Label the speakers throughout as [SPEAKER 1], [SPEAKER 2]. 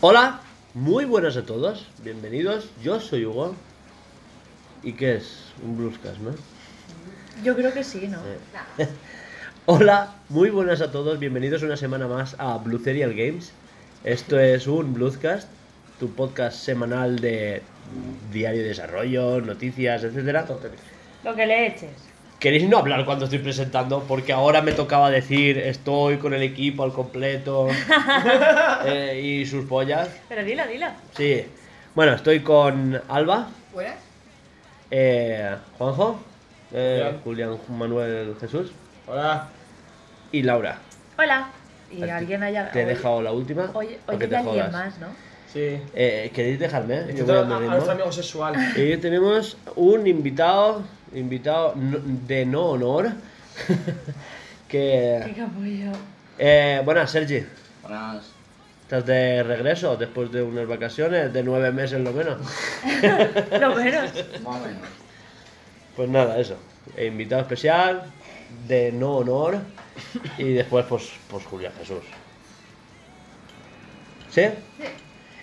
[SPEAKER 1] Hola, muy buenas a todos, bienvenidos, yo soy Hugo. ¿Y qué es? Un bluescast, ¿no?
[SPEAKER 2] Yo creo que sí, ¿no?
[SPEAKER 1] Hola, muy buenas a todos, bienvenidos una semana más a Blue Serial Games. Esto es un bluescast, tu podcast semanal de diario de desarrollo, noticias, etcétera.
[SPEAKER 2] Lo que le eches.
[SPEAKER 1] ¿Queréis no hablar cuando estoy presentando? Porque ahora me tocaba decir estoy con el equipo al completo eh, y sus pollas.
[SPEAKER 2] Pero dila, dila.
[SPEAKER 1] Sí. Bueno, estoy con Alba,
[SPEAKER 3] ¿Buenas?
[SPEAKER 1] eh, Juanjo, eh,
[SPEAKER 4] Julián.
[SPEAKER 1] Julián Manuel Jesús
[SPEAKER 4] Hola.
[SPEAKER 1] y Laura.
[SPEAKER 2] Hola. Y
[SPEAKER 1] A ti-
[SPEAKER 2] alguien haya.
[SPEAKER 1] Te he
[SPEAKER 2] oye-
[SPEAKER 1] dejado la última.
[SPEAKER 2] Oye,
[SPEAKER 1] para
[SPEAKER 2] oye
[SPEAKER 1] que
[SPEAKER 2] de
[SPEAKER 1] te
[SPEAKER 2] alguien
[SPEAKER 1] jodas.
[SPEAKER 2] más, ¿no?
[SPEAKER 4] Sí.
[SPEAKER 1] Eh, ¿Queréis dejarme? Eh? Yo voy
[SPEAKER 4] Intento
[SPEAKER 1] a
[SPEAKER 4] a,
[SPEAKER 1] mi
[SPEAKER 4] a
[SPEAKER 1] ritmo.
[SPEAKER 4] nuestro amigo sexual.
[SPEAKER 1] Y tenemos un invitado, invitado no- de no honor,
[SPEAKER 2] Qué
[SPEAKER 1] que...
[SPEAKER 2] capullo.
[SPEAKER 1] Eh, buenas, Sergi.
[SPEAKER 5] Buenas.
[SPEAKER 1] Estás de regreso después de unas vacaciones, de nueve meses lo menos.
[SPEAKER 2] Lo menos.
[SPEAKER 5] Más o menos.
[SPEAKER 1] Pues nada, eso. Eh, invitado especial, de no honor, y después pues, pues Julia Jesús. ¿Sí?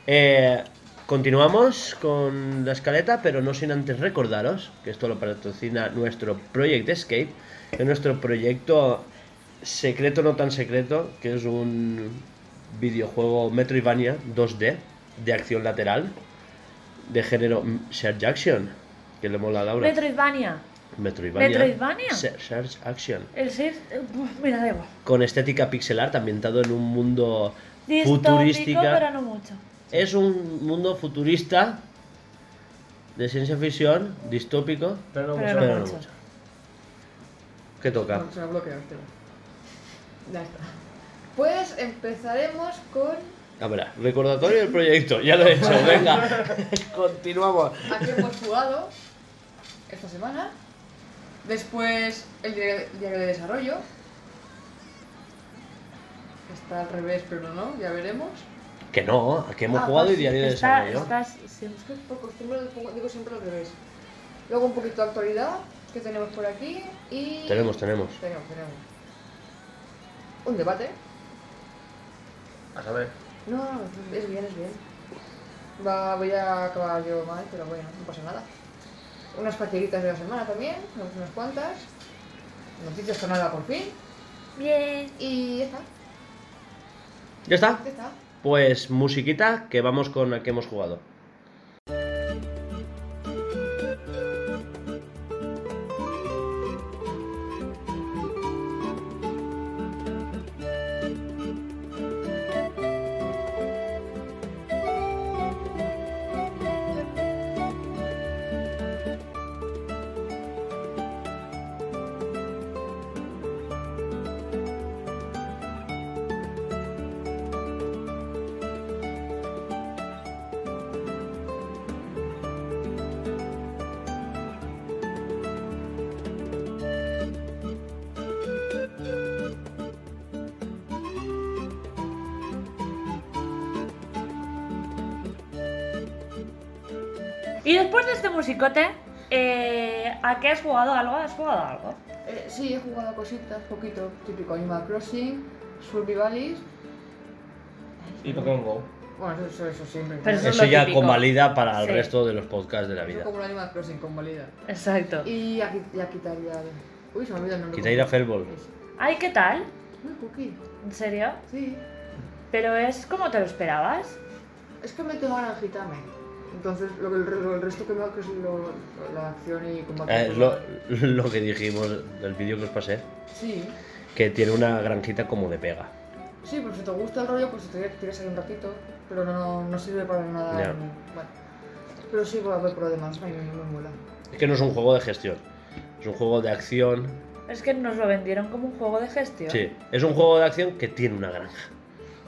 [SPEAKER 1] Eh, continuamos con la escaleta, pero no sin antes recordaros que esto lo patrocina nuestro Project Escape, que es nuestro proyecto secreto no tan secreto, que es un videojuego Metroidvania 2D de acción lateral de género mm, Search Action, que le mola a Laura.
[SPEAKER 2] Metroidvania.
[SPEAKER 1] Metroidvania.
[SPEAKER 2] Metroidvania.
[SPEAKER 1] Se- Search Action.
[SPEAKER 2] El ser. eh, buf, Mira, da igual.
[SPEAKER 1] Con estética pixelar, ambientado en un mundo
[SPEAKER 2] Distópico,
[SPEAKER 1] futurística.
[SPEAKER 2] pero no mucho.
[SPEAKER 1] Es un mundo futurista de ciencia ficción, distópico.
[SPEAKER 4] Pero no
[SPEAKER 2] Pero
[SPEAKER 4] mucho.
[SPEAKER 2] no.
[SPEAKER 1] Pero no
[SPEAKER 2] mucho.
[SPEAKER 1] mucho. ¿Qué toca?
[SPEAKER 3] Vamos a bloqueártelo. Ya está. Pues empezaremos con.
[SPEAKER 1] A ver, recordatorio del proyecto, ya lo he hecho, venga. Continuamos.
[SPEAKER 3] ¿A qué hemos jugado esta semana? Después el diario, diario de desarrollo. Está al revés, pero no, ya veremos.
[SPEAKER 1] Que no, aquí hemos
[SPEAKER 3] Ah,
[SPEAKER 1] jugado y
[SPEAKER 3] pues
[SPEAKER 1] diario de
[SPEAKER 2] Está-
[SPEAKER 1] desarrollo.
[SPEAKER 2] estás siempre-
[SPEAKER 3] Es que por costumbre lo pongo- digo siempre al revés. Luego un poquito de actualidad que tenemos por aquí y.
[SPEAKER 1] Tenemos, tenemos.
[SPEAKER 3] Tenemos, tenemos. Un debate.
[SPEAKER 4] A saber.
[SPEAKER 3] No, no, no, es bien, es bien. Va, voy a acabar yo mal, pero bueno, no pasa nada. Unas partiditas de la semana también, unas unas cuantas. Noticias con nada por fin.
[SPEAKER 2] Bien.
[SPEAKER 3] Y ya está,
[SPEAKER 1] ¿Ya está?
[SPEAKER 3] ya está.
[SPEAKER 1] Pues musiquita, que vamos con la que hemos jugado.
[SPEAKER 2] Y después de este musicote, eh, ¿a qué has jugado algo? ¿Has jugado algo?
[SPEAKER 3] Eh, sí, he jugado a cositas, poquito, típico Animal Crossing, Survivalis.
[SPEAKER 4] Y Pokémon Go.
[SPEAKER 3] Bueno, eso, eso, eso siempre.
[SPEAKER 2] Pero
[SPEAKER 3] eso
[SPEAKER 2] es
[SPEAKER 1] Eso
[SPEAKER 2] lo
[SPEAKER 1] ya
[SPEAKER 2] típico.
[SPEAKER 1] convalida para el
[SPEAKER 2] Sí.
[SPEAKER 1] resto de los podcasts de la
[SPEAKER 3] es
[SPEAKER 1] vida.
[SPEAKER 3] como un Animal Crossing con valida.
[SPEAKER 2] Exacto.
[SPEAKER 3] Y aquí, ya quitaría. Uy, se me olvida el nombre.
[SPEAKER 1] Quitaira Fellball.
[SPEAKER 2] Ay, ¿qué tal?
[SPEAKER 3] Muy cookie,
[SPEAKER 2] ¿En serio?
[SPEAKER 3] sí.
[SPEAKER 2] ¿Pero es como te lo esperabas?
[SPEAKER 3] Es que me tengo naranjita men. Entonces, lo, que el, re- lo- el resto que veo que es lo, lo- la acción y combate.
[SPEAKER 1] Eh, lo, lo que dijimos del vídeo que os pasé,
[SPEAKER 3] Sí,
[SPEAKER 1] que tiene una granjita como de pega.
[SPEAKER 3] sí, pero si te gusta el rollo, pues te tiras ahí un ratito. Pero no, no sirve para nada.
[SPEAKER 1] Ya.
[SPEAKER 3] en- Bueno. Pero sí, por, por lo demás, me, me mola.
[SPEAKER 1] Es que no es un juego de gestión, es un juego de acción.
[SPEAKER 2] Es que nos lo vendieron como un juego de gestión.
[SPEAKER 1] Sí, es un juego de acción que tiene una granja.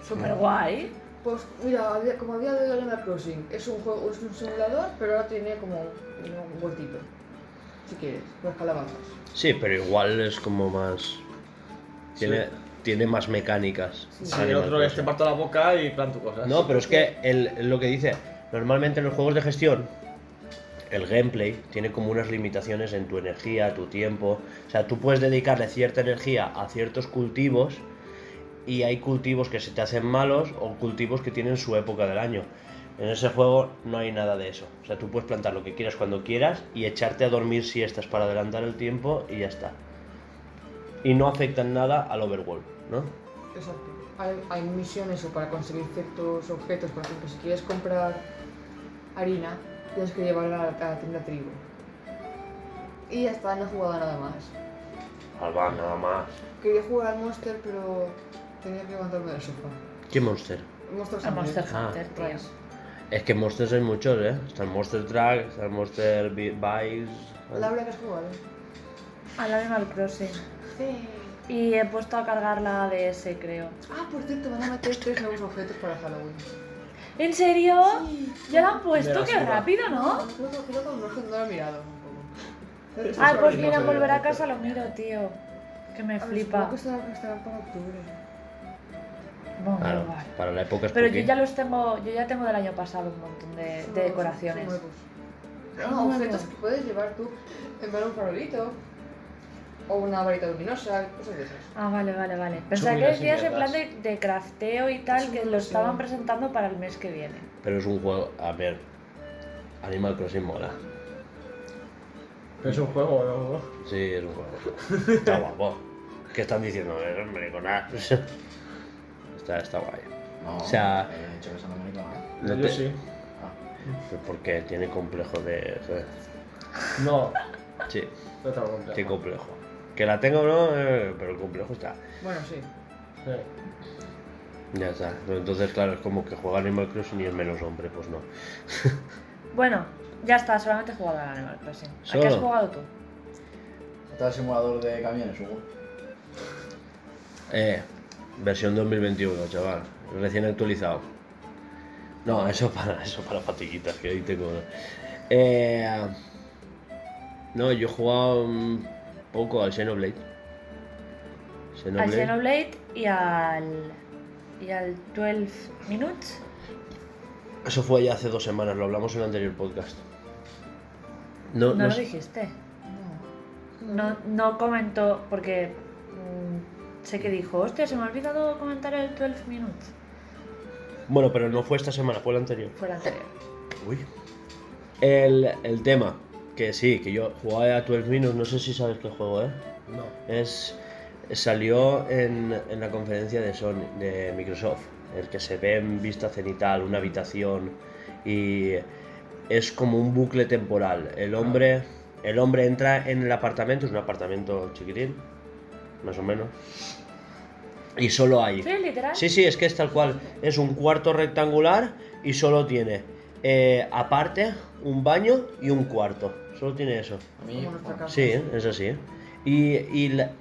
[SPEAKER 2] Súper guay.
[SPEAKER 3] Pues mira, a día- como había de Animal Crossing, es un juego, es un simulador, pero ahora tiene como un un huequito. Si quieres, las calabazas.
[SPEAKER 1] Sí, pero igual es como más. Tiene, tiene más mecánicas.
[SPEAKER 4] Sí,
[SPEAKER 1] Animal
[SPEAKER 4] el otro es
[SPEAKER 1] Crossing.
[SPEAKER 4] te parto la boca y plan tu cosa.
[SPEAKER 1] No, pero es que el- lo que dice, normalmente en los juegos de gestión, el gameplay tiene como unas limitaciones en tu energía, tu tiempo. O sea, tú puedes dedicarle cierta energía a ciertos cultivos y hay cultivos que se te hacen malos o cultivos que tienen su época del año. En ese juego no hay nada de eso. O sea, tú puedes plantar lo que quieras cuando quieras y echarte a dormir siestas para adelantar el tiempo y ya está. Y no afectan nada al overworld, ¿no?
[SPEAKER 3] Exacto. Hay, hay misiones o para conseguir ciertos objetos. Por ejemplo, si quieres comprar harina, tienes que llevarla a la tienda trigo. Y ya está, no he jugado a nada más.
[SPEAKER 1] Alba, nada más.
[SPEAKER 3] Quería jugar al Monster, pero tenía que levantarme del sofá.
[SPEAKER 1] ¿Qué monster?
[SPEAKER 3] Monster
[SPEAKER 2] A Monster
[SPEAKER 1] Ah.
[SPEAKER 2] Hunter, tío.
[SPEAKER 3] Rise.
[SPEAKER 1] Es que monsters hay muchos, ¿eh? Está el Monster Truck, está el Monster Bi- Bikes.
[SPEAKER 3] Laura, que has jugado?
[SPEAKER 2] Al Animal Crossing.
[SPEAKER 3] Sí.
[SPEAKER 2] Y he puesto a cargar la ADS, creo.
[SPEAKER 3] Ah, por cierto, van a meter tres nuevos objetos para Halloween.
[SPEAKER 2] ¿En serio?
[SPEAKER 3] Sí.
[SPEAKER 2] Ya lo han
[SPEAKER 4] De
[SPEAKER 2] puesto,
[SPEAKER 4] la
[SPEAKER 2] qué
[SPEAKER 4] basura.
[SPEAKER 2] rápido, ¿no?
[SPEAKER 1] Pues
[SPEAKER 3] Creo que creo que no, no lo he mirado un poco.
[SPEAKER 4] Sí,
[SPEAKER 2] Ah,
[SPEAKER 4] sí,
[SPEAKER 2] pues
[SPEAKER 4] sí,
[SPEAKER 2] mira,
[SPEAKER 4] sí,
[SPEAKER 2] en volver
[SPEAKER 4] sí.
[SPEAKER 2] a casa lo miro, tío. Que me
[SPEAKER 3] A ver, supongo
[SPEAKER 2] flipa.
[SPEAKER 3] que estará- que estará para octubre.
[SPEAKER 2] Bueno,
[SPEAKER 1] Claro,
[SPEAKER 2] vale.
[SPEAKER 1] para la época es
[SPEAKER 2] Pero yo
[SPEAKER 1] poquito.
[SPEAKER 2] ya los tengo, yo ya tengo del año pasado un montón de, de decoraciones.
[SPEAKER 3] Nuevos.
[SPEAKER 2] Ah,
[SPEAKER 3] No,
[SPEAKER 2] nuevos.
[SPEAKER 3] objetos que puedes llevar tú. En plan, un farolito. O una varita luminosa, cosas de esas.
[SPEAKER 2] Ah, vale, vale, vale. Pensaba que
[SPEAKER 4] miras y
[SPEAKER 2] decías en plan
[SPEAKER 4] mierdas.
[SPEAKER 2] de, de crafteo y tal,
[SPEAKER 3] Eso
[SPEAKER 2] que
[SPEAKER 3] no
[SPEAKER 2] lo
[SPEAKER 3] sé.
[SPEAKER 2] estaban presentando para el mes que viene.
[SPEAKER 1] Pero es un juego. A ver. Animal Crossing mola.
[SPEAKER 4] Pero es un juego, ¿no?
[SPEAKER 1] Sí, es un juego. Está guapo. ¿Qué están diciendo? Eh, hombre, con nada. Está, está guay.
[SPEAKER 5] No,
[SPEAKER 1] O sea-
[SPEAKER 5] he dicho que eso no me lo ¿eh?
[SPEAKER 1] No
[SPEAKER 4] Yo
[SPEAKER 1] te-
[SPEAKER 4] sí.
[SPEAKER 5] Ah,
[SPEAKER 1] Porque tiene complejo de.
[SPEAKER 4] No,
[SPEAKER 1] Sí,
[SPEAKER 4] no te lo compro.
[SPEAKER 1] qué complejo. Que la tengo o no, eh, pero el complejo está.
[SPEAKER 3] Bueno, sí.
[SPEAKER 4] Sí.
[SPEAKER 1] Ya está. Pero entonces, claro, es como que juega Animal Crossing y es menos hombre, pues no.
[SPEAKER 2] Bueno, ya está, solamente he jugado al Animal Crossing. ¿A qué
[SPEAKER 1] ¿Solo?
[SPEAKER 2] has jugado tú?
[SPEAKER 5] Está el simulador de camiones, Hugo.
[SPEAKER 1] Eh, versión 2021, chaval. Recién actualizado. No, eso para, eso para fatiguitas, que ahí tengo. Eh, no, yo he jugado un poco al Xenoblade.
[SPEAKER 2] Al Xenoblade y al. y al 12 Minutes.
[SPEAKER 1] Eso fue ya hace dos semanas, lo hablamos en el anterior podcast. No,
[SPEAKER 2] No,
[SPEAKER 1] no
[SPEAKER 2] lo
[SPEAKER 1] sé-
[SPEAKER 2] dijiste.
[SPEAKER 3] No.
[SPEAKER 2] No, no comentó, porque. mm, sé que dijo, hostia, se me ha olvidado comentar el 12 Minutes.
[SPEAKER 1] Bueno, pero no fue esta semana, fue la anterior.
[SPEAKER 2] Fue el anterior.
[SPEAKER 1] Uy. El, el tema, que sí, que yo jugaba a 12 Minutes, no sé si sabes qué juego, ¿eh?
[SPEAKER 4] No.
[SPEAKER 1] Es, salió en, en la conferencia de, Sony, de Microsoft, el que se ve en vista cenital, una habitación, y es como un bucle temporal. El hombre, el hombre entra en el apartamento, es un apartamento chiquitín, más o menos, y solo hay...
[SPEAKER 2] Sí, literal.
[SPEAKER 1] Sí, sí, es que es tal cual. Es un cuarto rectangular y solo tiene, eh, aparte, un baño y un cuarto. Solo tiene eso.
[SPEAKER 5] A mí,
[SPEAKER 3] Como nuestra
[SPEAKER 5] bueno,
[SPEAKER 3] casa.
[SPEAKER 1] Sí, es así. Y, y la-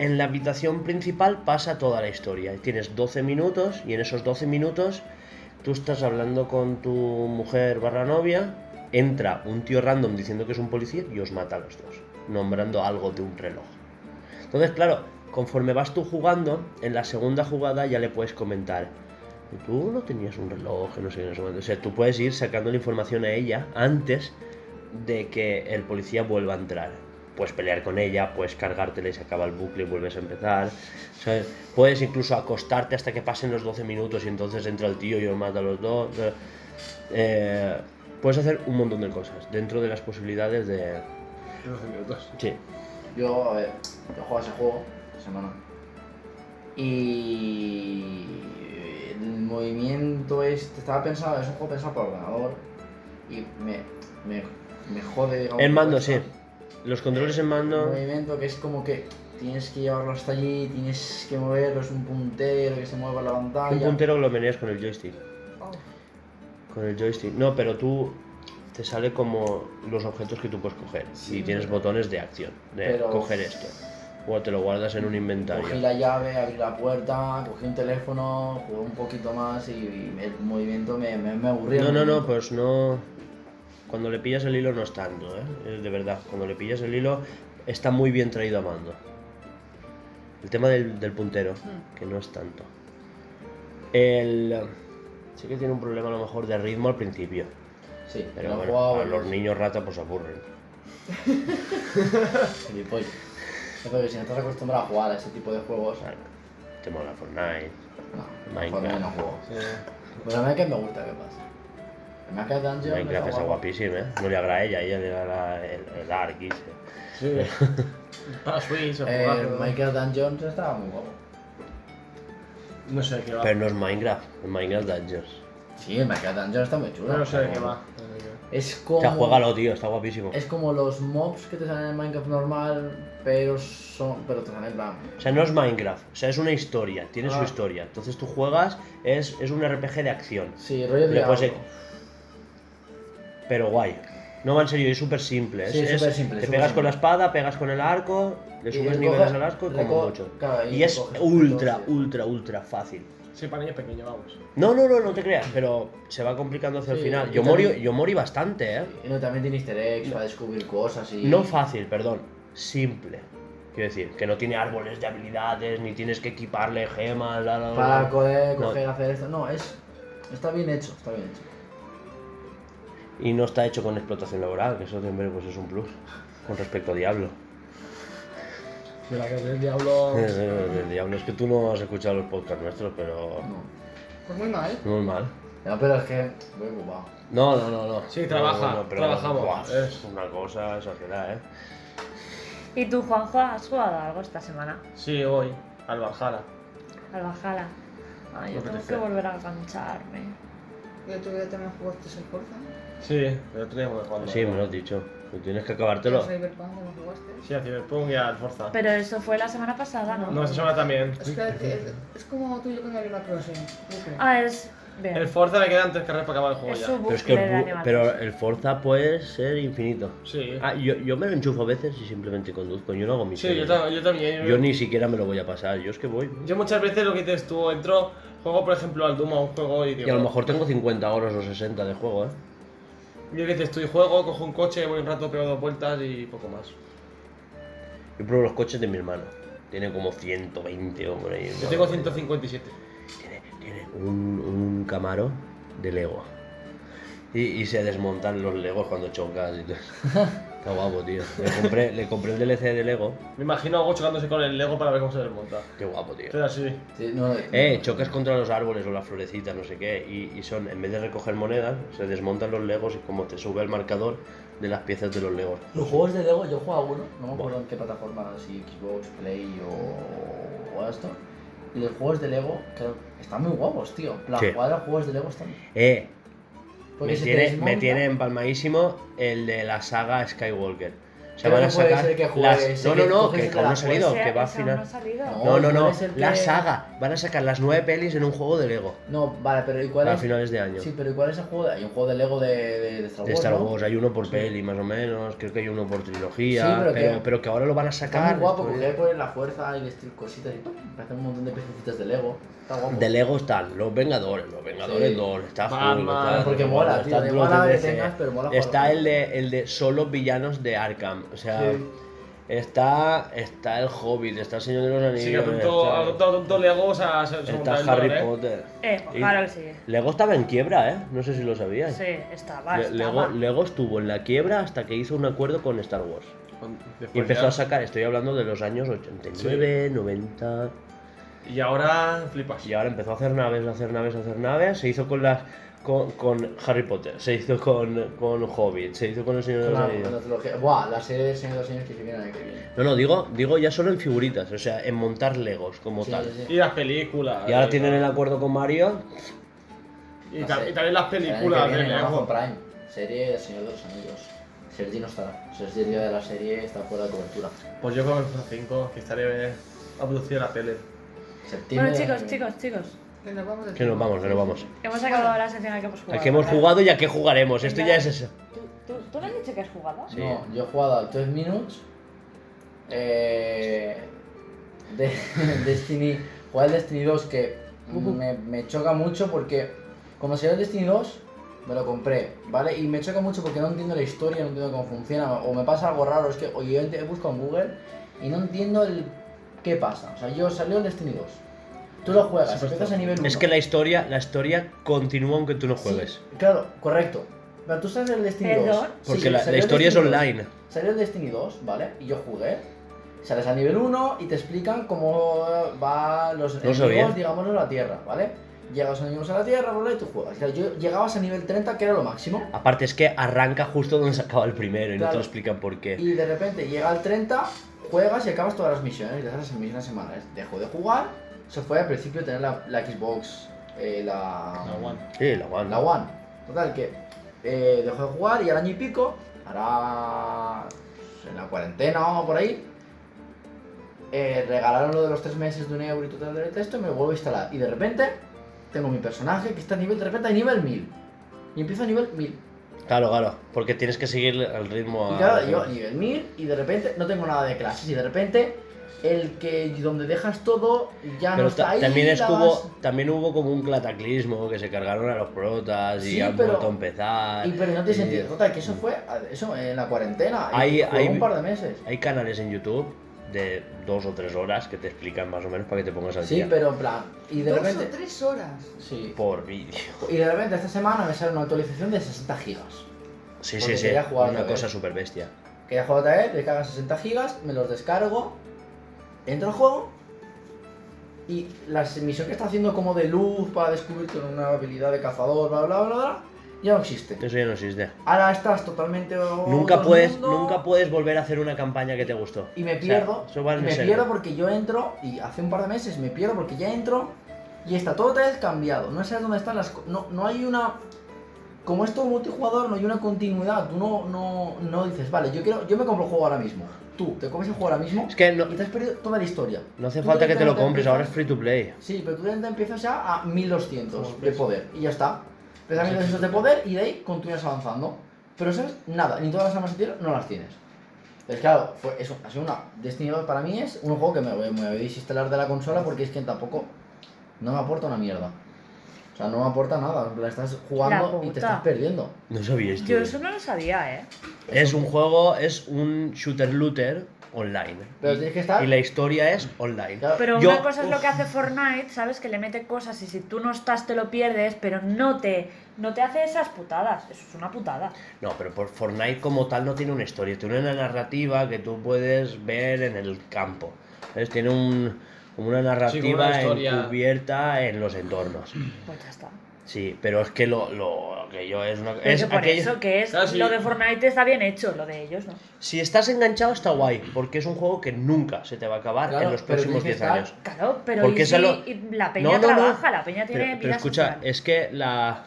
[SPEAKER 1] en la habitación principal pasa toda la historia. Y Tienes 12 minutos y en esos 12 minutos tú estás hablando con tu mujer barra novia. Entra un tío random diciendo que es un policía y os mata a los dos, nombrando algo de un reloj. Entonces, claro, conforme vas tú jugando, en la segunda jugada ya le puedes comentar. Tú no tenías un reloj, que no sé qué, no sé cuánto". O sea, tú puedes ir sacando la información a ella antes de que el policía vuelva a entrar. Puedes pelear con ella, puedes cargártela y se acaba el bucle y vuelves a empezar. ¿sabes? Puedes incluso acostarte hasta que pasen los 12 minutos y entonces entra el tío y os mata a los dos. ¿sabes? Eh, puedes hacer un montón de cosas dentro de las posibilidades de...
[SPEAKER 4] 12 minutos.
[SPEAKER 1] Sí,
[SPEAKER 5] Yo, a ver, yo juego a ese juego esta semana. Y eh, el movimiento este estaba pensado, es un juego pensado para ordenador. Y me, me, me jode, digamos.
[SPEAKER 1] En
[SPEAKER 5] que
[SPEAKER 1] mando,
[SPEAKER 5] cuesta.
[SPEAKER 1] sí. Los controles en
[SPEAKER 5] Un
[SPEAKER 1] mando...
[SPEAKER 5] movimiento que es como que tienes que llevarlo hasta allí, tienes que moverlo, es un puntero que se mueva la pantalla.
[SPEAKER 1] Un puntero lo meneas con el joystick.
[SPEAKER 3] Oh,
[SPEAKER 1] Con el joystick. No, pero tú te sale como los objetos que tú puedes coger.
[SPEAKER 5] Sí.
[SPEAKER 1] y tienes botones de acción. De
[SPEAKER 5] Pero-
[SPEAKER 1] coger esto. O te lo guardas en un inventario.
[SPEAKER 5] Cogí la llave, abrí la puerta, cogí un teléfono, jugué un poquito más y, y el movimiento me, me, me aburrió.
[SPEAKER 1] No, no, no, pues no. Cuando le pillas el hilo no es tanto, ¿eh? Eh, De verdad, cuando le pillas el hilo está muy bien traído a mando. El tema del, del puntero,
[SPEAKER 3] Mm.
[SPEAKER 1] que no es tanto. El... Sí que tiene un problema a lo mejor de ritmo al principio.
[SPEAKER 5] Sí,
[SPEAKER 1] Pero
[SPEAKER 5] lo he
[SPEAKER 1] bueno,
[SPEAKER 5] jugado
[SPEAKER 1] a los
[SPEAKER 5] varios.
[SPEAKER 1] niños rata pues aburren.
[SPEAKER 5] Gilipollas. No, pero si no estás acostumbrado a jugar a ese tipo de juegos,
[SPEAKER 1] Claro. Te mola Fortnite.
[SPEAKER 5] no,
[SPEAKER 1] Minecraft.
[SPEAKER 5] mejor no, no juego. Pues
[SPEAKER 4] Sí.
[SPEAKER 5] Pero el Minecraft me gusta, ¿qué pasa? El Minecraft Dungeon
[SPEAKER 1] Minecraft
[SPEAKER 5] está
[SPEAKER 1] está
[SPEAKER 5] guapo.
[SPEAKER 1] guapísimo, ¿eh? No le agrada a ella, a ella le agrada el, el Ark. y se-
[SPEAKER 4] Sí. Para Switch o
[SPEAKER 5] Eh,
[SPEAKER 4] jugar.
[SPEAKER 5] El Minecraft Dungeon estaba muy guapo.
[SPEAKER 4] No sé de qué va.
[SPEAKER 1] Pero no es Minecraft, es Minecraft Dungeons.
[SPEAKER 5] Sí, el Minecraft Dungeon está muy chulo.
[SPEAKER 4] Yo no sé de
[SPEAKER 5] Está
[SPEAKER 4] qué
[SPEAKER 5] guapo.
[SPEAKER 4] va. no sé de qué va.
[SPEAKER 5] Es
[SPEAKER 1] O
[SPEAKER 5] como.
[SPEAKER 1] sea, juégalo, tío, está guapísimo.
[SPEAKER 5] Oh. Es como los mobs que te salen en el Minecraft normal, pero son. pero te salen en plan.
[SPEAKER 1] O sea, no es Minecraft, o sea, es una historia, tiene su
[SPEAKER 4] Ah.
[SPEAKER 1] historia. Entonces tú juegas, es, es un RPG de acción,
[SPEAKER 5] Sí, rollo
[SPEAKER 1] Le puedes
[SPEAKER 5] de.
[SPEAKER 1] pero guay. No, va en serio, es súper simple.
[SPEAKER 5] Sí,
[SPEAKER 1] es-
[SPEAKER 5] súper
[SPEAKER 1] es-
[SPEAKER 5] simple,
[SPEAKER 1] Te
[SPEAKER 5] súper
[SPEAKER 1] pegas con
[SPEAKER 5] simple.
[SPEAKER 1] la espada, pegas con el arco, le
[SPEAKER 5] Y
[SPEAKER 1] subes
[SPEAKER 5] recoges-
[SPEAKER 1] niveles al arco y como
[SPEAKER 5] reco-
[SPEAKER 1] mucho.
[SPEAKER 5] claro, y
[SPEAKER 1] y es
[SPEAKER 5] recoges
[SPEAKER 1] ultra,
[SPEAKER 5] puntos, sí.
[SPEAKER 1] ultra, ultra fácil.
[SPEAKER 4] Sí, para niños pequeños, vamos.
[SPEAKER 1] No, no, no, no te creas, pero se va complicando hacia el
[SPEAKER 5] Sí,
[SPEAKER 1] final.
[SPEAKER 5] y
[SPEAKER 1] Yo morí,
[SPEAKER 5] también-
[SPEAKER 1] yo morí bastante, ¿eh?
[SPEAKER 5] Y no, también tiene easter eggs para descubrir cosas y.
[SPEAKER 1] No fácil, perdón, simple. Quiero decir, que no tiene árboles de habilidades, ni tienes que equiparle gemas, la, la, la,
[SPEAKER 5] Para
[SPEAKER 1] la.
[SPEAKER 5] poder
[SPEAKER 1] No.
[SPEAKER 5] coger, hacer esto. No, es. Está bien hecho, está bien hecho.
[SPEAKER 1] Y no está hecho con explotación laboral, que eso siempre pues, es un plus con respecto a Diablo. Eh,
[SPEAKER 4] De la que del diablo.
[SPEAKER 1] El Diablo es que tú no has escuchado los podcasts nuestros, pero
[SPEAKER 5] No.
[SPEAKER 3] Pues muy mal.
[SPEAKER 1] muy mal.
[SPEAKER 5] No, pero es que. Voy ocupado.
[SPEAKER 1] No, no, no, no.
[SPEAKER 4] Sí, trabaja, trabajamos.
[SPEAKER 1] es
[SPEAKER 4] Es-
[SPEAKER 1] una cosa exagerada, ¿eh?
[SPEAKER 2] ¿Y tú, Juanjo, has jugado algo esta semana?
[SPEAKER 4] Sí, voy. Al Valhalla.
[SPEAKER 2] Al Bajala. Ay, yo
[SPEAKER 4] Me
[SPEAKER 2] tengo
[SPEAKER 4] apetece.
[SPEAKER 2] que volver a engancharme.
[SPEAKER 3] Yo todavía también jugaste el Forza.
[SPEAKER 4] Sí, pero teníamos que jugar.
[SPEAKER 1] Sí, me lo has dicho. Pero Tienes que
[SPEAKER 3] El
[SPEAKER 1] acabártelo.
[SPEAKER 3] Cyberpunk también jugaste.
[SPEAKER 4] Sí, a Cyberpunk y al Forza.
[SPEAKER 2] Pero eso fue la semana pasada, ¿no?
[SPEAKER 4] No, esta semana también.
[SPEAKER 3] Es que es, es como tú y yo con Animal Crossing. yo creo.
[SPEAKER 2] Ah, es. Bien.
[SPEAKER 4] El Forza me quedan tres carreras para acabar el juego
[SPEAKER 2] es
[SPEAKER 4] ya.
[SPEAKER 2] su
[SPEAKER 1] Pero
[SPEAKER 2] bucle
[SPEAKER 1] es que
[SPEAKER 2] de
[SPEAKER 1] el, bu-
[SPEAKER 2] animales.
[SPEAKER 1] pero el Forza puede ser infinito.
[SPEAKER 4] Sí.
[SPEAKER 1] Ah, yo, yo me lo enchufo a veces y simplemente conduzco. Yo no hago mis
[SPEAKER 4] Sí, yo, ta- yo también.
[SPEAKER 1] Yo ni siquiera me lo voy a pasar. Yo es que voy.
[SPEAKER 4] Yo muchas veces lo que dices tú, entro, juego por ejemplo al Doom a un juego y digo.
[SPEAKER 1] Y a lo mejor tengo 50 horas o 60 de juego, ¿eh?
[SPEAKER 4] Yo que dices tú y juego, cojo un coche, voy un rato, pego dos vueltas y poco más.
[SPEAKER 1] Yo pruebo los coches de mi hermano. Tiene como 120 o por ahí.
[SPEAKER 4] Yo tengo 157.
[SPEAKER 1] Tiene, tiene un, un camaro de Lego. Y, y se desmontan los Legos cuando chocas y todo. Está guapo, tío. Le compré, le compré el DLC de Lego.
[SPEAKER 4] Me imagino algo chocándose con el Lego para ver cómo se desmonta.
[SPEAKER 1] Qué guapo, tío.
[SPEAKER 4] Pero así.
[SPEAKER 5] Sí, no,
[SPEAKER 1] Eh, chocas contra los árboles o las florecitas, no sé qué, y, y son, en vez de recoger monedas, se desmontan los legos y como te sube el marcador de las piezas de los legos.
[SPEAKER 5] Los juegos de Lego, yo he jugado uno, no me acuerdo en qué plataforma, si Xbox, Play o, o esto. Y los juegos de Lego creo, están muy guapos, tío. La
[SPEAKER 1] Sí.
[SPEAKER 5] jugada de los juegos de Lego están.
[SPEAKER 1] Eh,
[SPEAKER 5] porque
[SPEAKER 1] me
[SPEAKER 5] se te
[SPEAKER 1] tiene,
[SPEAKER 5] desmonta.
[SPEAKER 1] me tiene empalmadísimo el de la saga Skywalker. Se
[SPEAKER 5] Pero
[SPEAKER 1] van a
[SPEAKER 5] no puede
[SPEAKER 1] sacar
[SPEAKER 5] ser que juegue
[SPEAKER 1] las...
[SPEAKER 5] ese
[SPEAKER 1] No, no,
[SPEAKER 5] que
[SPEAKER 1] no,
[SPEAKER 5] coges
[SPEAKER 1] que,
[SPEAKER 5] de
[SPEAKER 1] aún no ha
[SPEAKER 5] las
[SPEAKER 1] salido,
[SPEAKER 2] Ese-
[SPEAKER 1] que va a
[SPEAKER 2] ese aún
[SPEAKER 1] final...
[SPEAKER 2] No ha salido.
[SPEAKER 1] No,
[SPEAKER 5] No.
[SPEAKER 1] no,
[SPEAKER 5] ¿cuál
[SPEAKER 1] no,
[SPEAKER 5] es el
[SPEAKER 1] la
[SPEAKER 5] que-
[SPEAKER 1] saga. Van a sacar las nueve pelis en un juego de Lego
[SPEAKER 5] No, vale, pero ¿y cuál
[SPEAKER 1] a
[SPEAKER 5] es?
[SPEAKER 1] finales de año.
[SPEAKER 5] Sí, pero ¿y cuál es el juego? de- Hay un juego de Lego de, de, de Star Wars.
[SPEAKER 1] De Star
[SPEAKER 5] ¿no?
[SPEAKER 1] Wars, hay uno por peli más o menos, creo que hay uno por trilogía,
[SPEAKER 5] Sí, pero
[SPEAKER 1] pero,
[SPEAKER 5] que-
[SPEAKER 1] pero que ahora lo van a
[SPEAKER 5] Está
[SPEAKER 1] sacar.
[SPEAKER 5] muy guapo,
[SPEAKER 1] después.
[SPEAKER 5] porque le pones la fuerza y destruir cositas y ¡pum! hacen un montón de pececitas de Lego. Está guapo.
[SPEAKER 1] De Lego están los Vengadores, los Vengadores
[SPEAKER 5] Sí.
[SPEAKER 1] 2, está
[SPEAKER 4] Batman,
[SPEAKER 1] Hulk, está-
[SPEAKER 5] porque mola, tío,
[SPEAKER 1] están
[SPEAKER 5] de
[SPEAKER 1] los
[SPEAKER 5] mola
[SPEAKER 1] de
[SPEAKER 5] que
[SPEAKER 1] DC,
[SPEAKER 5] tengas, pero mola
[SPEAKER 1] Está
[SPEAKER 5] jugarlo.
[SPEAKER 1] el de, el de solo villanos de Arkham, o sea,
[SPEAKER 5] Sí.
[SPEAKER 1] está, está el Hobbit, está el Señor de los Anillos,
[SPEAKER 4] Sí, que tonto,
[SPEAKER 1] está,
[SPEAKER 4] algo tonto, tonto Lego, o sea, se, se monta el
[SPEAKER 1] está Harry
[SPEAKER 4] dólar, ¿eh?
[SPEAKER 1] Potter.
[SPEAKER 2] Eh,
[SPEAKER 1] Y-
[SPEAKER 2] claro que sí.
[SPEAKER 1] Lego estaba en quiebra, ¿eh? No sé si lo sabías.
[SPEAKER 2] Sí, estaba.
[SPEAKER 1] Le-
[SPEAKER 2] estaba.
[SPEAKER 1] Lego, Lego estuvo en la quiebra hasta que hizo un acuerdo con Star Wars.
[SPEAKER 4] Con-
[SPEAKER 5] Pues
[SPEAKER 1] Y
[SPEAKER 4] después
[SPEAKER 1] empezó
[SPEAKER 4] ya.
[SPEAKER 1] a sacar, estoy hablando de los años 89, 90.
[SPEAKER 4] Y ahora flipas.
[SPEAKER 1] Y ahora empezó a hacer naves, a hacer naves, a hacer naves. Se hizo con las con, con Harry Potter, se hizo con, con Hobbit, se hizo con el Señor de los
[SPEAKER 5] Claro,
[SPEAKER 1] Anillos.
[SPEAKER 5] la trilogía. Buah, la serie de Señor de los Anillos que se viene el año que viene.
[SPEAKER 1] No, no, digo, digo ya solo en figuritas, o sea, en montar Legos como
[SPEAKER 5] Sí,
[SPEAKER 1] tal.
[SPEAKER 5] sí, sí.
[SPEAKER 4] Y las películas.
[SPEAKER 1] Y ahora
[SPEAKER 4] eh,
[SPEAKER 1] tienen el acuerdo con Mario.
[SPEAKER 4] Y, ta- y también las
[SPEAKER 5] El año que
[SPEAKER 4] películas de
[SPEAKER 5] viene, en Amazon
[SPEAKER 4] Lego.
[SPEAKER 5] Prime, serie del Señor de los Anillos. Sergi no estará. Sergi el día de la serie está fuera de cobertura.
[SPEAKER 4] Pues yo con el Forza 5, que estaré eh, a producir la tele.
[SPEAKER 5] Septiembre.
[SPEAKER 2] Bueno,
[SPEAKER 5] del año
[SPEAKER 2] chicos,
[SPEAKER 5] que viene.
[SPEAKER 2] chicos, chicos.
[SPEAKER 3] Que nos vamos del
[SPEAKER 1] Que nos
[SPEAKER 3] tema.
[SPEAKER 1] vamos, ¿eh? que nos vamos.
[SPEAKER 2] Hemos acabado la sección a la que hemos jugado.
[SPEAKER 1] ¿A qué hemos
[SPEAKER 2] ¿verdad?
[SPEAKER 1] jugado y a qué jugaremos? Esto ya es eso.
[SPEAKER 2] ¿Tú, tú, tú me has dicho que has jugado?
[SPEAKER 1] Sí.
[SPEAKER 5] No, yo he jugado al 12 Minutes. Eh, de, Destiny. Jugué al Destiny 2 que me, me choca mucho porque. Como salió el Destiny 2, me lo compré, ¿vale? Y me choca mucho porque no entiendo la historia, no entiendo cómo funciona. O me pasa algo raro, es que. O yo he buscado en Google y no entiendo el ¿qué pasa? O sea, yo salió el Destiny 2. Tú lo juegas,
[SPEAKER 4] Sí,
[SPEAKER 5] empiezas a nivel 1.
[SPEAKER 1] pues, Es que la historia, la historia continúa aunque tú no
[SPEAKER 5] Sí,
[SPEAKER 1] juegues.
[SPEAKER 5] claro, correcto. Pero tú sabes el Destiny
[SPEAKER 2] Perdón.
[SPEAKER 5] 2.
[SPEAKER 1] Porque
[SPEAKER 5] Sí,
[SPEAKER 1] la,
[SPEAKER 5] salió
[SPEAKER 1] la
[SPEAKER 5] el
[SPEAKER 1] historia es
[SPEAKER 5] Destiny 2.
[SPEAKER 1] online.
[SPEAKER 5] Salió el Destiny 2, ¿vale? Y yo jugué. Sales al nivel 1 y te explican cómo va los
[SPEAKER 1] sabía.
[SPEAKER 5] enemigos, digamos, a la Tierra, ¿vale? Llegas a los enemigos a la Tierra, bla, bla, y tú juegas. Claro, yo llegabas a nivel 30, que era lo máximo.
[SPEAKER 1] Aparte es que arranca justo donde se acaba el primero y no te
[SPEAKER 5] Claro.
[SPEAKER 1] lo explican por qué.
[SPEAKER 5] Y de repente llega al 30, juegas y acabas todas las misiones, y las misiones semanales. Dejó de jugar, se fue al principio tener la, la Xbox, eh, la,
[SPEAKER 4] La One.
[SPEAKER 1] Sí, la One.
[SPEAKER 5] la One. Total, que eh, dejó de jugar y al año y pico, ahora en la cuarentena o por ahí, eh, regalaron lo de los tres meses de un euro y total de texto y me lo vuelvo a instalar. Y de repente tengo mi personaje que está a nivel, de repente a nivel 1000. Y empiezo a nivel 1000.
[SPEAKER 1] Claro, claro. Porque tienes que seguir el ritmo a...
[SPEAKER 5] Y claro, yo nivel 1000 y de repente no tengo nada de clases y de repente el que donde dejas todo ya
[SPEAKER 1] Pero
[SPEAKER 5] no
[SPEAKER 1] ta-
[SPEAKER 5] está ahí.
[SPEAKER 1] también, es
[SPEAKER 5] la
[SPEAKER 1] que hubo,
[SPEAKER 5] vas-
[SPEAKER 1] también hubo como un cataclismo que se cargaron a los protas y
[SPEAKER 5] Sí,
[SPEAKER 1] han
[SPEAKER 5] pero-
[SPEAKER 1] vuelto a empezar.
[SPEAKER 5] Y pero no
[SPEAKER 1] y-
[SPEAKER 5] tiene sentido. Total, que eso fue a- eso en la cuarentena.
[SPEAKER 1] Hay-
[SPEAKER 5] y fue
[SPEAKER 1] hay-
[SPEAKER 5] un par de meses.
[SPEAKER 1] Hay canales en YouTube de dos o tres horas que te explican más o menos para que te pongas al
[SPEAKER 5] Sí,
[SPEAKER 1] día.
[SPEAKER 5] pero en plan. Y de
[SPEAKER 3] Dos
[SPEAKER 5] repente.
[SPEAKER 3] o tres horas.
[SPEAKER 5] Sí.
[SPEAKER 1] Por vídeo.
[SPEAKER 5] Y de repente esta semana me sale una actualización de 60 gigas.
[SPEAKER 1] Sí,
[SPEAKER 5] Porque
[SPEAKER 1] sí, sí.
[SPEAKER 5] quería jugar
[SPEAKER 1] Una
[SPEAKER 5] otra
[SPEAKER 1] cosa
[SPEAKER 5] vez.
[SPEAKER 1] súper bestia.
[SPEAKER 5] Que ya juego otra vez, le cagas 60 gigas, me los descargo, entro al juego y la misión que está haciendo como de luz para descubrirte una habilidad de cazador, bla bla bla bla, ya no existe.
[SPEAKER 1] Eso ya no existe.
[SPEAKER 5] Ahora estás totalmente. o-
[SPEAKER 1] Nunca
[SPEAKER 5] otro
[SPEAKER 1] puedes,
[SPEAKER 5] mundo,
[SPEAKER 1] nunca puedes volver a hacer una campaña que te gustó.
[SPEAKER 5] Y me
[SPEAKER 1] O sea,
[SPEAKER 5] pierdo.
[SPEAKER 1] eso va
[SPEAKER 5] y
[SPEAKER 1] en
[SPEAKER 5] me
[SPEAKER 1] serio.
[SPEAKER 5] pierdo porque yo entro y hace un par de meses me pierdo porque ya entro y está todo otra vez cambiado. No sabes dónde están las. co- No, no hay una. Como esto multijugador, no hay una continuidad. Tú no, no, no dices, vale, yo quiero, yo me compro el juego ahora mismo. Tú te compras el juego ahora mismo
[SPEAKER 1] Es que no,
[SPEAKER 5] y te has perdido toda la historia.
[SPEAKER 1] no hace
[SPEAKER 5] Tú
[SPEAKER 1] falta que te lo
[SPEAKER 5] directamente
[SPEAKER 1] compres, ahora es
[SPEAKER 5] empiezas-
[SPEAKER 1] free to play.
[SPEAKER 5] Sí, pero tú directamente empiezas ya a
[SPEAKER 4] Como
[SPEAKER 5] 1200 de
[SPEAKER 4] preso.
[SPEAKER 5] poder y ya está. Empiezas a 1200 de poder y de ahí continúas avanzando. Pero sabes nada, ni todas las armas que tienes no las tienes. Entonces, claro, fue, es, un- ha sido una. Destiny 2 para mí es un juego que me, voy- me voy a desinstalar de la consola porque es que tampoco. No me aporta una mierda. O sea, no me aporta nada. La estás jugando
[SPEAKER 2] La
[SPEAKER 5] y
[SPEAKER 2] puta.
[SPEAKER 5] te estás perdiendo.
[SPEAKER 1] No sabías,
[SPEAKER 2] Yo
[SPEAKER 1] tío.
[SPEAKER 2] eso no lo sabía, ¿eh?
[SPEAKER 1] Es un juego, es un shooter looter online.
[SPEAKER 5] Pero tienes que estar.
[SPEAKER 1] Y la historia es online.
[SPEAKER 5] Claro,
[SPEAKER 2] Pero
[SPEAKER 1] Yo-
[SPEAKER 2] una cosa es lo que
[SPEAKER 1] uf.
[SPEAKER 2] hace Fortnite, ¿sabes? Que le mete cosas y si tú no estás te lo pierdes, pero no te, no te hace esas putadas. Eso es una putada.
[SPEAKER 1] No, pero por Fortnite como tal no tiene una historia, tiene una narrativa que tú puedes ver en el campo. ¿Sabes? Tiene un, como una narrativa
[SPEAKER 4] historia.
[SPEAKER 1] encubierta en los entornos.
[SPEAKER 2] Pues ya está.
[SPEAKER 1] Sí, pero es que lo, lo que yo es una...
[SPEAKER 2] Es
[SPEAKER 1] Es
[SPEAKER 2] por
[SPEAKER 1] aquello-
[SPEAKER 2] eso que es
[SPEAKER 4] Claro, sí.
[SPEAKER 2] lo de Fortnite está bien hecho, lo de ellos, ¿no?
[SPEAKER 1] Si estás enganchado está guay, porque es un juego que nunca se te va a acabar
[SPEAKER 5] Claro,
[SPEAKER 1] en los
[SPEAKER 5] pero
[SPEAKER 1] próximos 10
[SPEAKER 5] tienes que estar-
[SPEAKER 1] años.
[SPEAKER 2] Claro, pero
[SPEAKER 1] Porque
[SPEAKER 2] y
[SPEAKER 1] eso
[SPEAKER 2] si-
[SPEAKER 1] lo-
[SPEAKER 2] y la peña
[SPEAKER 1] No, no, no.
[SPEAKER 2] trabaja, la peña tiene
[SPEAKER 1] Pero,
[SPEAKER 2] vida
[SPEAKER 1] pero escucha,
[SPEAKER 2] social.
[SPEAKER 1] es que la,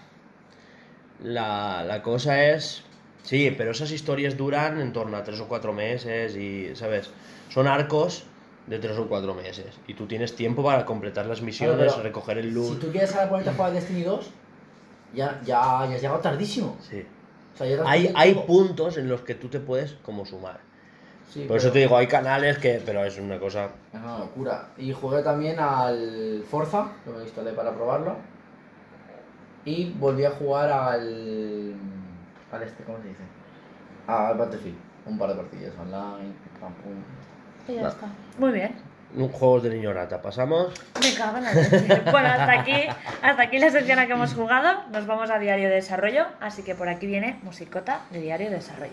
[SPEAKER 1] la. La cosa es. Sí, pero esas historias duran en torno a tres o cuatro meses y, ¿sabes? Son arcos de tres o cuatro meses. Y tú tienes tiempo para completar las misiones,
[SPEAKER 5] Claro, pero
[SPEAKER 1] recoger el
[SPEAKER 5] si
[SPEAKER 1] loot.
[SPEAKER 5] tú quieres ahora ponerte a jugar Destiny 2, ya, ya, ya has llegado tardísimo.
[SPEAKER 1] Sí.
[SPEAKER 5] O sea, ya te has
[SPEAKER 1] Hay,
[SPEAKER 5] perdido
[SPEAKER 1] hay
[SPEAKER 5] todo.
[SPEAKER 1] puntos en los que tú te puedes como sumar.
[SPEAKER 5] Sí,
[SPEAKER 1] Por eso
[SPEAKER 5] pero-
[SPEAKER 1] te digo, hay canales que. Pero es una cosa.
[SPEAKER 5] Es una locura. Y jugué también al Forza, que me lo instalé para probarlo. Y volví a jugar al. al este, ¿cómo se dice? Al Battlefield. Un par de partidas online, pam pum.
[SPEAKER 2] Y ya
[SPEAKER 1] no.
[SPEAKER 2] está. Muy bien.
[SPEAKER 1] Juegos de niño rata. Pasamos.
[SPEAKER 2] Me cago en la leche. Bueno, hasta aquí, hasta aquí la sección a que hemos jugado. Nos vamos a Diario de Desarrollo, así que por aquí viene musicota de Diario de Desarrollo.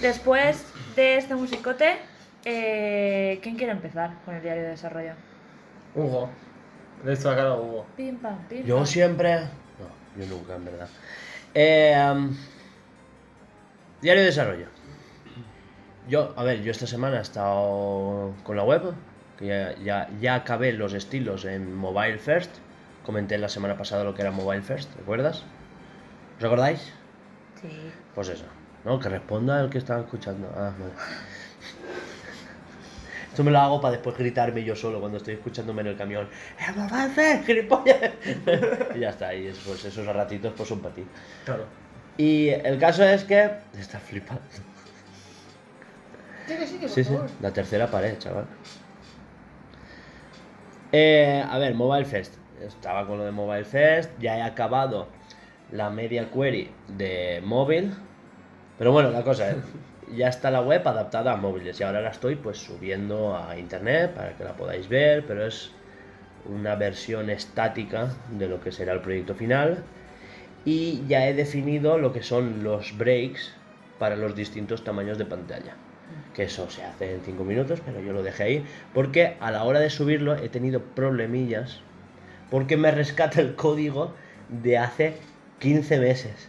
[SPEAKER 2] Después de este musicote, eh, ¿quién quiere empezar con el diario de desarrollo?
[SPEAKER 4] Hugo. Le he hecho la cara a Hugo.
[SPEAKER 2] Pim, pam, pim.
[SPEAKER 1] Yo
[SPEAKER 2] pam.
[SPEAKER 1] siempre. No, yo nunca, en verdad. Eh, um, diario de desarrollo. Yo, a ver, yo esta semana he estado con la web, que ya, ya, ya acabé los estilos en Mobile First. Comenté la semana pasada lo que era Mobile First, ¿recuerdas? ¿Os acordáis?
[SPEAKER 2] Sí.
[SPEAKER 1] Pues eso, ¿no? Que responda el que está escuchando. Ah, vale. Esto me lo hago para después gritarme yo solo cuando estoy escuchándome en el camión. ¡El Mobile First, gilipollas! y ya está, y es- pues esos ratitos pues son para ti.
[SPEAKER 4] Claro.
[SPEAKER 1] Y el caso es que... Está flipando.
[SPEAKER 3] Sí, que sí, que por
[SPEAKER 1] Sí, sí,
[SPEAKER 3] favor.
[SPEAKER 1] la tercera pared, chaval. Eh, a ver, Mobile Fest. Estaba con lo de Mobile Fest, ya he acabado la media query de móvil. Pero bueno, la cosa es, ya está la web adaptada a móviles y ahora la estoy pues subiendo a internet para que la podáis ver, pero es una versión estática de lo que será el proyecto final. Y ya he definido lo que son los breaks para los distintos tamaños de pantalla que eso se hace en 5 minutos, pero yo lo dejé ahí, porque a la hora de subirlo he tenido problemillas, porque me rescata el código de hace 15 meses.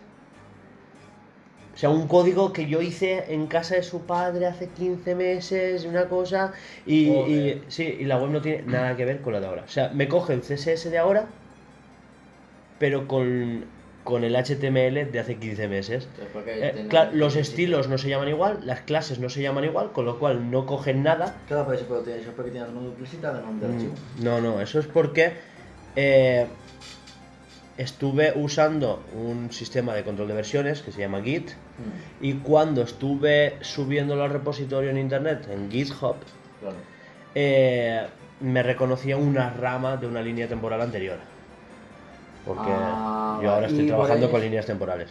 [SPEAKER 1] O sea, un código que yo hice en casa de su padre hace 15 meses, una cosa, y,
[SPEAKER 4] Joder.
[SPEAKER 1] y- sí, y la web no tiene nada que ver con la de ahora. O sea, me coge el CSS de ahora, pero con, con el HTML de hace 15 meses.
[SPEAKER 5] Entonces, ¿por qué
[SPEAKER 1] Eh,
[SPEAKER 5] tiene-
[SPEAKER 1] claro, los estilos no se llaman igual, las clases no se llaman igual, con lo cual no cogen nada.
[SPEAKER 5] Claro, pero eso puede tener- eso es porque tienes una duplicita de nombre
[SPEAKER 1] Mm.
[SPEAKER 5] del archivo.
[SPEAKER 1] No, no, eso es porque eh, estuve usando un sistema de control de versiones que se llama Git
[SPEAKER 5] Mm,
[SPEAKER 1] y cuando estuve subiéndolo al repositorio en internet, en GitHub,
[SPEAKER 5] Claro.
[SPEAKER 1] eh, me reconocía una rama de una línea temporal anterior. Porque
[SPEAKER 5] Ah,
[SPEAKER 1] yo ahora
[SPEAKER 5] vale.
[SPEAKER 1] estoy
[SPEAKER 5] Y por
[SPEAKER 1] trabajando
[SPEAKER 5] ahí-
[SPEAKER 1] con líneas temporales.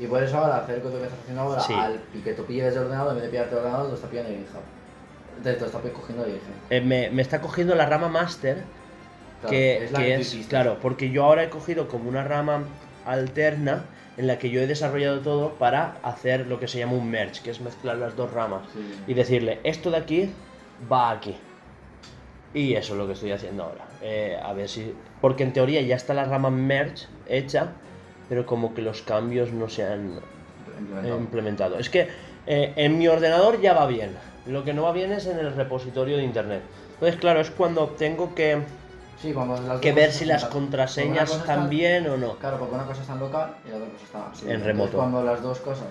[SPEAKER 5] Y por eso ahora hacer lo que estás haciendo ahora
[SPEAKER 1] Sí.
[SPEAKER 5] al pique tú pilles el ordenador, en vez de pillarte el ordenador, lo está pillando el GitHub. Entonces te lo está cogiendo el GitHub.
[SPEAKER 1] Eh, me, me está cogiendo la rama master
[SPEAKER 5] Claro,
[SPEAKER 1] que,
[SPEAKER 5] es la
[SPEAKER 1] que
[SPEAKER 5] que tú
[SPEAKER 1] es-
[SPEAKER 5] hiciste.
[SPEAKER 1] claro, porque yo ahora he cogido como una rama alterna en la que yo he desarrollado todo para hacer lo que se llama un merge, que es mezclar las dos ramas
[SPEAKER 5] Sí.
[SPEAKER 1] y decirle esto de aquí va aquí. Y eso es lo que estoy haciendo ahora. Eh, a ver si. Porque en teoría ya está la rama merge hecha, pero como que los cambios no se han eh,
[SPEAKER 5] Implementado.
[SPEAKER 1] implementado. Es que eh, en mi ordenador ya va bien. Lo que no va bien es en el repositorio de internet. Entonces, claro, es cuando tengo que,
[SPEAKER 5] Sí, cuando las dos
[SPEAKER 1] que ver
[SPEAKER 5] cosas
[SPEAKER 1] si
[SPEAKER 5] se
[SPEAKER 1] las
[SPEAKER 5] juntan.
[SPEAKER 1] contraseñas
[SPEAKER 5] Porque una cosa
[SPEAKER 1] están
[SPEAKER 5] está-
[SPEAKER 1] bien o no.
[SPEAKER 5] Claro, porque una cosa está en local y la otra cosa está así.
[SPEAKER 1] En
[SPEAKER 5] Entonces,
[SPEAKER 1] remoto.
[SPEAKER 5] Cuando las dos cosas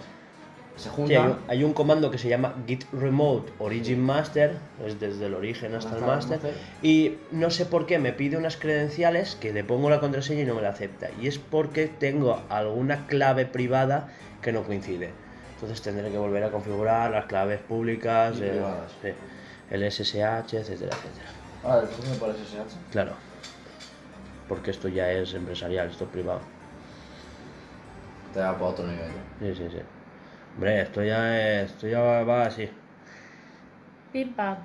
[SPEAKER 5] se
[SPEAKER 1] Sí, hay, un,
[SPEAKER 5] juntan.
[SPEAKER 1] hay un comando que se llama git remote origin master, es desde el origen hasta el master, y no sé por qué me pide unas credenciales que le pongo la contraseña y no me la acepta. Y es porque tengo alguna clave privada que no coincide. Entonces tendré que volver a configurar las claves públicas,
[SPEAKER 5] Y privadas.
[SPEAKER 1] sí, el SSH, etcétera, etcétera.
[SPEAKER 5] Ahora, ¿estás haciendo por SSH?
[SPEAKER 1] Claro. Porque esto ya es empresarial, esto es privado.
[SPEAKER 5] Te da para otro nivel. ¿eh?
[SPEAKER 1] Sí, sí, sí. Hombre, esto ya es- esto ya va, va así.
[SPEAKER 2] Pim, pam.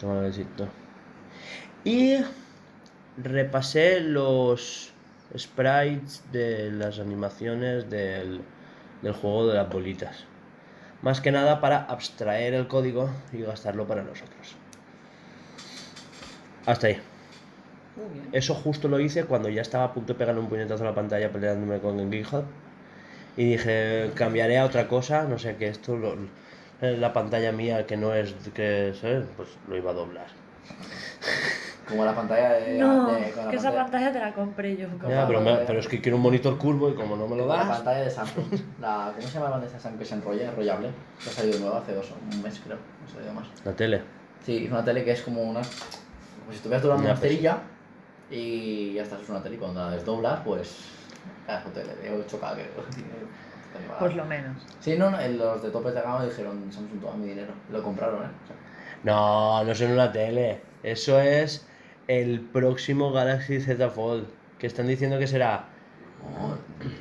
[SPEAKER 1] Toma el besito. Y repasé los sprites de las animaciones del, del juego de las bolitas. Más que nada para abstraer el código y gastarlo para nosotros. Hasta ahí.
[SPEAKER 3] Muy bien.
[SPEAKER 1] Eso justo lo hice cuando ya estaba a punto de pegarle un puñetazo a la pantalla peleándome con el GitHub. Y dije, cambiaré a otra cosa, no sé, que esto, lo- eh, la pantalla mía que no es, que es, eh, pues lo iba a doblar.
[SPEAKER 5] Como la pantalla de.
[SPEAKER 2] No,
[SPEAKER 5] de- Eh, con la
[SPEAKER 2] que esa
[SPEAKER 5] pantalla-
[SPEAKER 2] pantalla te la compré yo.
[SPEAKER 1] Ya, pero, me- pero es que quiero un monitor curvo y como no me lo
[SPEAKER 5] con La
[SPEAKER 1] das...
[SPEAKER 5] pantalla de Samsung. La, ¿Cómo se llama la de esa Samsung que se enrolla, enrollable? Que ha salido nueva hace dos, un mes creo, no sé más.
[SPEAKER 1] La tele.
[SPEAKER 5] Sí, es una tele que es como una. Como si estuvieras doblando
[SPEAKER 1] Una
[SPEAKER 5] una cerilla y ya estás, es una tele. y Cuando la desdoblas, pues. Ah, joder, le veo chocada que.
[SPEAKER 2] Pues lo menos.
[SPEAKER 5] Sí, no, no, en los de topes de gama dijeron Samsung toma mi dinero. Lo compraron, ¿eh? O sea,
[SPEAKER 1] No, no es en una tele. Eso es el próximo Galaxy Z Fold. Que están diciendo que será,
[SPEAKER 5] no,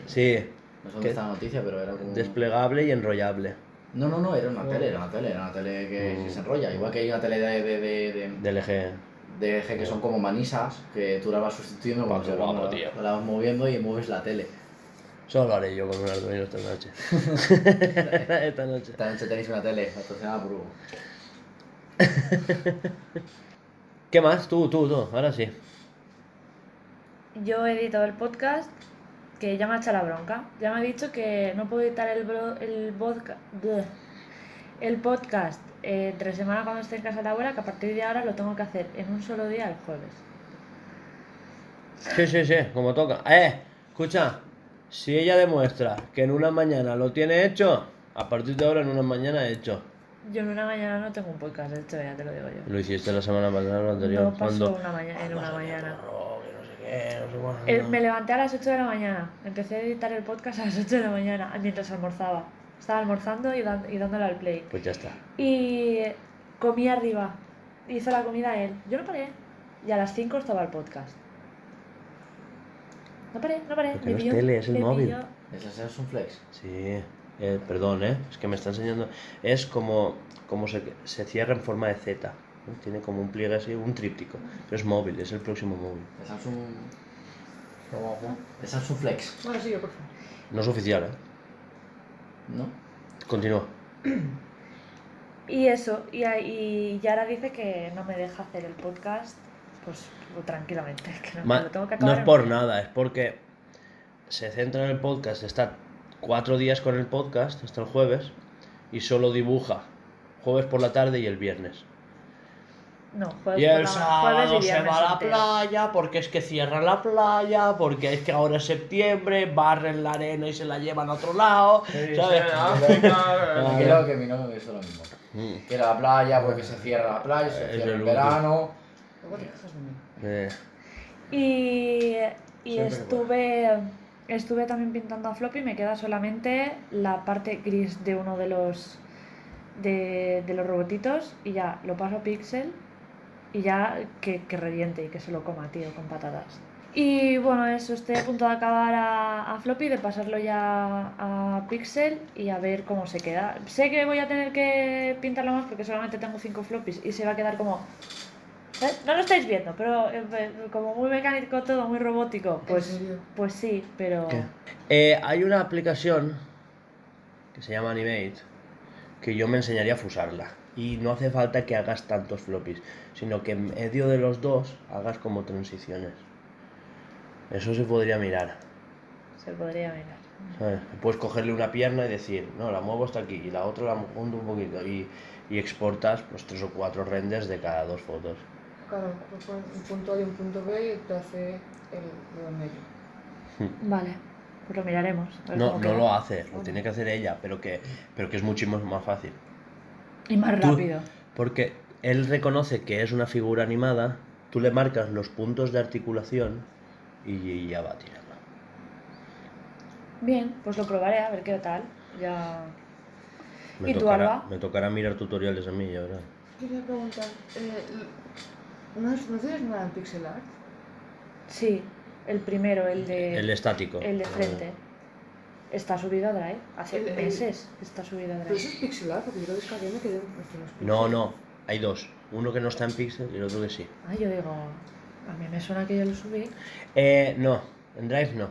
[SPEAKER 1] sí,
[SPEAKER 5] no sé dónde
[SPEAKER 1] Oh, ¿Qué?
[SPEAKER 5] está la noticia, pero era como.
[SPEAKER 1] desplegable y enrollable.
[SPEAKER 5] No, no, no, era una tele, era una tele, era una tele que,
[SPEAKER 1] Oh.
[SPEAKER 5] que se enrolla. Igual que hay una tele de, de, de, de-
[SPEAKER 1] DLG.
[SPEAKER 5] de eje que son como manisas, que tú la vas sustituyendo
[SPEAKER 1] Guau,
[SPEAKER 5] cuando
[SPEAKER 1] qué guapo,
[SPEAKER 5] la,
[SPEAKER 1] tío.
[SPEAKER 5] la vas moviendo y mueves la tele.
[SPEAKER 1] Solo lo haré yo con un arduino esta noche. esta noche.
[SPEAKER 5] Esta noche tenéis una tele patrocinada por Hugo.
[SPEAKER 1] ¿Qué más? Tú, tú, tú. Ahora sí.
[SPEAKER 2] Yo he editado el podcast que ya me ha echado la bronca. Ya me ha dicho que no puedo editar el, bro- el, vodca- bleh. el podcast eh, entre semana cuando esté en casa de la abuela, que a partir de ahora lo tengo que hacer en un solo día el jueves.
[SPEAKER 1] Sí, sí, sí, como toca. Eh, escucha, si ella demuestra que en una mañana lo tiene hecho, a partir de ahora en una mañana hecho.
[SPEAKER 2] Yo en una mañana no tengo un podcast, de hecho, ya te lo digo yo.
[SPEAKER 1] Lo hiciste la semana pasada, la anterior.
[SPEAKER 2] No pasó
[SPEAKER 1] cuando-
[SPEAKER 2] una maña- en una mañana.
[SPEAKER 1] No, que no sé qué, no sé cuándo.
[SPEAKER 2] Eh, me levanté a las 8 de la mañana. Empecé a editar el podcast a las 8 de la mañana mientras almorzaba. Estaba almorzando y, dan- y dándole al play.
[SPEAKER 1] Pues ya está.
[SPEAKER 2] Y comí arriba. Hizo la comida él. Yo no paré. Y a las 5 estaba el podcast. No paré, no paré.
[SPEAKER 1] Porque
[SPEAKER 2] Me
[SPEAKER 1] no es
[SPEAKER 2] pilló-
[SPEAKER 1] tele, es el
[SPEAKER 2] me
[SPEAKER 1] móvil.
[SPEAKER 2] pilló-
[SPEAKER 5] Ese es un flex.
[SPEAKER 1] Sí, eh, perdón, ¿eh? Es que me está enseñando. Es como, como se, se cierra en forma de Z. ¿no? Tiene como un pliegue así, un tríptico. Pero es móvil, es el próximo móvil.
[SPEAKER 5] De Samsung. De Samsung Flex,
[SPEAKER 3] Bueno, sigue, por favor.
[SPEAKER 1] No es oficial, ¿eh?
[SPEAKER 5] ¿no?
[SPEAKER 1] Continúa.
[SPEAKER 2] Y eso. Y, a- y ahora dice que no me deja hacer el podcast. Pues tranquilamente. Que no,
[SPEAKER 1] Ma-
[SPEAKER 2] que lo tengo que
[SPEAKER 1] no
[SPEAKER 2] acabar
[SPEAKER 1] es
[SPEAKER 2] en-
[SPEAKER 1] por nada, es porque se centra en el podcast, está cuatro días con el podcast, hasta el jueves, y solo dibuja jueves por la tarde y el viernes.
[SPEAKER 2] No, jueves,
[SPEAKER 1] y
[SPEAKER 2] por
[SPEAKER 1] el
[SPEAKER 2] la- jueves
[SPEAKER 1] sábado
[SPEAKER 2] y
[SPEAKER 1] se
[SPEAKER 2] viernes
[SPEAKER 1] va a la
[SPEAKER 2] entero.
[SPEAKER 1] playa, porque es que cierra la playa, porque es que ahora es septiembre, barren la arena y se la llevan a otro lado, ¿sabes? Ah.
[SPEAKER 4] África.
[SPEAKER 1] Claro.
[SPEAKER 5] Creo que mi novio me hizo lo mismo.
[SPEAKER 1] Mm,
[SPEAKER 5] Que la playa, porque se cierra la playa, se
[SPEAKER 1] Eh, Es
[SPEAKER 5] cierra
[SPEAKER 1] el
[SPEAKER 5] el
[SPEAKER 1] último.
[SPEAKER 5] verano.
[SPEAKER 3] Luego te quejas de mí.
[SPEAKER 1] eh,
[SPEAKER 2] Y, y
[SPEAKER 4] Siempre
[SPEAKER 2] estuve, estuve también pintando a Floppy, me queda solamente la parte gris de uno de los de, de los robotitos y ya lo paso a Pixel y ya que, que reviente y que se lo coma, tío, con patatas. Y bueno, eso, estoy a punto de acabar a, a Floppy, de pasarlo ya a Pixel y a ver cómo se queda. Sé que voy a tener que pintarlo más porque solamente tengo 5 floppies y se va a quedar como ¿Eh? No lo estáis viendo, pero eh, eh, como muy mecánico todo, muy robótico,
[SPEAKER 3] ¿En
[SPEAKER 2] pues,
[SPEAKER 3] serio?
[SPEAKER 2] pues sí, pero...
[SPEAKER 1] ¿Qué? Eh, hay una aplicación que se llama Animate que yo me enseñaría a usarla. Y no hace falta que hagas tantos floppies, sino que en medio de los dos hagas como transiciones. Eso se podría mirar.
[SPEAKER 2] Se podría mirar.
[SPEAKER 1] ¿sabes? Puedes cogerle una pierna y decir, no, la muevo hasta aquí y la otra la junto un poquito. Y, y exportas pues, tres o cuatro renders de cada dos fotos.
[SPEAKER 3] Claro, pues pones un punto A y un punto B y te hace el lo del medio.
[SPEAKER 2] Vale, pues lo miraremos. a ver
[SPEAKER 1] No,
[SPEAKER 2] cómo
[SPEAKER 1] no
[SPEAKER 2] queda.
[SPEAKER 1] lo hace, lo tiene que hacer ella, pero que, pero que es muchísimo más fácil.
[SPEAKER 2] Y más
[SPEAKER 1] Tú-
[SPEAKER 2] rápido.
[SPEAKER 1] Porque él reconoce que es una figura animada, tú le marcas los puntos de articulación y ya va tirando.
[SPEAKER 2] Bien, pues lo probaré a ver qué tal. Ya... ¿Y tú,
[SPEAKER 1] tocará,
[SPEAKER 2] Alba?
[SPEAKER 1] me tocará mirar tutoriales a mí, ya verás.
[SPEAKER 3] Quería preguntar, eh, ¿no, es- ¿no tienes nada en pixel art?
[SPEAKER 2] Sí, el primero, el de,
[SPEAKER 1] El estático.
[SPEAKER 2] Eh,
[SPEAKER 1] Eh,
[SPEAKER 2] el de frente. Está subido a Drive. Hace
[SPEAKER 3] El- el-
[SPEAKER 2] meses que está subido a
[SPEAKER 3] Pero
[SPEAKER 2] Drive.
[SPEAKER 3] eso es pixel art, porque yo lo descargué y me quedé en los pixel.
[SPEAKER 1] No, no, hay dos. Uno que no está en Pixel y el otro que sí.
[SPEAKER 2] Ah, yo digo, a mí me suena que yo lo subí.
[SPEAKER 1] Eh, no, en Drive no.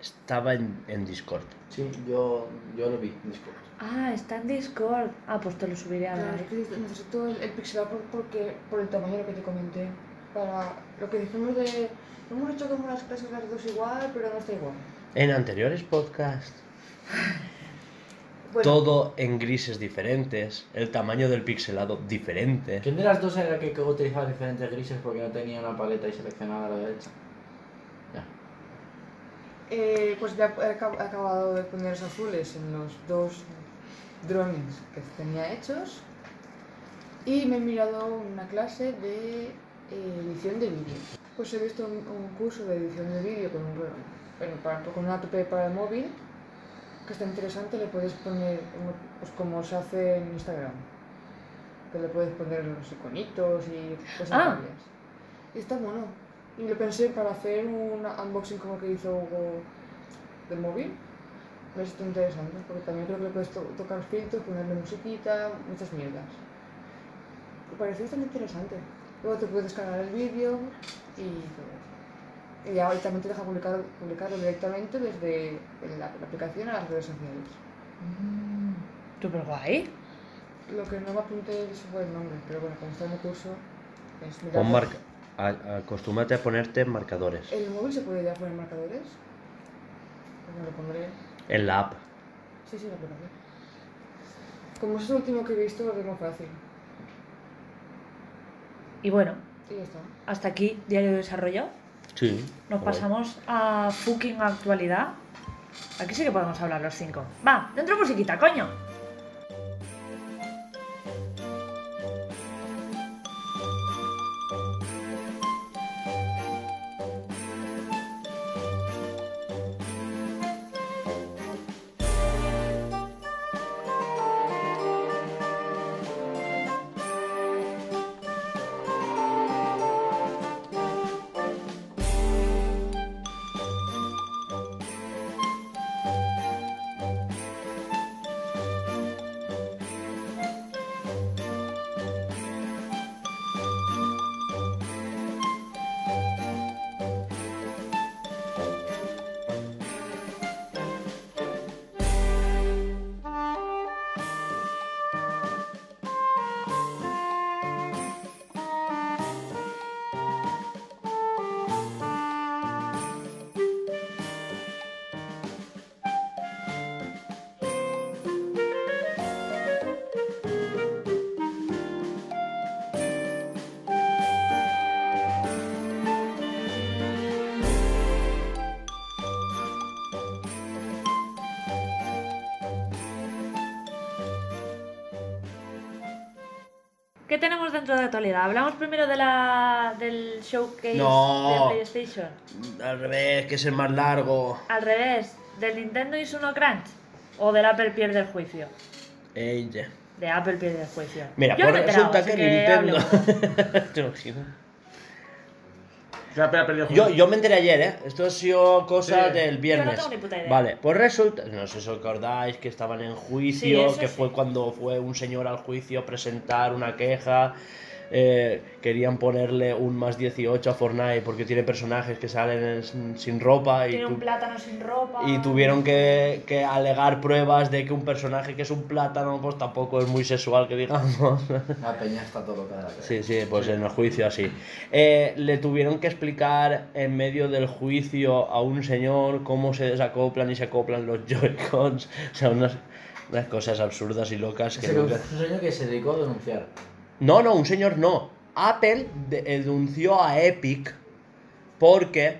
[SPEAKER 1] Estaba en, en Discord.
[SPEAKER 5] Sí, yo, yo lo vi, disculpa.
[SPEAKER 2] Ah, está en Discord. Ah, pues te lo subiré a
[SPEAKER 3] Claro,
[SPEAKER 2] Drive.
[SPEAKER 3] es que necesito el, el pixel art por, porque, por el tamaño que te comenté. Para lo que dijimos de. No hemos hecho como las clases las dos igual, pero no está igual.
[SPEAKER 1] En anteriores podcasts,
[SPEAKER 2] Pues-
[SPEAKER 3] Bueno,
[SPEAKER 1] todo en grises diferentes, el tamaño del pixelado diferente.
[SPEAKER 5] ¿Quién de las dos era el que utilizaba diferentes grises porque no tenía una paleta y seleccionaba a la derecha? Ya.
[SPEAKER 3] eh, pues ya he acab- he acabado de poner los azules en los dos drawings que tenía hechos. Y me he mirado una clase de eh, edición de vídeo. Pues he visto un, un curso de edición de vídeo con, un, bueno, para- con una app para el móvil que está interesante. Le puedes poner, uno- pues como se hace en Instagram, que le puedes poner los iconitos y cosas
[SPEAKER 2] Ah.
[SPEAKER 3] varias. Y está bueno. Y lo pensé para hacer un unboxing como que hizo Hugo del móvil. Me resultó interesante, porque también creo que le puedes to- tocar filtros, ponerle musiquita, muchas mierdas. Me pareció tan interesante. Luego te puedes descargar el vídeo y todo eso. Y ahora también te deja publicar, publicarlo directamente desde la, la aplicación a las redes sociales.
[SPEAKER 2] Súper Mm, guay.
[SPEAKER 3] Lo que no me apunté eso fue el nombre, pero bueno, como está en el curso, es mirar-
[SPEAKER 1] Pon marca. a- Acostúmate a ponerte marcadores
[SPEAKER 2] Eh.
[SPEAKER 3] ¿El móvil se puede ya poner marcadores? Pues me lo pondré.
[SPEAKER 1] en la app.
[SPEAKER 3] Sí, sí, la aplicación. Como es el último que he visto, lo tengo fácil.
[SPEAKER 2] Y bueno,
[SPEAKER 3] Y ya está.
[SPEAKER 2] hasta aquí Diario Desarrollado.
[SPEAKER 1] Sí.
[SPEAKER 2] Nos
[SPEAKER 1] guay.
[SPEAKER 2] pasamos a fucking actualidad. Aquí sí que podemos hablar los cinco. Va, dentro musiquita, coño. ¿Qué tenemos dentro de actualidad? Hablamos primero de la, del showcase
[SPEAKER 1] No.
[SPEAKER 2] de PlayStation.
[SPEAKER 1] Al revés, que es el más largo.
[SPEAKER 2] Al revés, del Nintendo hizo uno crunch. O del Apple pierde el juicio.
[SPEAKER 1] Ey, ya.
[SPEAKER 2] De Apple pierde el juicio.
[SPEAKER 1] Mira,
[SPEAKER 2] Yo no
[SPEAKER 1] pues
[SPEAKER 2] me enteraba,
[SPEAKER 1] resulta
[SPEAKER 2] así
[SPEAKER 1] que,
[SPEAKER 2] hable.
[SPEAKER 1] Nintendo. Te imagino.
[SPEAKER 4] Ya, espera, perdí el
[SPEAKER 1] yo,
[SPEAKER 4] juego.
[SPEAKER 1] yo me enteré ayer, ¿eh? Esto ha sido cosa
[SPEAKER 4] Sí.
[SPEAKER 1] del viernes.
[SPEAKER 2] tengo ni puta idea.
[SPEAKER 1] Vale, pues resulta. No sé si os acordáis que estaban en
[SPEAKER 2] Sí,
[SPEAKER 1] juicio,
[SPEAKER 2] eso
[SPEAKER 1] que
[SPEAKER 2] sí.
[SPEAKER 1] fue cuando fue un señor al juicio a presentar una queja. eh, querían ponerle un más 18 a Fortnite porque tiene personajes que salen en- sin ropa y
[SPEAKER 2] Tiene
[SPEAKER 1] tú-
[SPEAKER 2] un plátano sin ropa.
[SPEAKER 1] y tuvieron que, que alegar pruebas de que un personaje que es un plátano, pues tampoco es muy sexual, que digamos.
[SPEAKER 5] La peña está todo para la cara.
[SPEAKER 1] Sí, sí, pues en el juicio así. Eh, le tuvieron que explicar en medio del juicio a un señor cómo se desacoplan y se acoplan los Joy-Cons. O sea, unas, unas cosas absurdas y locas que
[SPEAKER 5] Ese
[SPEAKER 1] nunca-
[SPEAKER 5] es un señor que se dedicó a denunciar.
[SPEAKER 1] No, no, un señor no. Apple de- denunció a Epic porque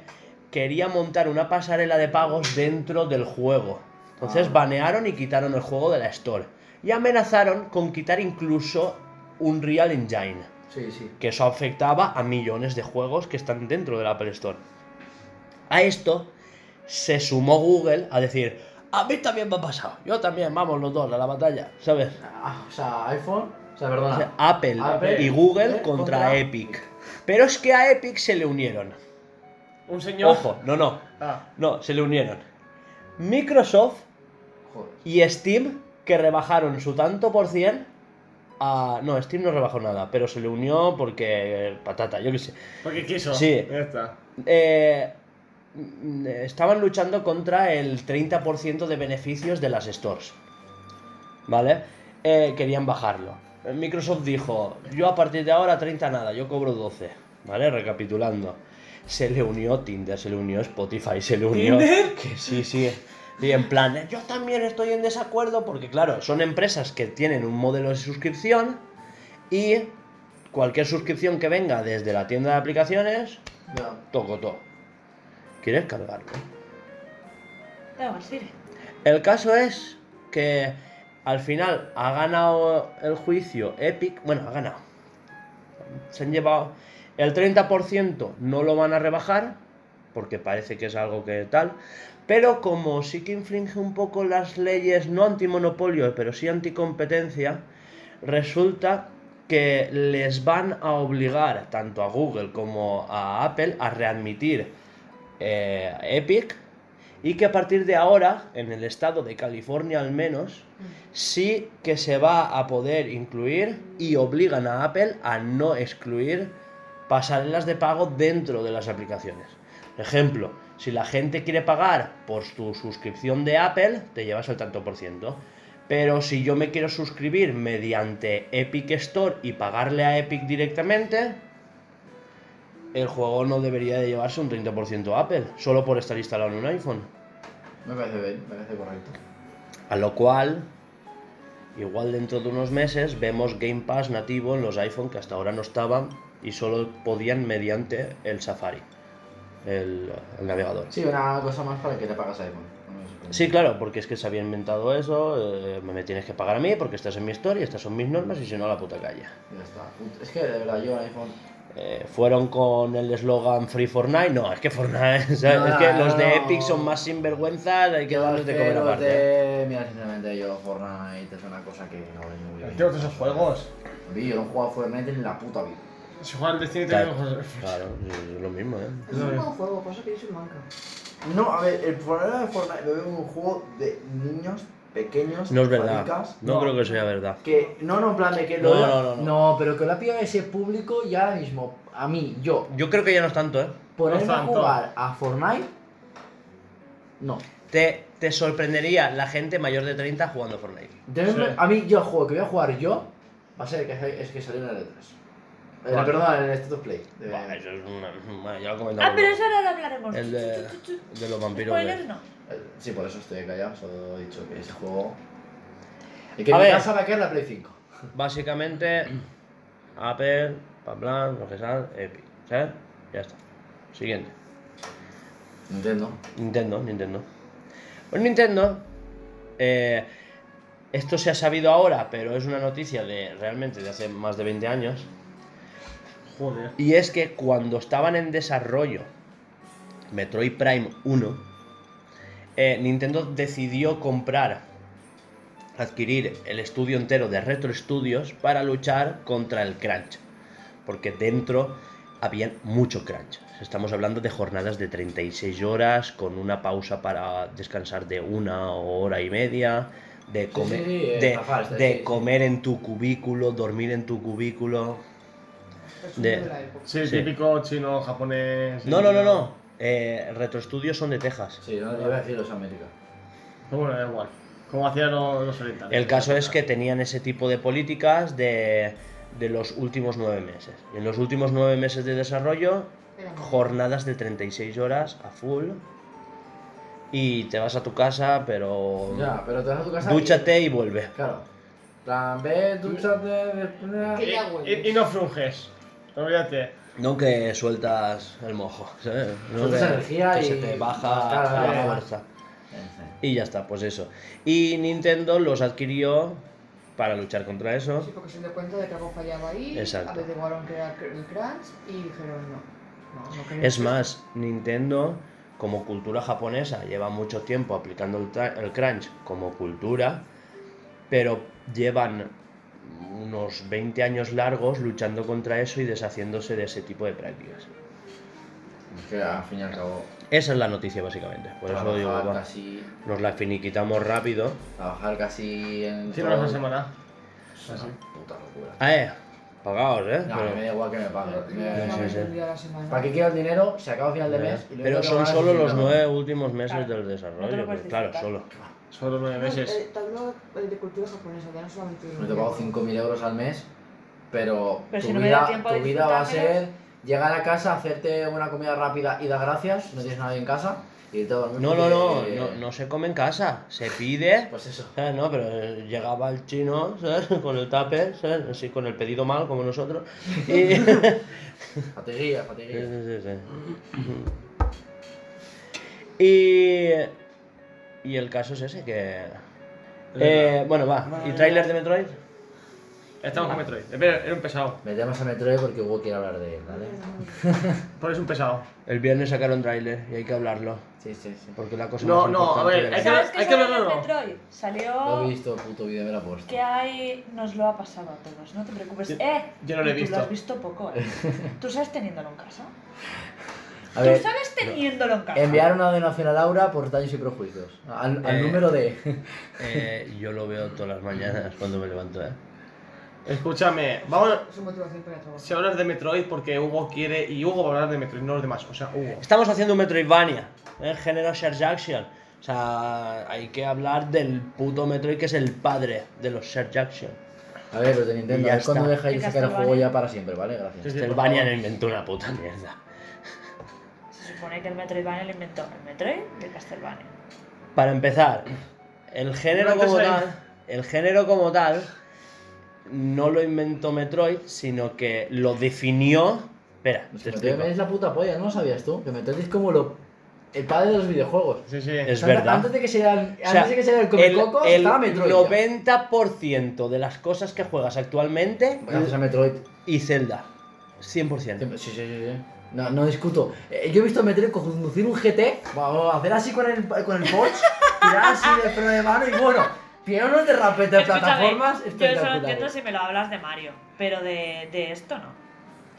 [SPEAKER 1] quería montar una pasarela de pagos dentro del juego. Entonces
[SPEAKER 5] Ah.
[SPEAKER 1] banearon y quitaron el juego de la Store. Y amenazaron con quitar incluso Unreal Engine
[SPEAKER 5] Sí, sí.
[SPEAKER 1] que eso afectaba a millones de juegos que están dentro del Apple Store. A esto se sumó Google a decir, a mí también me ha pasado, yo también, vamos los dos a la batalla, ¿sabes?
[SPEAKER 5] Ah, o sea, iPhone. O sea,
[SPEAKER 1] O sea, ah.
[SPEAKER 5] perdona.
[SPEAKER 1] Apple,
[SPEAKER 5] Apple
[SPEAKER 1] y Google
[SPEAKER 5] contra
[SPEAKER 1] contra, Epic.
[SPEAKER 5] Epic.
[SPEAKER 1] Pero es que a Epic se le unieron.
[SPEAKER 4] Un señor.
[SPEAKER 1] Ojo, no, no,
[SPEAKER 4] Ah,
[SPEAKER 1] no, se le unieron. Microsoft
[SPEAKER 5] Joder.
[SPEAKER 1] y Steam que rebajaron su tanto por cien a... No, Steam no rebajó nada, pero se le unió porque... eh, Patata, yo qué sé.
[SPEAKER 4] porque quiso.
[SPEAKER 1] Sí.
[SPEAKER 4] Ya está.
[SPEAKER 1] Eh, mm, eh, estaban luchando contra el 30% de beneficios de las stores. ¿Vale? Eh, querían bajarlo. Eh, Microsoft dijo, yo a partir de ahora 30 nada, yo cobro 12. ¿Vale? Recapitulando. Se le unió Tinder, se le unió Spotify, se le unió...
[SPEAKER 4] ¿Tinder?
[SPEAKER 1] Que sí, sí. Y en plan, eh, yo también estoy en desacuerdo porque, claro, son empresas que tienen un modelo de suscripción y cualquier suscripción que venga desde la tienda de aplicaciones
[SPEAKER 5] Ya.
[SPEAKER 1] Tocotó. ¿Quieres cargarlo?
[SPEAKER 2] Tengo que decir.
[SPEAKER 1] El caso es que al final ha ganado el juicio Epic. Bueno, ha ganado. Se han llevado. El 30% no lo van a rebajar, porque parece que es algo que tal. Pero como sí que infringe un poco las leyes, no antimonopolio, pero sí anticompetencia, resulta que les van a obligar tanto a Google como a Apple a readmitir eh, Epic y que a partir de ahora, en el estado de California al menos, sí que se va a poder incluir y obligan a Apple a no excluir pasarelas de pago dentro de las aplicaciones. Ejemplo, si la gente quiere pagar por tu suscripción de Apple, te llevas el tanto por ciento. Pero si yo me quiero suscribir mediante Epic Store y pagarle a Epic directamente, el juego no debería de llevarse un 30% a Apple, solo por estar instalado en un iPhone.
[SPEAKER 5] Me parece bien, me parece correcto.
[SPEAKER 1] A lo cual, igual dentro de unos meses vemos Game Pass nativo en los iPhone que hasta ahora no estaban y solo podían mediante el Safari, el, el navegador.
[SPEAKER 5] Sí, una cosa más para que te pagas iPhone.
[SPEAKER 1] Sí, claro, porque es que se había inventado eso, eh, me me tienes que pagar a mí porque estás en mi historia, estas son mis normas y si no, a la puta calle.
[SPEAKER 5] Ya está. Es que de verdad yo el iPhone.
[SPEAKER 1] Eh, fueron con el eslogan Free Fortnite. No, es que Fortnite. ¿sabes?
[SPEAKER 5] No,
[SPEAKER 1] es que
[SPEAKER 5] no,
[SPEAKER 1] los de
[SPEAKER 5] no.
[SPEAKER 1] Epic son más sinvergüenzas, hay que darles de comer
[SPEAKER 5] Pero
[SPEAKER 1] aparte. eh.
[SPEAKER 5] de- Mira, sinceramente yo Fortnite es una cosa que no le muy bien.
[SPEAKER 4] Yo esos juegos.
[SPEAKER 5] Vi, yo no he jugado a Fortnite en la puta vida.
[SPEAKER 4] Si juegas al Destiny te
[SPEAKER 1] Claro.
[SPEAKER 4] digo,
[SPEAKER 1] Claro, es lo mismo, ¿eh?
[SPEAKER 3] Es un buen juego, pasa que yo soy manca.
[SPEAKER 5] No, a ver, el problema de Fortnite lo veo como un juego de niños pequeños.
[SPEAKER 1] No es verdad.
[SPEAKER 5] maricas,
[SPEAKER 1] No,
[SPEAKER 4] No.
[SPEAKER 1] creo que sea verdad.
[SPEAKER 5] Que, no, no, en plan de que
[SPEAKER 1] No,
[SPEAKER 5] lo-
[SPEAKER 1] no, no, no.
[SPEAKER 5] pero que lo ha pillado ese público ya ahora mismo, a mí, yo,
[SPEAKER 1] Yo creo que ya no es tanto, ¿eh?
[SPEAKER 5] ponerme
[SPEAKER 4] No
[SPEAKER 5] a
[SPEAKER 4] tanto.
[SPEAKER 5] jugar a Fortnite, no.
[SPEAKER 1] Te, te sorprendería la gente mayor de 30 jugando a Fortnite.
[SPEAKER 5] Tenerme-
[SPEAKER 4] Sí.
[SPEAKER 5] A mí, yo el juego que voy a jugar yo va a ser el que, es que salió en el E3. Eh,
[SPEAKER 1] Vale.
[SPEAKER 5] Perdón, en el State of Play. De-
[SPEAKER 1] Buah, eso es una. bueno, ya lo comentamos.
[SPEAKER 2] Ah, pero
[SPEAKER 1] luego.
[SPEAKER 2] eso ahora lo hablaremos.
[SPEAKER 1] El de,
[SPEAKER 2] Chu, chu, chu, chu.
[SPEAKER 1] de los vampiros. de-
[SPEAKER 2] Spoilers no.
[SPEAKER 5] eh, Sí, por eso estoy callado, solo he dicho que ese juego... Y que
[SPEAKER 1] A
[SPEAKER 5] mi
[SPEAKER 1] ver.
[SPEAKER 5] casa va a caer la Play 5.
[SPEAKER 1] Básicamente, Apple, Pablan, lo que sea, Epic. ¿Sabes? Ya está. Siguiente.
[SPEAKER 5] Nintendo.
[SPEAKER 1] Nintendo, Nintendo. Pues Nintendo, eh, esto se ha sabido ahora, pero es una noticia de realmente de hace más de 20 años.
[SPEAKER 4] Joder.
[SPEAKER 1] Y es que cuando estaban en desarrollo Metroid Prime 1, eh, Nintendo decidió comprar, adquirir el estudio entero de Retro Studios para luchar contra el crunch. Porque dentro había mucho crunch. Estamos hablando de jornadas de 36 horas, con una pausa para descansar de una o hora y media, de comer,
[SPEAKER 5] sí, sí,
[SPEAKER 1] de,
[SPEAKER 5] estafar, sí,
[SPEAKER 1] de
[SPEAKER 5] sí.
[SPEAKER 1] comer en tu cubículo, dormir en tu cubículo.
[SPEAKER 3] Es un
[SPEAKER 1] De-
[SPEAKER 3] juego de la época.
[SPEAKER 4] Sí,
[SPEAKER 1] Sí.
[SPEAKER 4] típico chino, japonés.
[SPEAKER 1] No, no, no, no. Eh, Retro Studios son de Texas.
[SPEAKER 5] Sí, no, yo iba a decir los América.
[SPEAKER 4] Pero bueno, da igual. Como hacían los, los orientales.
[SPEAKER 1] El caso es que tenían ese tipo de políticas de, de los últimos nueve meses. Y en los últimos nueve meses de desarrollo,
[SPEAKER 3] Era manca.
[SPEAKER 1] jornadas de 36 horas a full. Y te vas a tu casa, pero.
[SPEAKER 5] Ya, pero te vas a tu casa... y-
[SPEAKER 1] Dúchate y vuelve.
[SPEAKER 5] Claro. Plan, ve, dúchate, ve-
[SPEAKER 3] Que
[SPEAKER 4] Y,
[SPEAKER 3] ya hueles.
[SPEAKER 4] y- y no frunges. Olvídate.
[SPEAKER 1] No que sueltas el mojo, ¿sabes? No
[SPEAKER 5] Sueltas energía
[SPEAKER 1] que se
[SPEAKER 5] y-
[SPEAKER 1] te baja
[SPEAKER 5] Claro,
[SPEAKER 1] la
[SPEAKER 5] claro.
[SPEAKER 1] fuerza. Y ya está, pues eso. Y Nintendo los adquirió para luchar contra eso.
[SPEAKER 3] Sí, porque se dio cuenta de que algo fallaba ahí,
[SPEAKER 1] Exacto.
[SPEAKER 3] averiguaron que era cr- el crunch y dijeron no. no, no queremos
[SPEAKER 1] Es
[SPEAKER 3] esto".
[SPEAKER 1] más, Nintendo, como cultura japonesa, lleva mucho tiempo aplicando el, tra- el crunch como cultura, pero llevan unos 20 años largos luchando contra eso y deshaciéndose de ese tipo de prácticas.
[SPEAKER 5] Es que al fin y al cabo...
[SPEAKER 1] Esa es la noticia básicamente, por eso digo,
[SPEAKER 5] trabajar
[SPEAKER 1] va,
[SPEAKER 5] casi...
[SPEAKER 1] nos la finiquitamos rápido.
[SPEAKER 5] Trabajar casi en...
[SPEAKER 4] Chino una
[SPEAKER 5] todo-
[SPEAKER 4] semana.
[SPEAKER 5] Es una puta locura.
[SPEAKER 1] Ah, eh, pagaos, eh.
[SPEAKER 5] No,
[SPEAKER 1] pero-
[SPEAKER 5] me da igual que me
[SPEAKER 3] Pero
[SPEAKER 5] paguen.
[SPEAKER 3] no
[SPEAKER 5] Me-
[SPEAKER 1] sí,
[SPEAKER 3] me
[SPEAKER 1] sí.
[SPEAKER 3] vendía la semana.
[SPEAKER 5] ¿Para qué quiero el dinero? Se acaba a final de mes. y lo único
[SPEAKER 1] pero
[SPEAKER 5] que
[SPEAKER 1] son
[SPEAKER 5] van a
[SPEAKER 1] solo los
[SPEAKER 5] necesitar-
[SPEAKER 1] nueve últimos meses
[SPEAKER 2] Claro,
[SPEAKER 1] del
[SPEAKER 2] no te
[SPEAKER 1] desarrollo,
[SPEAKER 2] lo puedes
[SPEAKER 1] pero claro,
[SPEAKER 2] disfrutar.
[SPEAKER 1] solo.
[SPEAKER 4] Solo nueve
[SPEAKER 3] No,
[SPEAKER 4] meses.
[SPEAKER 3] eh, te hablo eh, de cultura japonesa, ya no solamente de
[SPEAKER 5] Me he tocado 5.000 euros al mes, pero,
[SPEAKER 2] Pero
[SPEAKER 5] tu,
[SPEAKER 2] si no me da
[SPEAKER 5] vida,
[SPEAKER 2] tiempo
[SPEAKER 5] tu
[SPEAKER 2] de
[SPEAKER 5] vida va a ser
[SPEAKER 2] disfrutármelos.
[SPEAKER 5] llegar a casa, hacerte una comida rápida y dar gracias, no tienes nadie en casa, y irte a dormir.
[SPEAKER 1] No, no, no,
[SPEAKER 5] porque-
[SPEAKER 1] no, no se come en casa, se pide.
[SPEAKER 5] Pues eso.
[SPEAKER 1] ¿Sabes? No, pero eh, llegaba el chino, ¿sabes? Con el tupper, ¿sabes? Así, con el pedido mal, como nosotros. Y... Sí,
[SPEAKER 5] Fatiguilla,
[SPEAKER 1] sí,
[SPEAKER 5] fatiguilla.
[SPEAKER 1] sí, sí. Y... y el caso es ese, que... Eh, bueno, va. ¿Y tráiler de Metroid?
[SPEAKER 4] Estamos con Metroid. Espera, era un pesado.
[SPEAKER 5] Metemos a Metroid porque Hugo quiere hablar de él, ¿vale?
[SPEAKER 4] Pero es un pesado.
[SPEAKER 1] El viernes sacaron tráiler y hay que hablarlo.
[SPEAKER 5] Sí, sí, sí.
[SPEAKER 1] Porque la cosa
[SPEAKER 4] No,
[SPEAKER 1] más
[SPEAKER 4] no,
[SPEAKER 1] importante
[SPEAKER 4] a ver,
[SPEAKER 1] de la-
[SPEAKER 4] hay que-
[SPEAKER 2] ¿Sabes qué
[SPEAKER 4] hay que
[SPEAKER 2] salió
[SPEAKER 4] verlo,
[SPEAKER 2] en
[SPEAKER 4] ¿no?
[SPEAKER 2] Metroid?
[SPEAKER 5] Lo he
[SPEAKER 2] Salió
[SPEAKER 5] visto, puto vídeo, me lo ha puesto.
[SPEAKER 2] que hay... Nos lo ha pasado a todos, no te preocupes.
[SPEAKER 4] Yo-
[SPEAKER 2] ¡Eh!
[SPEAKER 4] yo no lo he
[SPEAKER 2] y
[SPEAKER 4] visto.
[SPEAKER 2] Tú lo has visto poco, ¿eh? ¿Tú sabes teniéndolo en casa?
[SPEAKER 5] A ver,
[SPEAKER 2] ¿Tú sabes teniéndolo en casa?
[SPEAKER 5] enviar una donación a Laura por daños y prejuicios. Al, al
[SPEAKER 1] Eh.
[SPEAKER 5] número de.
[SPEAKER 1] Eh, yo lo veo todas las mañanas cuando me levanto, ¿eh?
[SPEAKER 4] Escúchame, vamos.
[SPEAKER 3] Es su motivación para el trabajo.
[SPEAKER 4] Si hablas de Metroid, porque Hugo quiere. Y Hugo va a hablar de Metroid, no los demás. O sea, Hugo.
[SPEAKER 1] Estamos haciendo un Metroidvania, ¿eh? género Search Action. O sea, hay que hablar del puto Metroid que es el padre de los Search Action.
[SPEAKER 5] A ver, los de Nintendo,
[SPEAKER 1] Ya
[SPEAKER 5] a ver
[SPEAKER 1] está.
[SPEAKER 5] cuándo dejáis de
[SPEAKER 2] El
[SPEAKER 5] sacar el juego
[SPEAKER 2] Castlevania.
[SPEAKER 5] ya para siempre, ¿vale? Gracias.
[SPEAKER 4] Sí, sí.
[SPEAKER 1] Metroidvania no Este inventó una puta mierda.
[SPEAKER 2] Se supone que el Metroidvania lo inventó el Metroid y el Castlevania.
[SPEAKER 1] Para empezar, el género
[SPEAKER 4] Durante
[SPEAKER 1] como
[SPEAKER 4] seis.
[SPEAKER 1] tal, el género como tal no lo inventó Metroid, sino que lo definió. Espera,
[SPEAKER 5] Es
[SPEAKER 1] te
[SPEAKER 5] que
[SPEAKER 1] explico.
[SPEAKER 5] Metroid es la puta polla, no lo sabías tú. Que Metroid es como lo... el padre de los videojuegos.
[SPEAKER 4] Sí, sí.
[SPEAKER 1] Es
[SPEAKER 5] Antes-
[SPEAKER 1] verdad.
[SPEAKER 5] Antes de que sea el,
[SPEAKER 1] O sea,
[SPEAKER 5] antes de que sea el
[SPEAKER 1] el,
[SPEAKER 5] Comecocos,
[SPEAKER 1] el
[SPEAKER 5] estaba Metroid. ya.
[SPEAKER 1] 90% de las cosas que juegas actualmente
[SPEAKER 5] Gracias a Metroid.
[SPEAKER 1] y Zelda. 100%.
[SPEAKER 5] Sí, sí, sí, sí. No, no discuto. Eh, yo he visto a Metroid conducir un GT, vamos a hacer así con el, con el Porsche, tirar así de freno de mano y bueno, tiene unos derrapes de
[SPEAKER 2] Escúchame,
[SPEAKER 5] plataformas
[SPEAKER 2] Yo solo entiendo
[SPEAKER 5] espectaculares.
[SPEAKER 2] si me lo hablas de Mario, pero de, de esto no.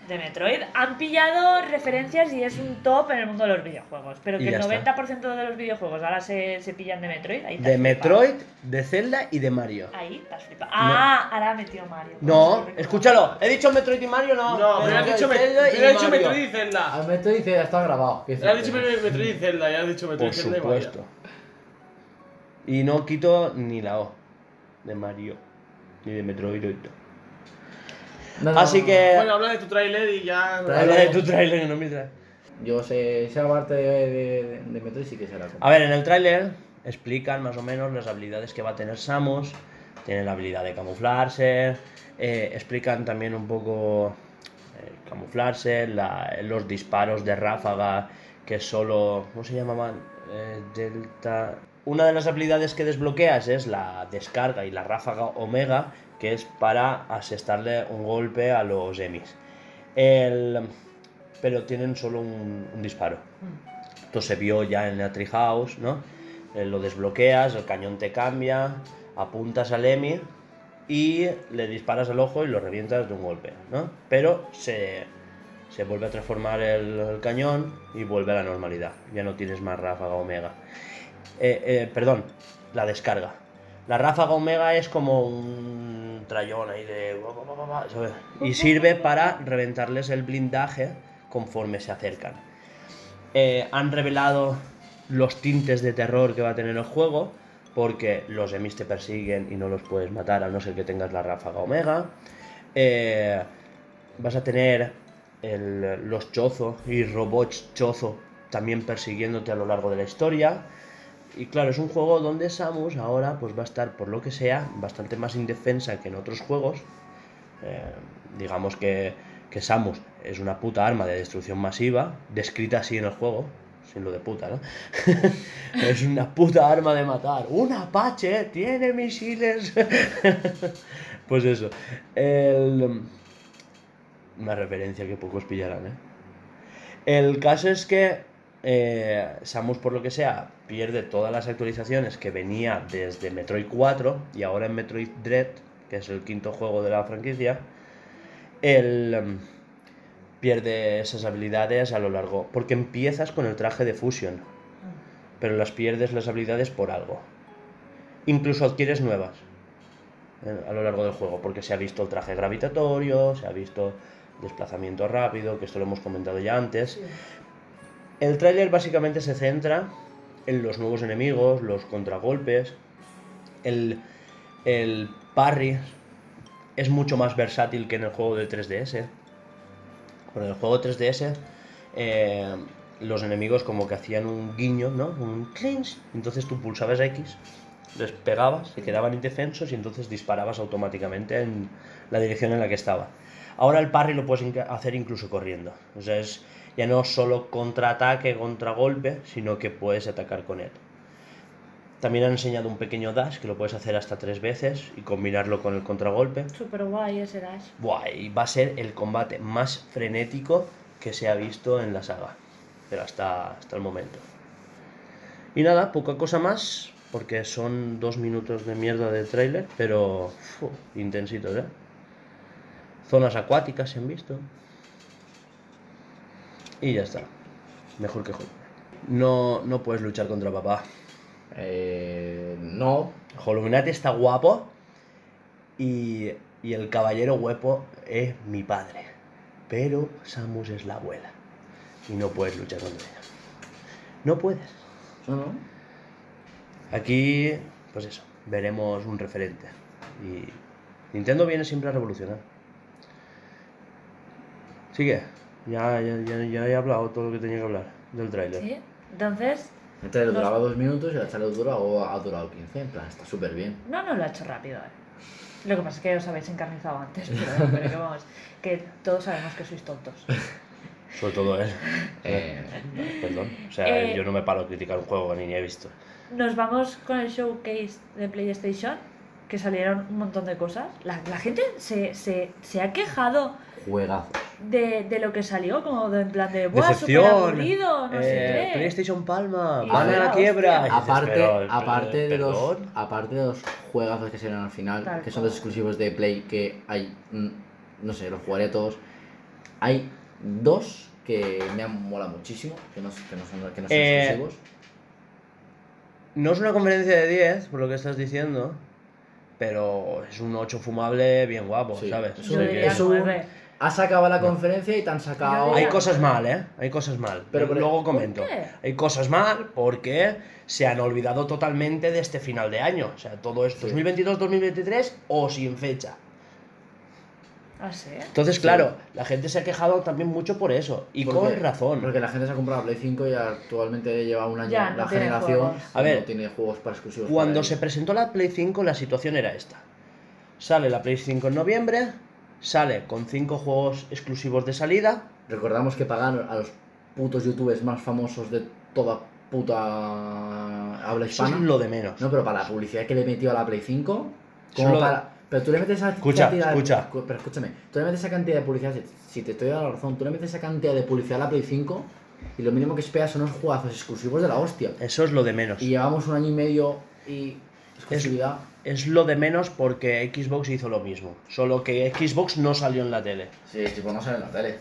[SPEAKER 2] De Metroid. Han pillado referencias y es un top en el mundo de los videojuegos. Pero
[SPEAKER 1] Y
[SPEAKER 2] que el
[SPEAKER 1] ya está.
[SPEAKER 2] 90% de los videojuegos ahora se, se pillan de Metroid. Ahí te
[SPEAKER 1] De
[SPEAKER 2] has
[SPEAKER 1] Metroid, de Zelda y de Mario.
[SPEAKER 2] flipado. Ahí te has flipado. Ah, ahora ha metido Mario. Pues
[SPEAKER 1] No,
[SPEAKER 2] Sorry.
[SPEAKER 1] escúchalo. He dicho Metroid y Mario, no.
[SPEAKER 4] No, pero has
[SPEAKER 1] Metroid,
[SPEAKER 4] dicho, Me-
[SPEAKER 1] Zelda y
[SPEAKER 4] pero has dicho
[SPEAKER 1] Mario. Ah,
[SPEAKER 4] Metroid y Zelda.
[SPEAKER 5] Al Metroid dice, ya está grabado. ¿qué
[SPEAKER 4] Le has dicho
[SPEAKER 5] dices?
[SPEAKER 4] Metroid y Zelda, ya has dicho Metroid
[SPEAKER 1] Por
[SPEAKER 4] y Zelda. y
[SPEAKER 1] supuesto.
[SPEAKER 4] vaya.
[SPEAKER 1] Y no quito ni la O de Mario, ni de Metroid.
[SPEAKER 5] No, no,
[SPEAKER 1] Así
[SPEAKER 5] no.
[SPEAKER 1] que
[SPEAKER 4] Bueno, eh, habla de tu trailer y ya.
[SPEAKER 5] Trailer.
[SPEAKER 1] habla de tu tráiler que no mi tráiler.
[SPEAKER 5] Yo sé, esa parte de, de, de Metroid sí que será.
[SPEAKER 1] A ver, en el tráiler explican más o menos las habilidades que va a tener Samus. Tiene la habilidad de camuflarse. eh, explican también un poco el camuflarse, la- los disparos de ráfaga que solo... ¿Cómo se llamaban? Eh, Delta... Una de las habilidades que desbloqueas es la descarga y la ráfaga omega, que es para asestarle un golpe a los emis. El- Pero tienen solo un- un disparo. Esto se vio ya en la Treehouse, ¿no? Eh, lo desbloqueas, el cañón te cambia, apuntas al Emir y le disparas al ojo y lo revientas de un golpe, ¿no? Pero se, se vuelve a transformar el, el cañón y vuelve a la normalidad. Ya no tienes más ráfaga omega. Eh, eh, perdón, la descarga. La ráfaga omega es como un trayón ahí de... guau, guau, guau, guau, ¿sabes? Y sirve para reventarles el blindaje conforme se acercan. Eh, han revelado los tintes de terror que va a tener el juego, porque los emis te persiguen y no los puedes matar a no ser que tengas la ráfaga omega. Eh, vas a tener el- los chozo y robots chozo también persiguiéndote a lo largo de la historia. Y claro, es un juego donde Samus ahora pues va a estar, por lo que sea, bastante más indefensa que en otros juegos. Eh, digamos que, que Samus es una puta arma de destrucción masiva, descrita así en el juego, sin lo de puta, ¿no? es una puta arma de matar. ¡Un Apache! ¡Tiene misiles! pues eso. El- Una referencia que pocos pillarán, ¿eh? El caso es que eh, Samus, por lo que sea, pierde todas las actualizaciones que venía desde Metroid 4 y ahora en Metroid Dread, que es el quinto juego de la franquicia, él em, pierde esas habilidades a lo largo. Porque empiezas con el traje de Fusion, pero las pierdes las habilidades por algo. Incluso adquieres nuevas eh, a lo largo del juego, porque se ha visto el traje gravitatorio, se ha visto desplazamiento rápido, que esto lo hemos comentado ya antes.
[SPEAKER 3] Sí.
[SPEAKER 1] El tráiler básicamente se centra en los nuevos enemigos, los contragolpes, el, el parry es mucho más versátil que en el juego de 3DS. Pero en el juego 3DS eh, los enemigos como que hacían un guiño, ¿no? Un clinch, entonces tú pulsabas X, les pegabas, se quedaban indefensos y entonces disparabas automáticamente en la dirección en la que estaba. Ahora el parry lo puedes inca- hacer incluso corriendo. O sea, es ya no solo contraataque, contragolpe, sino que puedes atacar con él. También han enseñado un pequeño dash que lo puedes hacer hasta tres veces y combinarlo con el contragolpe.
[SPEAKER 2] Super guay ese Dash.
[SPEAKER 1] Buah, y va a ser el combate más frenético que se ha visto en la saga. Pero hasta, hasta el momento. Y nada, poca cosa más, porque son dos minutos de mierda de tráiler, pero fu, intensitos, ¿eh? Zonas acuáticas se han visto. Y ya está. Mejor que juego. No, no puedes luchar contra papá.
[SPEAKER 5] Eh, no,
[SPEAKER 1] Hollow Knight está guapo y y el caballero huepo es mi padre. Pero Samus es la abuela. Y no puedes luchar contra ella. No puedes.
[SPEAKER 5] No, no.
[SPEAKER 1] Aquí, pues eso, veremos un referente. Y Nintendo viene siempre a revolucionar. Sigue. Ya, ya, ya, ya he hablado todo lo que tenía que hablar del tráiler.
[SPEAKER 2] ¿Sí? Entonces,
[SPEAKER 5] El trailer
[SPEAKER 2] No.
[SPEAKER 5] duraba dos minutos y la charla dura o ha durado 15. En plan, está súper bien.
[SPEAKER 2] no, no lo ha hecho rápido. eh. Lo que pasa es que os habéis encarnizado antes, pero, pero que vamos, que todos sabemos que sois tontos.
[SPEAKER 1] Sobre todo él.
[SPEAKER 5] Eh,
[SPEAKER 1] Perdón. O sea,
[SPEAKER 2] Eh,
[SPEAKER 1] yo no me paro a criticar un juego que ni he visto.
[SPEAKER 2] Nos vamos con el showcase de PlayStation, que salieron un montón de cosas. La, la gente se, se, se ha quejado
[SPEAKER 5] juegazo.
[SPEAKER 2] de, de lo que salió, como de, en plan de, ¡buah, súper
[SPEAKER 1] Decepción.
[SPEAKER 2] aburrido! No
[SPEAKER 1] Eh,
[SPEAKER 2] sé qué.
[SPEAKER 1] PlayStation Palma,
[SPEAKER 2] Y
[SPEAKER 1] van a
[SPEAKER 2] fuera,
[SPEAKER 1] la
[SPEAKER 2] hostia.
[SPEAKER 1] quiebra. Y dices,
[SPEAKER 5] Aparte,
[SPEAKER 1] pero, eh,
[SPEAKER 5] aparte, de los,
[SPEAKER 1] perdón.
[SPEAKER 5] aparte de los juegazos que serán al final,
[SPEAKER 2] Tal
[SPEAKER 5] que son los
[SPEAKER 2] cual.
[SPEAKER 5] exclusivos de Play, que hay, mm, no sé, los jugaré todos. Hay dos que me han molado muchísimo, que no, que no son, que no son
[SPEAKER 1] Eh,
[SPEAKER 5] exclusivos.
[SPEAKER 1] No es una conferencia de 10, por lo que estás diciendo, pero es un 8 fumable bien guapo,
[SPEAKER 5] Sí.
[SPEAKER 1] ¿sabes?
[SPEAKER 5] Es
[SPEAKER 1] O
[SPEAKER 2] Yo
[SPEAKER 1] sea
[SPEAKER 5] un-
[SPEAKER 1] que-
[SPEAKER 2] diría
[SPEAKER 5] es un-
[SPEAKER 2] nueve.
[SPEAKER 5] Has acabado la conferencia y te han sacado...
[SPEAKER 2] Yo
[SPEAKER 1] Hay
[SPEAKER 2] Ya.
[SPEAKER 1] cosas mal, ¿eh? Hay cosas mal.
[SPEAKER 5] Pero,
[SPEAKER 1] Pero,
[SPEAKER 5] pero,
[SPEAKER 1] luego
[SPEAKER 2] ¿por
[SPEAKER 1] comento.
[SPEAKER 2] qué?
[SPEAKER 1] Hay cosas mal porque se han olvidado totalmente de este final de año. O sea, todo es
[SPEAKER 5] Sí.
[SPEAKER 1] 2022-2023 o sin fecha.
[SPEAKER 2] Ah, sí.
[SPEAKER 1] Entonces,
[SPEAKER 5] Sí.
[SPEAKER 1] claro, la gente se ha quejado también mucho por eso. Y
[SPEAKER 5] Porque-
[SPEAKER 1] con razón.
[SPEAKER 5] Porque la gente se ha comprado la Play 5 y actualmente lleva un año
[SPEAKER 2] Ya, no
[SPEAKER 5] la
[SPEAKER 2] tiene
[SPEAKER 5] generación.
[SPEAKER 2] juegos.
[SPEAKER 1] A
[SPEAKER 5] y
[SPEAKER 1] ver,
[SPEAKER 5] no tiene juegos para exclusivos.
[SPEAKER 1] Cuando
[SPEAKER 5] para
[SPEAKER 1] se
[SPEAKER 5] ellos.
[SPEAKER 1] presentó la Play 5, la situación era esta. Sale la Play 5 en noviembre, sale con 5 juegos exclusivos de salida,
[SPEAKER 5] Recordamos que pagaron a los putos youtubers más famosos de toda puta habla
[SPEAKER 1] eso
[SPEAKER 5] hispana.
[SPEAKER 1] es lo de menos.
[SPEAKER 5] No, pero para la publicidad que le metió a la Play 5, como
[SPEAKER 1] Solo-
[SPEAKER 5] para... Pero tú le metes esa
[SPEAKER 1] Escucha,
[SPEAKER 5] cantidad...
[SPEAKER 1] escucha.
[SPEAKER 5] cu- Pero escúchame, tú le metes esa cantidad de publicidad, si- si te estoy dando la razón, tú le metes esa cantidad de publicidad a la Play 5 y lo mínimo que esperas son unos juegazos exclusivos de la hostia.
[SPEAKER 1] Eso es lo de menos.
[SPEAKER 5] Y llevamos un año y medio y... Exclusividad.
[SPEAKER 1] Es lo de menos porque Xbox hizo lo mismo. Solo que Xbox no salió en la tele.
[SPEAKER 5] Sí, tipo, no sale en la tele.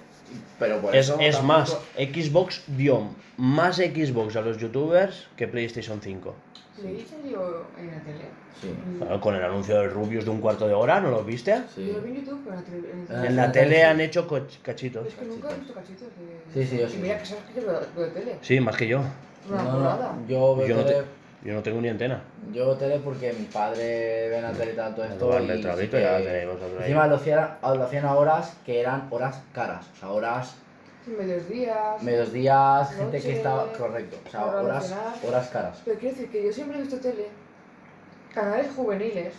[SPEAKER 5] Pero por
[SPEAKER 1] Es, es más, Xbox dio más Xbox a los youtubers que PlayStation 5.
[SPEAKER 3] ¿Leí salió en la tele?
[SPEAKER 5] Sí.
[SPEAKER 1] Claro, Con el anuncio de Rubius de un cuarto de hora, ¿no lo viste?
[SPEAKER 3] Yo lo vi en YouTube, pero en la tele- en la
[SPEAKER 5] Ah,
[SPEAKER 3] tele.
[SPEAKER 1] En la
[SPEAKER 5] sí,
[SPEAKER 1] tele
[SPEAKER 5] sí.
[SPEAKER 1] han hecho coch- cachitos.
[SPEAKER 3] Es que nunca he visto cachitos de.
[SPEAKER 5] Sí, sí, yo sí.
[SPEAKER 3] Y mira que sabes que yo veo veo tele.
[SPEAKER 1] Sí, más que yo.
[SPEAKER 3] Una burrada.
[SPEAKER 5] yo veo
[SPEAKER 1] Yo no,
[SPEAKER 5] tele,
[SPEAKER 1] te- yo no tengo ni antena.
[SPEAKER 5] yo veo tele porque mi padre ve la tele tanto
[SPEAKER 1] A
[SPEAKER 5] esto
[SPEAKER 1] tomar el
[SPEAKER 5] y
[SPEAKER 1] traguito,
[SPEAKER 5] sí
[SPEAKER 1] ya
[SPEAKER 5] que-
[SPEAKER 1] tenéis vosotros ahí.
[SPEAKER 5] Encima lo hacían, lo hacían a horas que eran horas caras, o sea, horas,
[SPEAKER 3] Medios días.
[SPEAKER 5] medios días, gente que
[SPEAKER 3] Noche,
[SPEAKER 5] estaba correcto, o sea,
[SPEAKER 3] hora
[SPEAKER 5] horas,
[SPEAKER 3] laboral.
[SPEAKER 5] horas caras.
[SPEAKER 3] Pero quiero decir que yo siempre he visto tele, canales juveniles,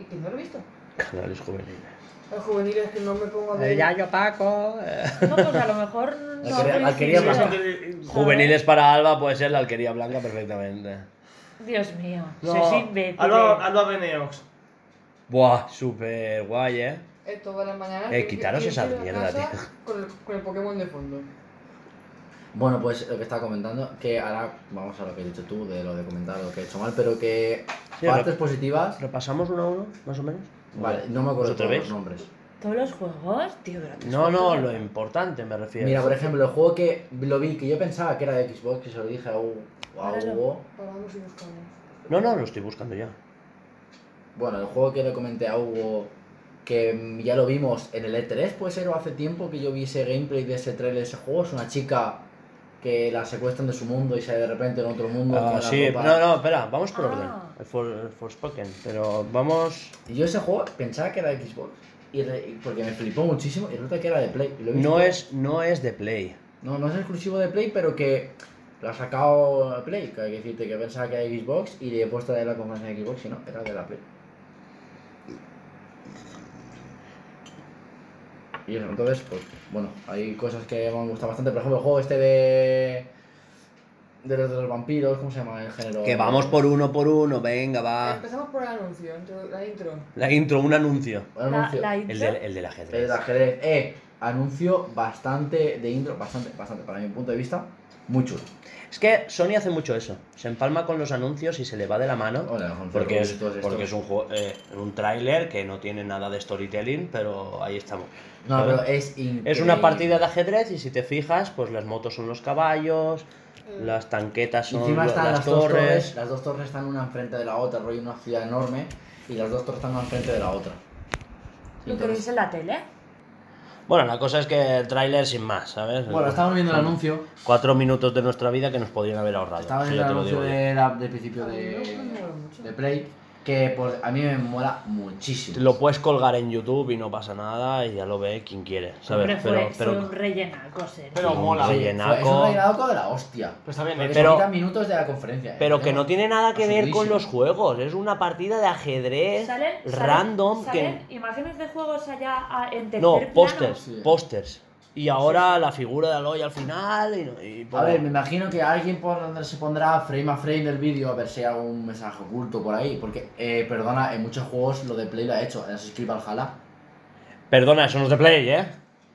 [SPEAKER 3] y que no lo he visto.
[SPEAKER 1] Canales juveniles.
[SPEAKER 3] Los juveniles que no me pongo
[SPEAKER 1] Eh,
[SPEAKER 3] a ver.
[SPEAKER 1] yo Paco. eh.
[SPEAKER 2] No, pues a lo mejor no
[SPEAKER 5] La quería- la
[SPEAKER 2] habréis
[SPEAKER 5] quería
[SPEAKER 2] vivido.
[SPEAKER 5] blanca.
[SPEAKER 1] Juveniles para Alba puede ser la alquería blanca perfectamente.
[SPEAKER 2] Dios mío,
[SPEAKER 4] No,
[SPEAKER 2] sois imbéciles.
[SPEAKER 4] Alba, Alba Beneox.
[SPEAKER 1] Buah, súper guay, eh.
[SPEAKER 3] eh, toda la mañana.
[SPEAKER 1] Eh,
[SPEAKER 3] que-
[SPEAKER 1] quitaros
[SPEAKER 3] que- que
[SPEAKER 1] esa
[SPEAKER 3] yo estoy en
[SPEAKER 1] mierda,
[SPEAKER 3] casa Con el, con el Pokémon de fondo.
[SPEAKER 5] Bueno, pues lo que estaba comentando, que ahora vamos a lo que he dicho tú, de lo de comentar lo que he hecho mal, pero que
[SPEAKER 1] Sí,
[SPEAKER 5] partes positivas,
[SPEAKER 1] ¿Repasamos uno a uno, más o menos?
[SPEAKER 5] vale, no me acuerdo
[SPEAKER 1] ¿Vosotros
[SPEAKER 5] de todos los
[SPEAKER 1] veis?
[SPEAKER 5] nombres.
[SPEAKER 2] ¿Todos los juegos? Tío, pero tres
[SPEAKER 1] No, no,
[SPEAKER 2] cuartos de
[SPEAKER 1] lo
[SPEAKER 2] hora.
[SPEAKER 1] importante me refiero.
[SPEAKER 5] Mira, por ejemplo, el juego que lo vi, que yo pensaba que era de Xbox, que se lo dije a, Hugo- a
[SPEAKER 2] Ahora lo-
[SPEAKER 5] Hugo,
[SPEAKER 3] Paramos y buscamos.
[SPEAKER 1] No, no, lo estoy buscando ya.
[SPEAKER 5] Bueno, el juego que le comenté a Hugo, que mm, ya lo vimos en el E3, puede ser, o hace tiempo que yo vi ese gameplay de ese trailer de ese juego, es una chica que la secuestran de su mundo y sale de repente en otro mundo.
[SPEAKER 1] Ah,
[SPEAKER 5] con la
[SPEAKER 1] sí,
[SPEAKER 5] ropa.
[SPEAKER 1] no, no, espera, vamos por
[SPEAKER 2] Ah.
[SPEAKER 1] orden. El, for, el Forspoken, pero vamos.
[SPEAKER 5] Y yo ese juego pensaba que era de Xbox, y re- y porque me flipó muchísimo, y resulta que era de Play. y lo he visto.
[SPEAKER 1] No es, no es de Play.
[SPEAKER 5] No, no es exclusivo de Play, pero que lo ha sacado Play, que hay que decirte que pensaba que era de Xbox y le he puesto de la conferencia de Xbox y no, era de la Play. Y eso, entonces, pues bueno, hay cosas que me han gustado bastante. Por ejemplo, el juego este de. de los, de los vampiros, ¿cómo se llama el género?
[SPEAKER 1] Que vamos por uno por uno, venga, va.
[SPEAKER 3] Empezamos por el anuncio, intro- la intro.
[SPEAKER 1] La intro, un anuncio.
[SPEAKER 5] Un
[SPEAKER 2] La,
[SPEAKER 5] anuncio.
[SPEAKER 2] la
[SPEAKER 1] El,
[SPEAKER 2] intro.
[SPEAKER 1] del- el del ajedrez.
[SPEAKER 5] El ajedrez. Eh, anuncio bastante de intro, bastante, bastante, para mi punto de vista, muy chulo.
[SPEAKER 1] Es que Sony hace mucho eso. Se empalma con los anuncios y se le va de la mano.
[SPEAKER 5] Hola, Alfonso,
[SPEAKER 1] Porque es,
[SPEAKER 5] todo esto.
[SPEAKER 1] porque es un juego, eh, un tráiler que no tiene nada de storytelling, pero ahí estamos.
[SPEAKER 5] No, pero es increíble.
[SPEAKER 1] Es una partida de ajedrez y si te fijas, pues las motos son los caballos,
[SPEAKER 3] Eh,
[SPEAKER 1] las tanquetas
[SPEAKER 5] Mm. Y
[SPEAKER 1] son
[SPEAKER 5] encima
[SPEAKER 1] lo-
[SPEAKER 5] están
[SPEAKER 1] las, torres.
[SPEAKER 5] Las dos torres están una enfrente de la otra, rollo una ciudad enorme. Y las dos torres están una enfrente de la otra.
[SPEAKER 2] Lo que veis en la tele.
[SPEAKER 1] Bueno, la cosa es que el tráiler sin más, ¿sabes?
[SPEAKER 5] Bueno, estábamos viendo el anuncio.
[SPEAKER 1] Cuatro minutos de nuestra vida que nos podrían haber ahorrado.
[SPEAKER 5] Estábamos
[SPEAKER 1] eso
[SPEAKER 5] viendo
[SPEAKER 1] ya
[SPEAKER 5] el
[SPEAKER 1] te lo
[SPEAKER 5] anuncio
[SPEAKER 1] digo yo.
[SPEAKER 5] de la- del principio
[SPEAKER 3] A mí no me
[SPEAKER 5] de,
[SPEAKER 3] mola mucho.
[SPEAKER 5] de Play. Que por- a mí me mola muchísimo.
[SPEAKER 1] Lo puedes colgar en YouTube y no pasa nada y ya lo ve quien quiere, ¿sabes?
[SPEAKER 2] Hombre, fue,
[SPEAKER 1] pero,
[SPEAKER 2] fue
[SPEAKER 1] pero,
[SPEAKER 2] un rellenaco, ser.
[SPEAKER 4] Pero mola.
[SPEAKER 1] Sí.
[SPEAKER 4] Pero
[SPEAKER 1] rellenaco.
[SPEAKER 5] Es un rellenaco de la hostia.
[SPEAKER 4] está bien,
[SPEAKER 5] Porque
[SPEAKER 1] Pues,
[SPEAKER 4] hecho.
[SPEAKER 5] son
[SPEAKER 1] Pero-
[SPEAKER 5] 30 minutos de la conferencia. ¿eh?
[SPEAKER 1] pero que no tiene nada que ver con
[SPEAKER 5] Asumidísimo.
[SPEAKER 1] los juegos. Es una partida de ajedrez
[SPEAKER 2] Salen, salen-
[SPEAKER 1] random
[SPEAKER 2] salen
[SPEAKER 1] que...
[SPEAKER 2] imágenes de juegos allá a- en tercer
[SPEAKER 1] No,
[SPEAKER 2] plano.
[SPEAKER 1] pósters,
[SPEAKER 5] Sí.
[SPEAKER 1] pósters. Y ahora la figura de Aloy al final y... y
[SPEAKER 5] A
[SPEAKER 1] por-
[SPEAKER 5] ver, me imagino que alguien por- se pondrá frame a frame del vídeo a ver si hay algún mensaje oculto por ahí. Porque, eh, perdona, en muchos juegos lo de Play lo ha hecho. En Assassin's Creed Valhalla,
[SPEAKER 1] Perdona, eso no es de Play, ¿eh?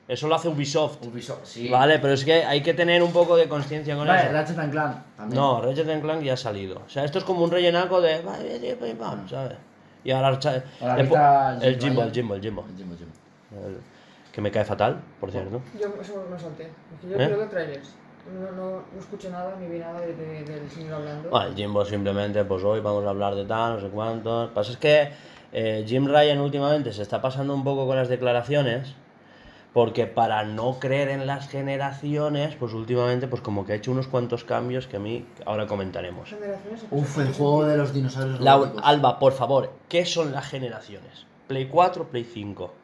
[SPEAKER 1] Eso lo hace Ubisoft.
[SPEAKER 5] Ubisoft, sí.
[SPEAKER 1] Vale, pero es que hay que tener un poco de conciencia con
[SPEAKER 5] Vale,
[SPEAKER 1] eso.
[SPEAKER 5] Ratchet and Clank también.
[SPEAKER 1] No, Ratchet and Clank ya ha salido. O sea, esto es como un rellenaco de. "Va, eh, eh, pim, pam", ¿sabes? Y ahora. cha-
[SPEAKER 5] Ahora
[SPEAKER 1] le po-
[SPEAKER 5] ahorita
[SPEAKER 1] el
[SPEAKER 5] Jim
[SPEAKER 1] Jimbo,
[SPEAKER 5] Ryan.
[SPEAKER 1] el Jimbo, el Jimbo.
[SPEAKER 5] El Jimbo, Jimbo.
[SPEAKER 1] El- Que me cae fatal, por cierto.
[SPEAKER 3] Yo eso me salté. Es que yo
[SPEAKER 1] ¿Eh?
[SPEAKER 3] creo que trailers. No, no, no escuché nada ni vi nada de- de- del señor hablando.
[SPEAKER 1] Bueno, el Jimbo simplemente, pues hoy vamos a hablar de tal, no sé cuánto. Lo que pasa es que eh, Jim Ryan últimamente se está pasando un poco con las declaraciones. Porque para no creer en las generaciones, pues últimamente, pues como que ha hecho unos cuantos cambios que a mí ahora comentaremos.
[SPEAKER 3] Generaciones,
[SPEAKER 5] Uf, el juego de los dinosaurios.
[SPEAKER 1] Laura,
[SPEAKER 5] robóticos.
[SPEAKER 1] Alba, por favor, ¿qué son las generaciones? Play 4, Play 5.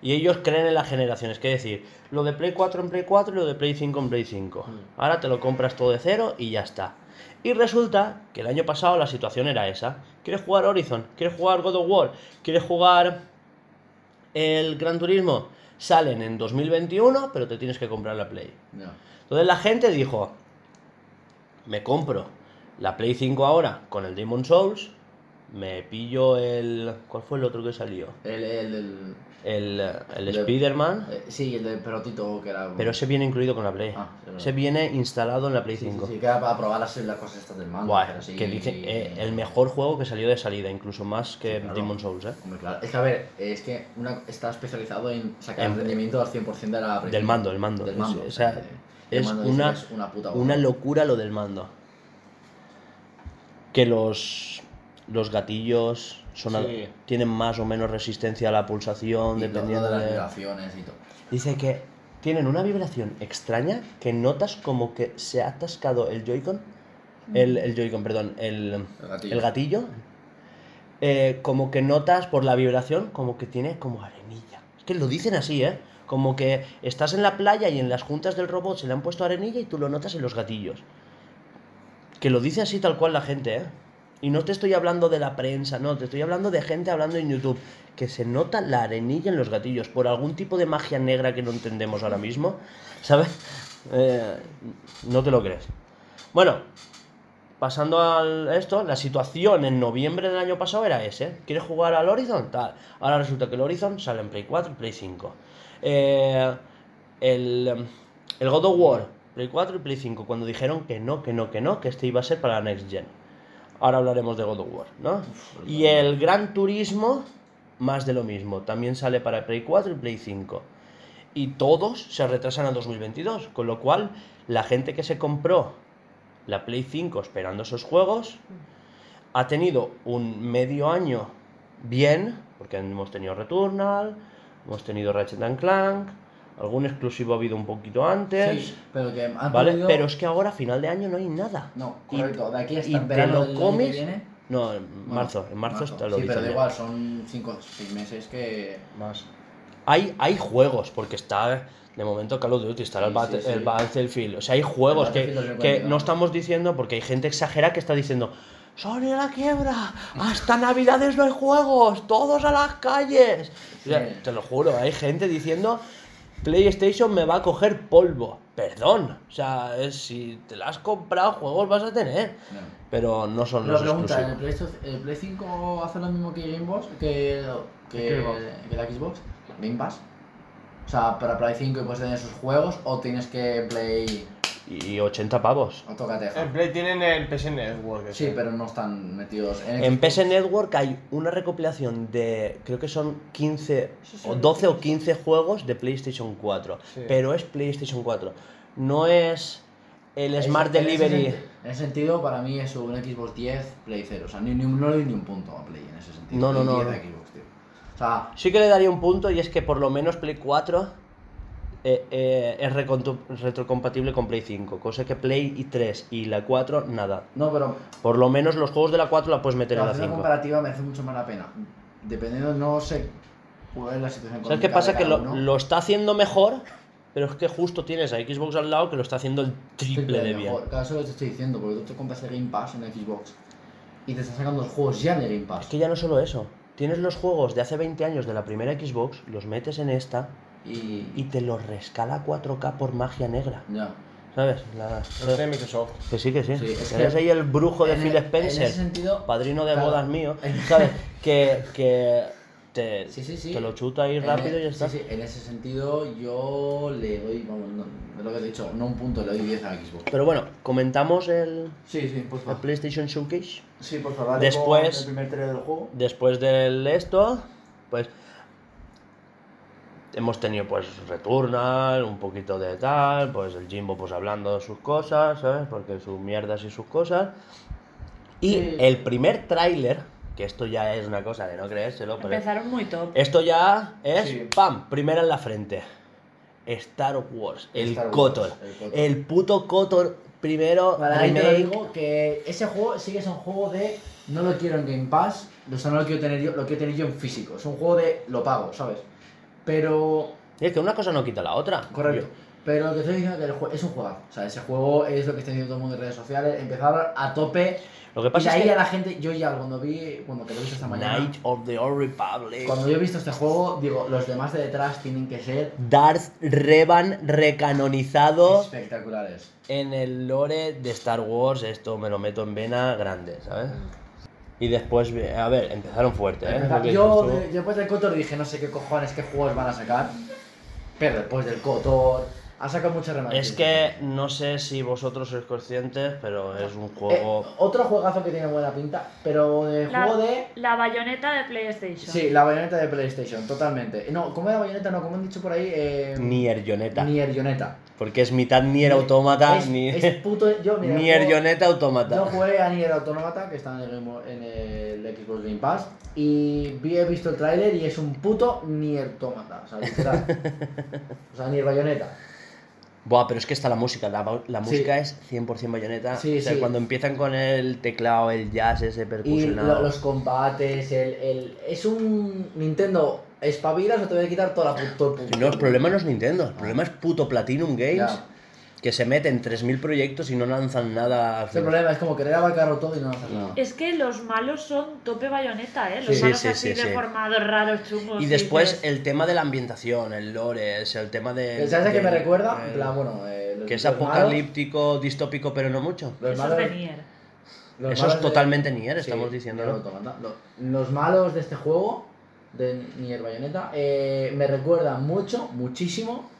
[SPEAKER 1] Y ellos creen en las generaciones, que decir, lo de Play 4 en Play 4 y lo de Play 5 en Play 5.
[SPEAKER 5] Mm.
[SPEAKER 1] Ahora te lo compras todo de cero y ya está. Y resulta que el año pasado la situación era esa. ¿Quieres jugar Horizon? ¿Quieres jugar God of War? ¿Quieres jugar el Gran Turismo? Salen en 2021, pero te tienes que comprar la Play.
[SPEAKER 5] No.
[SPEAKER 1] Entonces la gente dijo, me compro la Play 5 ahora con el Demon Souls, me pillo el... ¿Cuál fue el otro que salió?
[SPEAKER 5] El, el, el-
[SPEAKER 1] El, el
[SPEAKER 5] De-
[SPEAKER 1] Spider-Man,
[SPEAKER 5] eh, sí, el del pelotito que era.
[SPEAKER 1] pero ese viene incluido con la Play.
[SPEAKER 5] Ah, sí, verdad.
[SPEAKER 1] Ese viene instalado en la Play
[SPEAKER 5] Sí,
[SPEAKER 1] 5.
[SPEAKER 5] Sí, sí, que era para probar las, las cosas estas del mando.
[SPEAKER 1] Buah,
[SPEAKER 5] pero sí,
[SPEAKER 1] que dice
[SPEAKER 5] sí,
[SPEAKER 1] eh,
[SPEAKER 5] sí.
[SPEAKER 1] el mejor juego que salió de salida, incluso más que
[SPEAKER 5] Sí, claro.
[SPEAKER 1] Demon Souls, ¿eh?
[SPEAKER 5] Hombre, claro. Es que a ver, es que una, está especializado en sacar
[SPEAKER 1] En-
[SPEAKER 5] el rendimiento al 100% de la
[SPEAKER 1] Del mando, el mando.
[SPEAKER 5] Del
[SPEAKER 1] Es-
[SPEAKER 5] mando.
[SPEAKER 1] o sea,
[SPEAKER 5] eh, el
[SPEAKER 1] es
[SPEAKER 5] mando dice
[SPEAKER 1] una,
[SPEAKER 5] que es una puta
[SPEAKER 1] una
[SPEAKER 5] bomba.
[SPEAKER 1] locura lo del mando. Que los, los gatillos son a-
[SPEAKER 4] Sí.
[SPEAKER 1] tienen más o menos resistencia a la pulsación,
[SPEAKER 5] Y
[SPEAKER 1] dependiendo
[SPEAKER 5] todo de las
[SPEAKER 1] de-
[SPEAKER 5] vibraciones y todo.
[SPEAKER 1] Dice que tienen una vibración extraña que notas como que se ha atascado el Joy-Con. El, el Joy-Con, perdón, el,
[SPEAKER 5] El gatillo.
[SPEAKER 1] el gatillo. Eh, como que notas por la vibración, como que tiene como arenilla. Es que lo dicen así, ¿eh? Como que estás en la playa y en las juntas del robot se le han puesto arenilla y tú lo notas en los gatillos. Que lo dice así tal cual la gente, ¿eh? Y no te estoy hablando de la prensa, no, te estoy hablando de gente hablando en YouTube. Que se nota la arenilla en los gatillos por algún tipo de magia negra que no entendemos ahora mismo. ¿Sabes? Eh, no te lo crees. Bueno, pasando al esto, la situación en noviembre del año pasado era ese. ¿eh? ¿Quieres jugar al Horizon? Tal. Ahora resulta que el Horizon sale en Play 4 y Play 5. Eh, el, em, el God of War, Play 4 y Play 5, cuando dijeron que no, que no, que no, que este iba a ser para la Next Gen. Ahora hablaremos de God of War, ¿no? Y el Gran Turismo, más de lo mismo. También sale para Play 4 y Play 5. Y todos se retrasan a 2022. Con lo cual, la gente que se compró la Play 5 esperando esos juegos ha tenido un medio año bien, porque hemos tenido Returnal, hemos tenido Ratchet and Clank, algún exclusivo ha habido un poquito antes.
[SPEAKER 5] Sí, pero que han
[SPEAKER 1] ¿Vale?
[SPEAKER 5] podido-
[SPEAKER 1] Pero es que ahora a final de año no hay nada.
[SPEAKER 5] No,
[SPEAKER 1] y-
[SPEAKER 5] correcto. De aquí hasta
[SPEAKER 1] y
[SPEAKER 5] el
[SPEAKER 1] te
[SPEAKER 5] verano
[SPEAKER 1] lo
[SPEAKER 5] del año que
[SPEAKER 1] comes-
[SPEAKER 5] viene-
[SPEAKER 1] No, en
[SPEAKER 5] Bueno,
[SPEAKER 1] marzo. En marzo, está lo
[SPEAKER 5] Sí, pero
[SPEAKER 1] dicen
[SPEAKER 5] da
[SPEAKER 1] ya.
[SPEAKER 5] igual, son 5 o 6 meses que.
[SPEAKER 1] Más. Hay, hay juegos, porque está de momento Call of Duty, estará
[SPEAKER 5] Sí,
[SPEAKER 1] el, Bat-
[SPEAKER 5] sí, sí.
[SPEAKER 1] el Battlefield. O sea, hay juegos
[SPEAKER 5] El
[SPEAKER 1] que,
[SPEAKER 5] Battlefield
[SPEAKER 1] que
[SPEAKER 5] 2042.
[SPEAKER 1] no estamos diciendo porque hay gente exagerada que está diciendo: Sony a la quiebra, hasta Navidades no hay juegos, todos a las calles. O sea,
[SPEAKER 5] Sí.
[SPEAKER 1] te lo juro, hay gente diciendo: PlayStation me va a coger polvo. Perdón, o sea, es- si te la has comprado, juegos vas a tener.
[SPEAKER 5] No.
[SPEAKER 1] Pero no son
[SPEAKER 5] Pero
[SPEAKER 1] los
[SPEAKER 5] pregunta, ¿el
[SPEAKER 1] exclusivos.
[SPEAKER 5] Play, ¿el Play 5 hace lo mismo que Game Boss? Que, que,
[SPEAKER 4] Xbox.
[SPEAKER 5] que la Xbox? ¿Game Pass? O sea, para Play 5 puedes tener esos juegos o tienes que Play. ¿eh?
[SPEAKER 1] Y 80 pavos.
[SPEAKER 5] o tócate.
[SPEAKER 4] En Play tienen el PS Network.
[SPEAKER 5] Sí, pero no están metidos en.
[SPEAKER 1] En PS Network hay una recopilación de, creo que son 15,
[SPEAKER 3] Sí, sí,
[SPEAKER 1] o 12 o 15 juegos de PlayStation 4.
[SPEAKER 4] Sí.
[SPEAKER 1] Pero es PlayStation 4. No es el
[SPEAKER 5] Es-
[SPEAKER 1] Smart
[SPEAKER 5] en ese
[SPEAKER 1] Delivery.
[SPEAKER 5] sen- En ese sentido, para mí es un Xbox 10, Play 0. O sea, ni, ni un- no le doy ni un punto a Play en ese sentido.
[SPEAKER 1] No, no,
[SPEAKER 5] Play
[SPEAKER 1] no,
[SPEAKER 5] 10
[SPEAKER 1] no.
[SPEAKER 5] a Xbox, tío. O O sea,
[SPEAKER 1] Sí que le daría un punto y es que por lo menos Play 4 eh, eh, es recontu- retrocompatible con Play 5, cosa que Play y 3 y la 4 nada.
[SPEAKER 5] no, pero
[SPEAKER 1] Por lo menos los juegos de la 4 la puedes meter
[SPEAKER 5] pero
[SPEAKER 1] en la
[SPEAKER 5] hacer una
[SPEAKER 1] 5.
[SPEAKER 5] comparativa merece mucho más la pena. Dependiendo, no sé cuál es la situación
[SPEAKER 1] ¿Sabes qué
[SPEAKER 5] económica
[SPEAKER 1] pasa?
[SPEAKER 5] de
[SPEAKER 1] Que
[SPEAKER 5] cada
[SPEAKER 1] lo,
[SPEAKER 5] uno.
[SPEAKER 1] lo está haciendo mejor, pero es que justo tienes a Xbox al lado que lo está haciendo el triple de bien.
[SPEAKER 5] mejor. Claro, eso es lo que te estoy diciendo, porque tú te compras el Game Pass en Xbox y te están sacando los juegos ya en el Game Pass.
[SPEAKER 1] Es que ya no solo eso. Tienes los juegos de hace 20 años de la primera Xbox, los metes en esta
[SPEAKER 5] Y...
[SPEAKER 1] y te los rescala a 4K por magia negra.
[SPEAKER 5] Ya.
[SPEAKER 1] ¿Sabes? La-
[SPEAKER 4] Los de Microsoft.
[SPEAKER 1] Que sí, que sí.
[SPEAKER 5] Sí, es
[SPEAKER 1] Eres
[SPEAKER 5] que-
[SPEAKER 1] ahí el brujo de
[SPEAKER 5] En
[SPEAKER 1] Phil
[SPEAKER 5] e- En
[SPEAKER 1] Spencer,
[SPEAKER 5] ese sentido...
[SPEAKER 1] padrino de
[SPEAKER 5] claro.
[SPEAKER 1] bodas mío, ¿sabes? que que te,
[SPEAKER 5] Sí, sí, sí.
[SPEAKER 1] te lo chuta ahí
[SPEAKER 5] en
[SPEAKER 1] rápido
[SPEAKER 5] e-
[SPEAKER 1] y ya está.
[SPEAKER 5] Sí, sí, en ese sentido yo le doy, vamos, no, es lo que te he dicho, no un punto, le doy 10 a Xbox.
[SPEAKER 1] Pero bueno, comentamos el,
[SPEAKER 5] Sí, sí, por
[SPEAKER 1] el PlayStation Showcase.
[SPEAKER 5] Sí, por favor.
[SPEAKER 1] Después-
[SPEAKER 5] El primer trailer del juego.
[SPEAKER 1] Después del esto, pues hemos tenido pues Returnal, un poquito de tal, pues el Jimbo pues hablando de sus cosas, ¿sabes? Porque sus mierdas y sus cosas. Y
[SPEAKER 5] Sí.
[SPEAKER 1] el primer tráiler, que esto ya es una cosa de no creérselo, pero
[SPEAKER 2] Empezaron muy top.
[SPEAKER 1] esto ya es
[SPEAKER 5] Sí.
[SPEAKER 1] pam, primera en la frente. Star Wars, el
[SPEAKER 5] Star Wars,
[SPEAKER 1] Cotor,
[SPEAKER 5] el KOTOR.
[SPEAKER 1] el puto Cotor primero
[SPEAKER 5] Vale, ahí te lo
[SPEAKER 1] remake.
[SPEAKER 5] digo que ese juego sí que es un juego de no lo quiero en Game Pass, o sea, no lo quiero tener yo, lo quiero tener yo en físico. Es un juego de lo pago, ¿sabes? Pero
[SPEAKER 1] Y es que una cosa no quita la otra.
[SPEAKER 5] Correcto. Pero lo que estoy diciendo es que el jue- es un juego. O sea, ese juego es lo que está diciendo todo el mundo en redes sociales. Empezar a tope.
[SPEAKER 1] Lo que
[SPEAKER 5] Y de
[SPEAKER 1] pasa
[SPEAKER 5] ahí
[SPEAKER 1] es que
[SPEAKER 5] a la gente, yo ya cuando vi, cuando que lo he visto esta mañana,
[SPEAKER 1] Night of the Old Republic.
[SPEAKER 5] cuando yo he visto este juego, digo, los demás de detrás tienen que ser
[SPEAKER 1] Darth Revan recanonizado
[SPEAKER 5] espectaculares.
[SPEAKER 1] en el lore de Star Wars. Esto me lo meto en vena grande, ¿sabes? Y después, eh, a ver, empezaron fuerte, ¿eh?
[SPEAKER 5] Empezar-
[SPEAKER 1] Lo que
[SPEAKER 5] yo,
[SPEAKER 1] dices tú.
[SPEAKER 5] de- después del Cotor dije, no sé qué cojones, qué juegos van a sacar. Pero después del Cotor, han sacado muchas remakes.
[SPEAKER 1] Es que no sé si vosotros sois conscientes, pero es un
[SPEAKER 5] Eh,
[SPEAKER 1] juego...
[SPEAKER 5] otro juegazo que tiene buena pinta, pero de
[SPEAKER 2] La,
[SPEAKER 5] juego de.
[SPEAKER 2] la bayoneta de PlayStation.
[SPEAKER 5] Sí, la bayoneta de PlayStation, totalmente. No, ¿cómo era bayoneta? No, como han dicho por ahí. Eh...
[SPEAKER 1] Nier Yoneta.
[SPEAKER 5] Nier Yoneta.
[SPEAKER 1] Porque es mitad Nier Automata,
[SPEAKER 5] Es-
[SPEAKER 1] ni...
[SPEAKER 5] es puto- yo, mira,
[SPEAKER 1] Nier
[SPEAKER 5] juego-
[SPEAKER 1] Yoneta
[SPEAKER 5] Yo
[SPEAKER 1] Automata.
[SPEAKER 5] jugué a Nier Automata, que está en el, Game- en el Xbox Game Pass, y vi, he visto el tráiler y es un puto Nier Automata, o sea, literal. o sea, Nier Bayoneta.
[SPEAKER 1] Buah, pero es que está la música. La, ba- la
[SPEAKER 5] Sí.
[SPEAKER 1] música es 100% bayoneta.
[SPEAKER 5] Sí,
[SPEAKER 1] o sea,
[SPEAKER 5] sí.
[SPEAKER 1] cuando empiezan con el teclado, el jazz, ese
[SPEAKER 5] Y
[SPEAKER 1] percusionado.
[SPEAKER 5] lo- los combates, el, el... Es un Nintendo espabilas o te voy a quitar toda la pu- todo el puto.
[SPEAKER 1] No, el problema no es Nintendo, el problema es puto Platinum Games
[SPEAKER 5] Ya.
[SPEAKER 1] que se mete en 3.000 proyectos y no lanzan nada. al
[SPEAKER 5] Es el
[SPEAKER 1] final.
[SPEAKER 5] problema, es como querer abarcarlo todo y no hacer nada.
[SPEAKER 2] Es que los malos son tope bayoneta, ¿eh? Los
[SPEAKER 1] Sí,
[SPEAKER 2] malos
[SPEAKER 1] sí,
[SPEAKER 2] así
[SPEAKER 1] sí, sí.
[SPEAKER 2] deformados, raros, chungos.
[SPEAKER 1] Y después eh,
[SPEAKER 2] dices,
[SPEAKER 1] el tema de la ambientación, el lore, es el tema de...
[SPEAKER 5] ¿Sabes a qué me
[SPEAKER 1] del-
[SPEAKER 5] recuerda?
[SPEAKER 1] del-
[SPEAKER 5] En plan, bueno, eh, los-
[SPEAKER 1] que es
[SPEAKER 5] los
[SPEAKER 1] apocalíptico, distópico, pero no mucho.
[SPEAKER 5] malos- los
[SPEAKER 2] Eso es
[SPEAKER 5] malos-
[SPEAKER 2] de Nier.
[SPEAKER 5] los
[SPEAKER 1] Eso es
[SPEAKER 5] malos de-
[SPEAKER 1] totalmente Nier,
[SPEAKER 5] Sí,
[SPEAKER 1] estamos
[SPEAKER 5] Nier
[SPEAKER 1] diciéndolo.
[SPEAKER 5] Automata. Lo- Los malos de este juego, de Nier Bayonetta, eh, me recuerdan mucho, muchísimo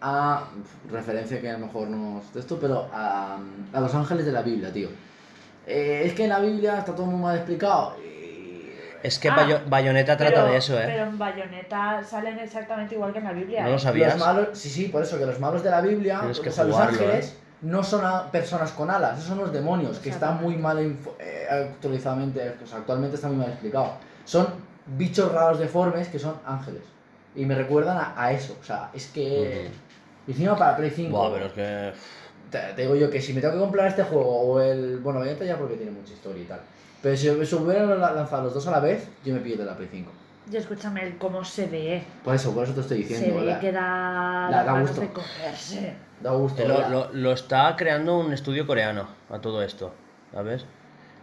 [SPEAKER 5] a. uf, Referencia que a lo mejor no es de esto, pero a, a los ángeles de la Biblia, tío. Eh, es que en la Biblia está todo muy mal explicado. y-
[SPEAKER 1] Es que
[SPEAKER 2] Ah,
[SPEAKER 1] Bayo- Bayonetta trata
[SPEAKER 2] Pero-
[SPEAKER 1] de eso, ¿eh?
[SPEAKER 2] Pero en bayoneta salen exactamente igual que en la Biblia.
[SPEAKER 1] ¿No
[SPEAKER 2] ¿eh?
[SPEAKER 1] lo sabías?
[SPEAKER 5] Los malos, sí, sí, por eso que los malos de la Biblia,
[SPEAKER 1] Tienes que
[SPEAKER 5] o sea, los
[SPEAKER 1] jugarlo, ¿eh?
[SPEAKER 5] ángeles, no son a- personas con alas, esos son los demonios, que está
[SPEAKER 2] Exactamente.
[SPEAKER 5] muy mal info- eh, actualizadamente, o sea, actualmente está muy mal explicado. Son bichos raros deformes que son ángeles. Y me recuerdan a, a eso, o sea, es que... Y encima para Play 5,
[SPEAKER 1] Buah, pero es que...
[SPEAKER 5] te, te digo yo que si me tengo que comprar este juego o el... Bueno, Bayonetta ya porque tiene mucha historia y tal. Pero si, si hubieran la- lanzado los dos a la vez, yo me pillo de la Play 5.
[SPEAKER 2] Y escúchame el cómo se ve. eh.
[SPEAKER 5] Por eso, por eso te estoy
[SPEAKER 2] Se
[SPEAKER 5] diciendo,
[SPEAKER 2] ve
[SPEAKER 5] ¿verdad?
[SPEAKER 2] que da,
[SPEAKER 5] Da-
[SPEAKER 2] da
[SPEAKER 5] da
[SPEAKER 2] ganas
[SPEAKER 5] gusto.
[SPEAKER 2] de cogerse.
[SPEAKER 5] Da gusto.
[SPEAKER 1] que Lo,
[SPEAKER 5] ¿verdad?
[SPEAKER 1] lo- lo está creando un estudio coreano a todo esto, ¿sabes?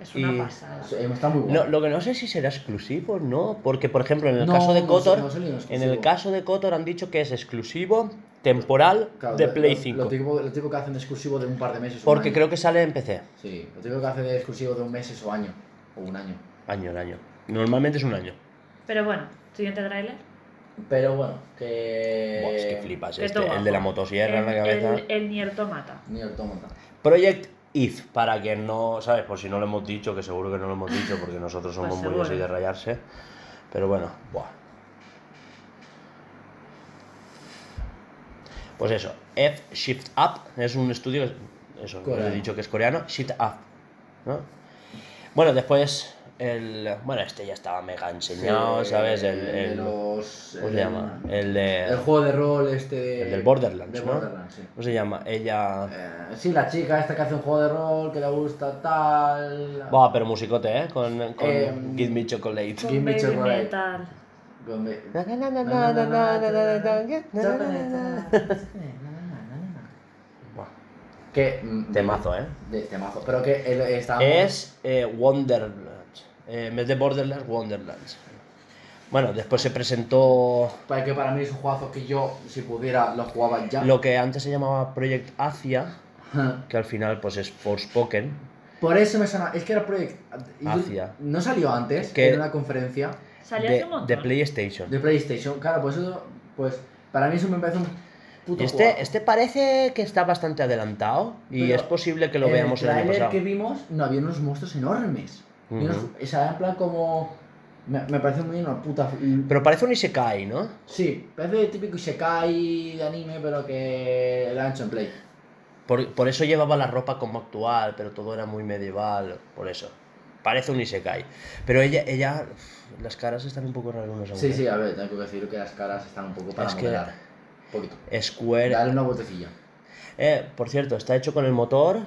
[SPEAKER 2] Es una
[SPEAKER 1] Y-
[SPEAKER 2] pasada.
[SPEAKER 5] Sí, Está muy bueno.
[SPEAKER 1] No, lo que no sé si será exclusivo o no, porque por ejemplo en el
[SPEAKER 5] No,
[SPEAKER 1] caso de
[SPEAKER 5] no,
[SPEAKER 1] Kotor,
[SPEAKER 5] no, eso no es
[SPEAKER 1] en
[SPEAKER 5] exclusivo.
[SPEAKER 1] el caso de Kotor han dicho que es exclusivo temporal
[SPEAKER 5] Claro,
[SPEAKER 1] de
[SPEAKER 5] lo-
[SPEAKER 1] Play
[SPEAKER 5] lo-
[SPEAKER 1] 5,
[SPEAKER 5] Lo típico, lo típico que hacen de exclusivo de un par de meses. o
[SPEAKER 1] porque
[SPEAKER 5] un año.
[SPEAKER 1] creo que sale en PC,
[SPEAKER 5] Sí, lo típico que hacen de exclusivo de un mes o año. O un año.
[SPEAKER 1] año en año. Normalmente es un año.
[SPEAKER 2] Pero bueno, siguiente tráiler.
[SPEAKER 5] Pero bueno,
[SPEAKER 1] Buah,
[SPEAKER 5] que.
[SPEAKER 1] es que flipas,
[SPEAKER 2] que
[SPEAKER 1] este,
[SPEAKER 2] todo
[SPEAKER 1] el de la
[SPEAKER 2] bajo.
[SPEAKER 1] motosierra en la
[SPEAKER 2] Eh, El-
[SPEAKER 1] cabeza.
[SPEAKER 2] El, el Nier Tomata.
[SPEAKER 5] Ni autómata.
[SPEAKER 1] Project If, para que no, ¿sabes? Por si no lo hemos dicho, que seguro que no lo hemos dicho, porque nosotros
[SPEAKER 2] Pues
[SPEAKER 1] somos muy así
[SPEAKER 2] seguro.
[SPEAKER 1] de rayarse. Pero bueno, buah. Pues eso, F Shift Up es un estudio, eso, os he
[SPEAKER 5] Coreano.
[SPEAKER 1] dicho que es coreano, Shift Up, ¿no? Bueno, después El, bueno, este ya estaba mega enseñado, ¿sabes? El,
[SPEAKER 5] de
[SPEAKER 1] el-
[SPEAKER 5] los,
[SPEAKER 1] ¿Cómo se
[SPEAKER 5] el-
[SPEAKER 1] llama? El de.
[SPEAKER 5] El juego de rol este de-
[SPEAKER 1] El del Borderlands,
[SPEAKER 5] de
[SPEAKER 1] ¿no?
[SPEAKER 5] Borderlands, sí.
[SPEAKER 1] ¿Cómo se llama? Ella.
[SPEAKER 5] Eh, sí, la chica esta que hace un juego de rol, que le gusta tal...
[SPEAKER 1] Va, pero musicote, ¿eh? Con, con
[SPEAKER 5] Eh,
[SPEAKER 1] Give Me Chocolate.
[SPEAKER 2] Con
[SPEAKER 5] Give me
[SPEAKER 2] Baby
[SPEAKER 5] chocolate.
[SPEAKER 2] Metal.
[SPEAKER 5] Gombe- Buah. Que... mm,
[SPEAKER 1] Temazo, ¿eh?
[SPEAKER 5] De temazo. Pero que él está...
[SPEAKER 1] Es eh, Wonderlands. Eh, en vez de Borderlands, Wonderlands. Bueno, después se presentó
[SPEAKER 5] Para que para mí es un juegazo que yo, si pudiera, lo jugaba ya.
[SPEAKER 1] lo que antes se llamaba Project Asia, que al final pues es Forspoken.
[SPEAKER 5] Por eso me suena... Es que era Project... y-
[SPEAKER 1] Asia.
[SPEAKER 5] No salió antes,
[SPEAKER 1] Que-
[SPEAKER 5] en una conferencia
[SPEAKER 2] Salió hace
[SPEAKER 1] De,
[SPEAKER 2] un montón.
[SPEAKER 1] de PlayStation.
[SPEAKER 5] de PlayStation. Claro, pues eso... Pues para mí eso me parece un puto
[SPEAKER 1] Este,
[SPEAKER 5] juegazo.
[SPEAKER 1] este parece que está bastante adelantado y
[SPEAKER 5] Pero
[SPEAKER 1] es posible que lo
[SPEAKER 5] En
[SPEAKER 1] veamos el
[SPEAKER 5] el
[SPEAKER 1] año
[SPEAKER 5] tráiler
[SPEAKER 1] pasado.
[SPEAKER 5] que vimos, no, había unos monstruos enormes. Y unos-
[SPEAKER 1] Ujú.
[SPEAKER 5] o sea, en plan como... Me, me parece muy una puta...
[SPEAKER 1] Pero parece un Isekai, ¿no?
[SPEAKER 5] Sí, parece el típico Isekai de anime, pero que la han hecho en Play.
[SPEAKER 1] Por, por eso llevaba la ropa como actual, pero todo era muy medieval, por eso. Parece un Isekai. Pero ella, ella uf, las caras están un poco raras. unas a
[SPEAKER 5] Sí,
[SPEAKER 1] otras.
[SPEAKER 5] sí, a ver, tengo que decir que las caras están un poco para
[SPEAKER 1] Es que-
[SPEAKER 5] modelar. Un poquito.
[SPEAKER 1] Square.
[SPEAKER 5] Dale una vueltecilla.
[SPEAKER 1] Eh, por cierto, está hecho con el motor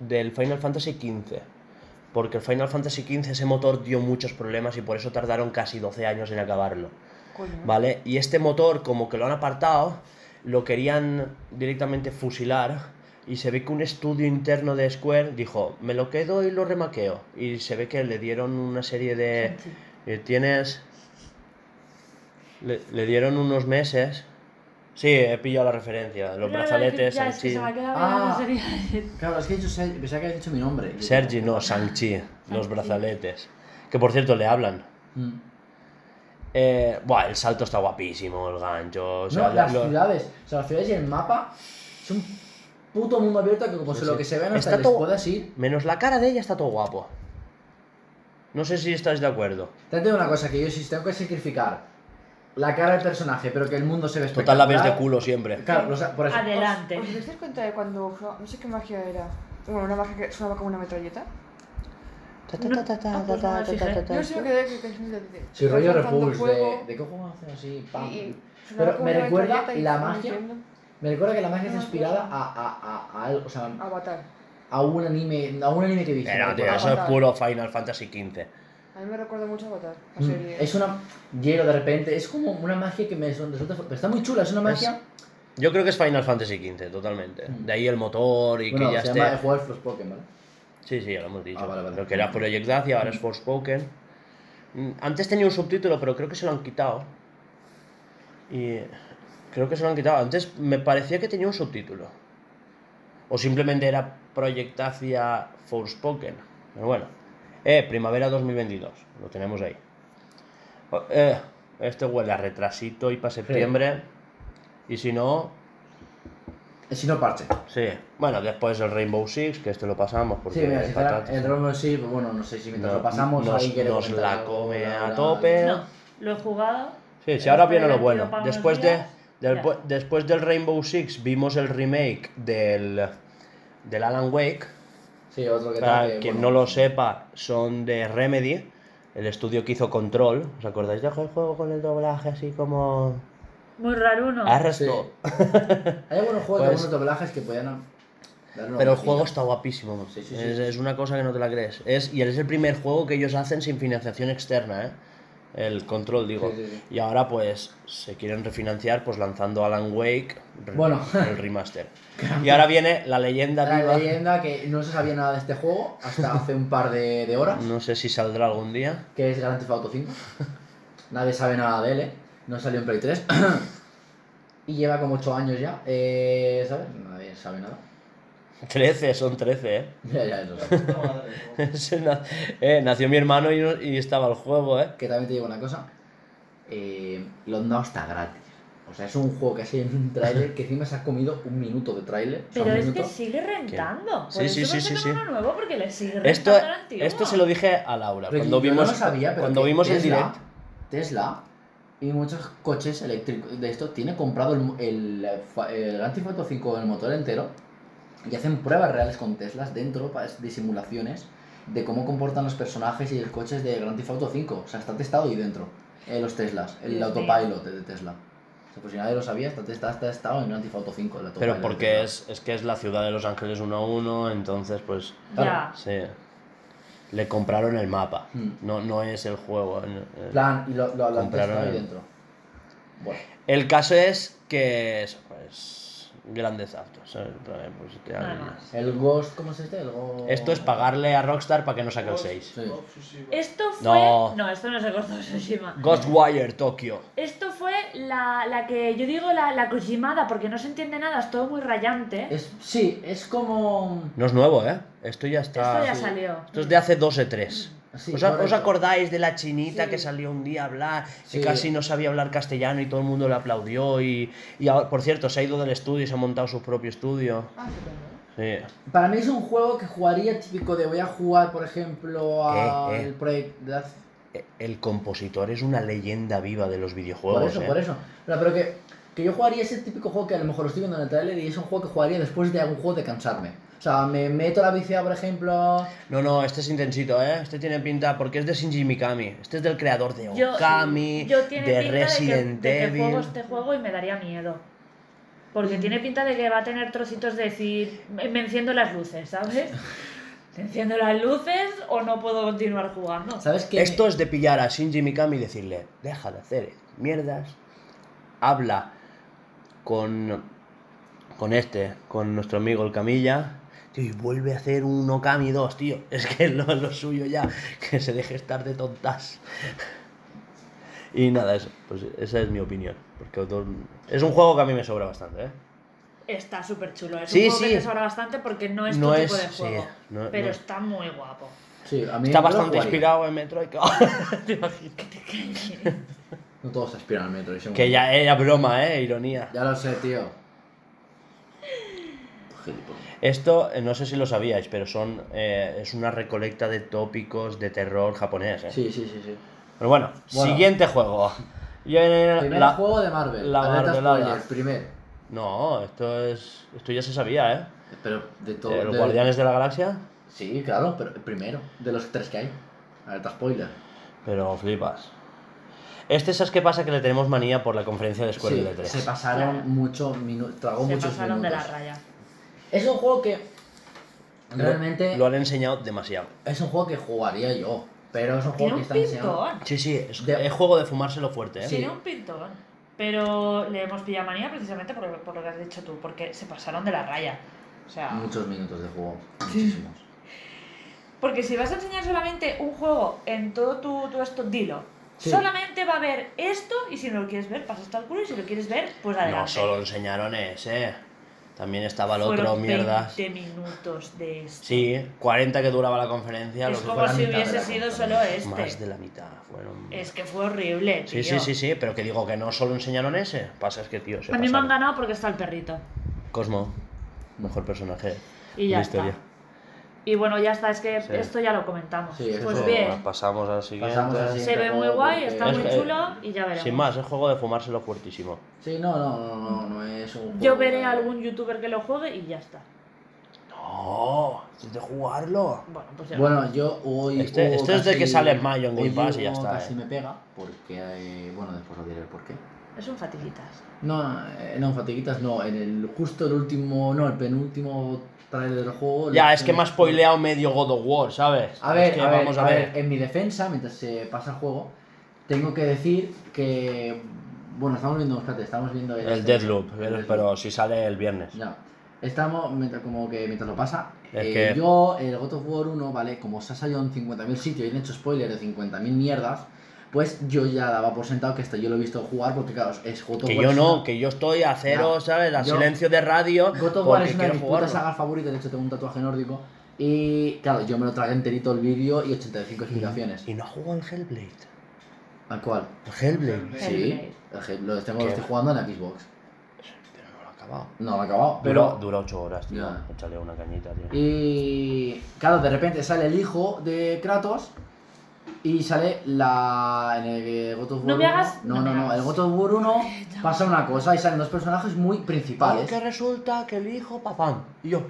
[SPEAKER 1] del Final Fantasy XV. Porque el Final Fantasy XV ese motor dio muchos problemas y por eso tardaron casi 12 años en acabarlo.
[SPEAKER 3] Coño.
[SPEAKER 1] ¿Vale? Y este motor, como que lo han apartado, lo querían directamente fusilar. Y se ve que un estudio interno de Square dijo, me lo quedo y lo remaqueo. Y se ve que le dieron una serie de...
[SPEAKER 2] Sí.
[SPEAKER 1] eh, Tienes... Le, le dieron unos meses. Sí, he pillado la referencia. Los
[SPEAKER 2] Ya,
[SPEAKER 1] brazaletes,
[SPEAKER 2] ya, es que
[SPEAKER 1] Shang-Chi.
[SPEAKER 2] se me ha quedado
[SPEAKER 5] Ah.
[SPEAKER 2] mirando serie.
[SPEAKER 5] Claro, es que he dicho Sergi, pensaba que habías dicho mi nombre. Yo
[SPEAKER 1] Sergi,
[SPEAKER 5] digo,
[SPEAKER 1] no, Shang-Chi. Los
[SPEAKER 2] Shang-Chi.
[SPEAKER 1] brazaletes. Que por cierto, le hablan.
[SPEAKER 5] Mm.
[SPEAKER 1] Eh, buah, el salto está guapísimo, el gancho. o sea, la-
[SPEAKER 5] no, las
[SPEAKER 1] lo-
[SPEAKER 5] ciudades. O sea, las ciudades y el mapa es un puto mundo abierto que como
[SPEAKER 1] Sí,
[SPEAKER 5] se lo
[SPEAKER 1] sí.
[SPEAKER 5] que se vean
[SPEAKER 1] Está
[SPEAKER 5] hasta les
[SPEAKER 1] todo-
[SPEAKER 5] puedas ir.
[SPEAKER 1] Menos la cara de ella está todo guapo. No sé si estáis de acuerdo.
[SPEAKER 5] Te digo una cosa, que yo si tengo que sacrificar la cara del personaje, pero que el mundo se ve
[SPEAKER 1] Total la ves de
[SPEAKER 5] espectacular,
[SPEAKER 1] culo siempre.
[SPEAKER 5] Claro, o sea, por eso.
[SPEAKER 2] Adelante. Ah,
[SPEAKER 3] ¿Os, os disteis cuenta de cuando... No sé qué magia era. Bueno, una magia que sonaba como una metralleta.
[SPEAKER 2] Ah, pues no me fijé.
[SPEAKER 3] Yo sí me quedé que... que- que-
[SPEAKER 5] Si rollo
[SPEAKER 3] lanzando
[SPEAKER 5] Repulse, de,
[SPEAKER 3] fuego
[SPEAKER 5] de qué juego hacen así,
[SPEAKER 3] y-
[SPEAKER 5] pam.
[SPEAKER 3] y sonaba
[SPEAKER 5] Pero
[SPEAKER 3] como
[SPEAKER 5] me
[SPEAKER 3] una
[SPEAKER 5] recuerda
[SPEAKER 3] metralleta y
[SPEAKER 5] la
[SPEAKER 3] estaba
[SPEAKER 5] magia.
[SPEAKER 3] metiendo.
[SPEAKER 5] Me recuerda que la magia está
[SPEAKER 3] No,
[SPEAKER 5] inspirada
[SPEAKER 3] no.
[SPEAKER 5] a, a, a, a algo, o sea,
[SPEAKER 3] Avatar.
[SPEAKER 5] a un anime, a un anime que he visto.
[SPEAKER 1] Pero,
[SPEAKER 5] me
[SPEAKER 1] tío,
[SPEAKER 5] recuerda.
[SPEAKER 1] eso es puro Final Fantasy XV.
[SPEAKER 3] A mí me recuerda mucho a Avatar. La
[SPEAKER 5] Mm,
[SPEAKER 3] serie.
[SPEAKER 5] Es una hielo de repente, es como una magia que me son- resulta, pero está muy chula, es una magia.
[SPEAKER 1] Yo creo que es Final Fantasy XV, totalmente.
[SPEAKER 5] Mm.
[SPEAKER 1] De ahí el motor y
[SPEAKER 5] bueno,
[SPEAKER 1] que ya
[SPEAKER 5] se
[SPEAKER 1] esté.
[SPEAKER 5] llama el juego de Frostpoken, ¿vale?
[SPEAKER 1] Sí, sí, ya lo hemos dicho.
[SPEAKER 5] Ah, vale, vale.
[SPEAKER 1] Lo que era Project Dacia, ahora es Forspoken. Mm, Antes tenía un subtítulo, pero creo que se lo han quitado. Y creo que se lo han quitado. Antes me parecía que tenía un subtítulo. O simplemente era Project Asia Forspoken. Pero bueno. Eh, primavera 2022. Lo tenemos ahí. O- Eh, este huele a retrasito y para septiembre. Y si no,
[SPEAKER 5] Si no parche.
[SPEAKER 1] sí. Bueno, después el Rainbow Six, que esto lo pasamos. Porque
[SPEAKER 5] Sí, mira, si fuera
[SPEAKER 1] patatas.
[SPEAKER 5] el Romo sí, pues bueno, no sé si mientras
[SPEAKER 1] No,
[SPEAKER 5] lo pasamos
[SPEAKER 1] nos-
[SPEAKER 5] ahí quiere
[SPEAKER 1] nos
[SPEAKER 5] comentar
[SPEAKER 1] la
[SPEAKER 5] algo,
[SPEAKER 1] come
[SPEAKER 5] bla,
[SPEAKER 1] a
[SPEAKER 5] bla,
[SPEAKER 1] tope.
[SPEAKER 5] bla.
[SPEAKER 1] Pero-
[SPEAKER 2] No, lo he jugado.
[SPEAKER 1] Sí, sí, ahora
[SPEAKER 2] Pero
[SPEAKER 1] viene lo
[SPEAKER 2] era
[SPEAKER 1] bueno.
[SPEAKER 2] tío para unos
[SPEAKER 1] Después, de,
[SPEAKER 2] días,
[SPEAKER 1] del,
[SPEAKER 2] ya.
[SPEAKER 1] pu- después del Rainbow Six vimos el remake del, del Alan Wake.
[SPEAKER 5] Sí, otro que
[SPEAKER 1] Para
[SPEAKER 5] tal, que,
[SPEAKER 1] quien
[SPEAKER 5] bueno,
[SPEAKER 1] no lo sepa, son de Remedy, el estudio que hizo Control. ¿Os acordáis de aquel juego con el doblaje así como...
[SPEAKER 2] Muy raro uno.
[SPEAKER 1] Arresto.
[SPEAKER 5] Hay algunos juegos de
[SPEAKER 1] Pues-
[SPEAKER 5] algunos doblajes que podían dar una
[SPEAKER 1] Pero el
[SPEAKER 5] vueltecilla.
[SPEAKER 1] juego está guapísimo.
[SPEAKER 5] Sí, sí, sí.
[SPEAKER 1] es, es una cosa que no te la crees. Es, y es el primer juego que ellos hacen sin financiación externa, ¿eh? El Control, digo.
[SPEAKER 5] Sí, sí, sí.
[SPEAKER 1] Y ahora pues se quieren refinanciar pues lanzando Alan Wake, re-
[SPEAKER 5] Bueno.
[SPEAKER 1] el remaster. y ahora viene la leyenda
[SPEAKER 5] La
[SPEAKER 1] viva.
[SPEAKER 5] leyenda que no se sabía nada de este juego hasta hace un par de, de horas,
[SPEAKER 1] No sé si saldrá algún día.
[SPEAKER 5] que es Grand Theft Auto 5. Nadie sabe nada de él, ¿eh? No salió en Play 3. y lleva como 8 años ya, eh, ¿sabes? Nadie sabe nada.
[SPEAKER 1] 13, son 13, ¿eh?
[SPEAKER 5] Ya, ya, eso sí.
[SPEAKER 1] Se na- eh, Nació mi hermano y, no- y estaba el juego, ¿eh?
[SPEAKER 5] Que también te digo una cosa. Eh, lo han dado hasta gratis. O sea, es un juego que ha sido en un tráiler que encima se ha comido un minuto de tráiler. o sea,
[SPEAKER 2] Pero
[SPEAKER 5] un
[SPEAKER 2] es que
[SPEAKER 5] minuto.
[SPEAKER 2] sigue rentando. Por
[SPEAKER 1] Sí, sí,
[SPEAKER 2] eso
[SPEAKER 1] sí, sí,
[SPEAKER 2] me sacan
[SPEAKER 1] sí.
[SPEAKER 2] uno nuevo porque le sigue
[SPEAKER 1] Esto,
[SPEAKER 2] rentando al antiguo.
[SPEAKER 1] esto se lo dije a Laura.
[SPEAKER 5] Pero
[SPEAKER 1] Cuando
[SPEAKER 5] yo
[SPEAKER 1] vimos,
[SPEAKER 5] no lo sabía, pero
[SPEAKER 1] cuando
[SPEAKER 5] que
[SPEAKER 1] vimos el
[SPEAKER 5] Tesla-
[SPEAKER 1] directo.
[SPEAKER 5] Tesla y muchos coches eléctricos de esto tiene comprado el, el, el Grand Theft Auto 5 el motor entero y hacen pruebas reales con Teslas dentro pa- de simulaciones de cómo comportan los personajes y los coches de Grand Theft Auto 5. O sea, está testado ahí dentro. eh, los Teslas, el
[SPEAKER 2] Dios
[SPEAKER 5] autopilot de Tesla. O sea, pues si nadie lo sabía, está testado, está testado en Grand Theft Auto 5. El autopilot
[SPEAKER 1] Pero
[SPEAKER 5] de
[SPEAKER 1] porque
[SPEAKER 5] Tesla.
[SPEAKER 1] es, es que es la ciudad de Los Ángeles 1 a 1, entonces pues
[SPEAKER 5] Claro.
[SPEAKER 2] Ya.
[SPEAKER 1] sí. Le compraron el mapa.
[SPEAKER 5] Hmm.
[SPEAKER 1] No, no es el juego. no, eh.
[SPEAKER 5] plan, y lo, lo, lo han
[SPEAKER 1] Compraron
[SPEAKER 5] testado ahí
[SPEAKER 1] el-
[SPEAKER 5] dentro. Bueno,
[SPEAKER 1] El caso es que es pues, grandes actos. ¿sabes? Otra vez, pues, te
[SPEAKER 2] Nada
[SPEAKER 1] dan-
[SPEAKER 2] más.
[SPEAKER 5] el Ghost, ¿cómo se dice? El Ghost...
[SPEAKER 1] Esto es pagarle a Rockstar para que no saque el 6.
[SPEAKER 5] Sí.
[SPEAKER 2] Esto fue.
[SPEAKER 1] No.
[SPEAKER 2] esto no es el Ghost of Tsushima.
[SPEAKER 1] Ghostwire Tokyo.
[SPEAKER 2] Esto fue la, la que yo digo la, la Kojimada, porque no se entiende nada, es todo muy rayante.
[SPEAKER 5] Es, sí, es como...
[SPEAKER 1] No es nuevo, ¿eh? Esto ya está.
[SPEAKER 2] Esto ya
[SPEAKER 1] sí.
[SPEAKER 2] salió.
[SPEAKER 1] Esto es de hace dos o tres.
[SPEAKER 5] Sí,
[SPEAKER 1] ¿Os, a- os
[SPEAKER 5] correcto.
[SPEAKER 1] acordáis de la chinita
[SPEAKER 5] Sí.
[SPEAKER 1] que salió un día a hablar,
[SPEAKER 5] Sí.
[SPEAKER 1] que casi no sabía hablar castellano y todo el mundo le aplaudió? Y, y ahora- por cierto, se ha ido del estudio y se ha montado su propio estudio.
[SPEAKER 3] Ah, estupendo. ¿eh?
[SPEAKER 1] Sí.
[SPEAKER 5] Para mí es un juego que jugaría típico de voy a jugar, por ejemplo, al
[SPEAKER 1] Eh, eh.
[SPEAKER 5] Project Death.
[SPEAKER 1] E- El compositor es una leyenda viva de los videojuegos.
[SPEAKER 5] Por eso,
[SPEAKER 1] ¿eh?
[SPEAKER 5] por eso. No, pero que, que yo jugaría ese típico juego que a lo mejor lo estoy viendo en el trailer y es un juego que jugaría después de algún juego de cansarme. O sea, me meto la bici, por ejemplo.
[SPEAKER 1] No, no, este es intensito, ¿eh? Este tiene pinta porque es de Shinji Mikami. Este es del creador de
[SPEAKER 2] Yo,
[SPEAKER 1] Okami,
[SPEAKER 2] yo tiene
[SPEAKER 1] de
[SPEAKER 2] pinta
[SPEAKER 1] Resident
[SPEAKER 2] de que, de que
[SPEAKER 1] Evil.
[SPEAKER 2] juego este juego y me daría miedo. Porque tiene pinta de que va a tener trocitos de decir, me me enciendo las luces, ¿sabes? Te enciendo las luces o no puedo continuar jugando.
[SPEAKER 5] ¿Sabes qué?
[SPEAKER 1] Esto es de pillar a Shinji Mikami y decirle, deja de hacer mierdas, habla con, con este, con nuestro amigo el Camilla, tío, y vuelve a hacer un Okami 2, tío. Es que es lo, lo suyo ya, que se deje estar de tontas. Y nada, eso, pues esa es mi opinión. Porque otro- es un juego que a mí me sobra bastante, ¿eh?
[SPEAKER 2] Está súper chulo. Es
[SPEAKER 1] Sí,
[SPEAKER 2] un juego
[SPEAKER 1] sí.
[SPEAKER 2] que te sobra bastante porque no es
[SPEAKER 1] No
[SPEAKER 2] tu
[SPEAKER 1] es-
[SPEAKER 2] tipo de
[SPEAKER 1] sí,
[SPEAKER 2] juego.
[SPEAKER 1] no-
[SPEAKER 2] pero
[SPEAKER 1] no.
[SPEAKER 2] está muy guapo.
[SPEAKER 5] Sí, a mí
[SPEAKER 1] Está
[SPEAKER 5] yo lo
[SPEAKER 1] bastante
[SPEAKER 5] jugaría.
[SPEAKER 1] inspirado en Metroid. ¿te imaginas?
[SPEAKER 5] No todos se inspiran en Metro. y son-
[SPEAKER 1] Que ya era broma, ¿eh? Ironía.
[SPEAKER 5] Ya lo sé, tío. Gilipollas.
[SPEAKER 1] Esto, eh, no sé si lo sabíais, pero son eh, es una recolecta de tópicos de terror japonés. ¿eh?
[SPEAKER 5] Sí, sí, sí, sí.
[SPEAKER 1] Pero bueno,
[SPEAKER 5] Bueno.
[SPEAKER 1] siguiente juego. Y en
[SPEAKER 5] Primer
[SPEAKER 1] la-
[SPEAKER 5] juego de Marvel.
[SPEAKER 1] la
[SPEAKER 5] Alerta
[SPEAKER 1] Marvelada.
[SPEAKER 5] spoiler, primer.
[SPEAKER 1] No, esto es esto ya se sabía, ¿eh?
[SPEAKER 5] Pero de todo.
[SPEAKER 1] Eh, los
[SPEAKER 5] de-
[SPEAKER 1] Guardianes de la Galaxia,
[SPEAKER 5] Sí, claro, pero el primero. De los tres que hay. Alerta spoiler.
[SPEAKER 1] pero flipas. Este es que pasa que le tenemos manía por la conferencia de Square
[SPEAKER 5] Sí,
[SPEAKER 1] de 3
[SPEAKER 5] se pasaron mucho minu- tragó
[SPEAKER 2] Se
[SPEAKER 5] muchos
[SPEAKER 2] pasaron de la
[SPEAKER 5] minutos.
[SPEAKER 2] raya.
[SPEAKER 5] Es un juego que realmente
[SPEAKER 1] Lo han enseñado demasiado.
[SPEAKER 5] es un juego que jugaría yo, pero es un
[SPEAKER 2] Tiene
[SPEAKER 5] juego que
[SPEAKER 2] un
[SPEAKER 5] está enseñado.
[SPEAKER 2] pintón.
[SPEAKER 1] Sí, sí, es,
[SPEAKER 5] De-
[SPEAKER 1] es juego de fumárselo fuerte, ¿eh?
[SPEAKER 5] Sí.
[SPEAKER 2] Tiene un pintón. Pero le hemos pillado manía precisamente por, por lo que has dicho tú, porque se pasaron de la raya. O sea,
[SPEAKER 5] Muchos minutos de juego, muchísimos.
[SPEAKER 2] porque si vas a enseñar solamente un juego en todo tu, tu esto, dilo.
[SPEAKER 5] Sí.
[SPEAKER 2] Solamente va a haber esto y si no lo quieres ver, pasas hasta el culo y si lo quieres ver, pues adelante.
[SPEAKER 1] No solo enseñaron ese. También estaba el otro,
[SPEAKER 2] Fueron
[SPEAKER 1] mierdas.
[SPEAKER 2] 20 minutos de esto.
[SPEAKER 1] Sí, 40 que duraba la conferencia,
[SPEAKER 2] es
[SPEAKER 1] lo que
[SPEAKER 2] como
[SPEAKER 1] fuera
[SPEAKER 5] la
[SPEAKER 2] si
[SPEAKER 5] mitad de
[SPEAKER 2] hubiese
[SPEAKER 5] la
[SPEAKER 2] sido solo
[SPEAKER 5] conferencia.
[SPEAKER 2] este.
[SPEAKER 1] Más de la mitad fueron.
[SPEAKER 2] Es que fue horrible,
[SPEAKER 1] Sí,
[SPEAKER 2] tío.
[SPEAKER 1] sí, sí, sí, pero que digo que no solo enseñaron ese. Pasa es que, tío, se
[SPEAKER 2] A mí me han
[SPEAKER 1] pasaron.
[SPEAKER 2] ganado porque está el perrito.
[SPEAKER 1] Cosmo, mejor personaje
[SPEAKER 2] Y
[SPEAKER 1] de
[SPEAKER 2] ya
[SPEAKER 1] la
[SPEAKER 2] está.
[SPEAKER 1] historia.
[SPEAKER 2] Y bueno, ya está, es que
[SPEAKER 1] Sí.
[SPEAKER 2] esto ya lo comentamos.
[SPEAKER 5] Sí, eso
[SPEAKER 2] pues
[SPEAKER 5] es
[SPEAKER 2] bien,
[SPEAKER 1] Bueno, pasamos al siguiente.
[SPEAKER 5] Pasamos al siguiente
[SPEAKER 2] se ve muy
[SPEAKER 5] juego
[SPEAKER 2] guay,
[SPEAKER 5] porque-
[SPEAKER 2] está
[SPEAKER 1] Es
[SPEAKER 2] muy
[SPEAKER 1] que-
[SPEAKER 2] chulo y ya veremos.
[SPEAKER 1] Sin más, es juego de fumárselo fuertísimo.
[SPEAKER 5] Sí, no, no, no, no, no es un juego
[SPEAKER 2] Yo veré
[SPEAKER 5] que-
[SPEAKER 2] a algún youtuber que lo juegue y ya está.
[SPEAKER 1] No, es de jugarlo.
[SPEAKER 2] Bueno, pues ya.
[SPEAKER 5] Bueno, yo hoy
[SPEAKER 1] Este-
[SPEAKER 5] hubo
[SPEAKER 1] este es de que sale en mayo en
[SPEAKER 5] hoy
[SPEAKER 1] Game Pass y ya
[SPEAKER 5] hubo
[SPEAKER 1] está,
[SPEAKER 5] Casi
[SPEAKER 1] eh.
[SPEAKER 5] me pega porque eh, bueno, después os diré el por qué.
[SPEAKER 2] Es un fatiguitas.
[SPEAKER 5] No, eh, no, fatiguitas no, en el justo el último, no, el penúltimo trailer del juego.
[SPEAKER 1] Ya,
[SPEAKER 5] lo-
[SPEAKER 1] es que me ha spoileado medio God of War, ¿sabes?
[SPEAKER 5] A ver,
[SPEAKER 1] Es que
[SPEAKER 5] a, ver,
[SPEAKER 1] vamos
[SPEAKER 5] a ver, en mi defensa, mientras se pasa el juego, tengo que decir que. Bueno, estamos viendo, espérate, estamos viendo el.
[SPEAKER 1] El Deathloop,
[SPEAKER 5] el
[SPEAKER 1] pero,
[SPEAKER 5] Deathloop.
[SPEAKER 1] pero si sale el viernes.
[SPEAKER 5] No. Estamos, mientras, como que mientras lo pasa,
[SPEAKER 1] Es
[SPEAKER 5] eh,
[SPEAKER 1] que-
[SPEAKER 5] yo, el God of War 1, ¿vale? Como se ha salido en 50.000 sitios y han hecho spoilers de 50.000 mierdas, pues yo ya daba por sentado que hasta yo lo he visto jugar porque, claro, es God of
[SPEAKER 1] Que
[SPEAKER 5] War.
[SPEAKER 1] yo
[SPEAKER 5] es
[SPEAKER 1] no,
[SPEAKER 5] una-
[SPEAKER 1] que yo estoy a cero,
[SPEAKER 5] Ya.
[SPEAKER 1] ¿sabes? A
[SPEAKER 5] Yo-
[SPEAKER 1] silencio de radio.
[SPEAKER 5] God
[SPEAKER 1] porque
[SPEAKER 5] of War es una de mis
[SPEAKER 1] quiero
[SPEAKER 5] putas
[SPEAKER 1] jugarlo.
[SPEAKER 5] sagas favoritas, de hecho tengo un tatuaje nórdico. Y claro, yo me lo tragué enterito el vídeo y 85 explicaciones.
[SPEAKER 1] Y no ha jugado al Hellblade.
[SPEAKER 5] ¿Al cual?
[SPEAKER 1] El Hellblade.
[SPEAKER 5] Sí, el Hell- lo tengo, lo
[SPEAKER 1] Mm. ¿Qué?
[SPEAKER 5] estoy jugando en la Xbox.
[SPEAKER 1] Pero no lo ha acabado.
[SPEAKER 5] No lo he acabado,
[SPEAKER 1] Pero
[SPEAKER 5] pero...
[SPEAKER 1] dura 8 horas, tío.
[SPEAKER 5] Ya.
[SPEAKER 1] Échale una cañita, tío.
[SPEAKER 5] Y claro, de repente sale el hijo de Kratos y sale la... En el God of War
[SPEAKER 2] No me
[SPEAKER 5] 1.
[SPEAKER 2] hagas-
[SPEAKER 5] No,
[SPEAKER 2] no me
[SPEAKER 5] no, no.
[SPEAKER 2] hagas.
[SPEAKER 5] El God of War 1
[SPEAKER 1] Oh,
[SPEAKER 5] pasa una cosa y salen dos personajes muy principales.
[SPEAKER 1] Porque resulta que el hijo, papá. Y yo.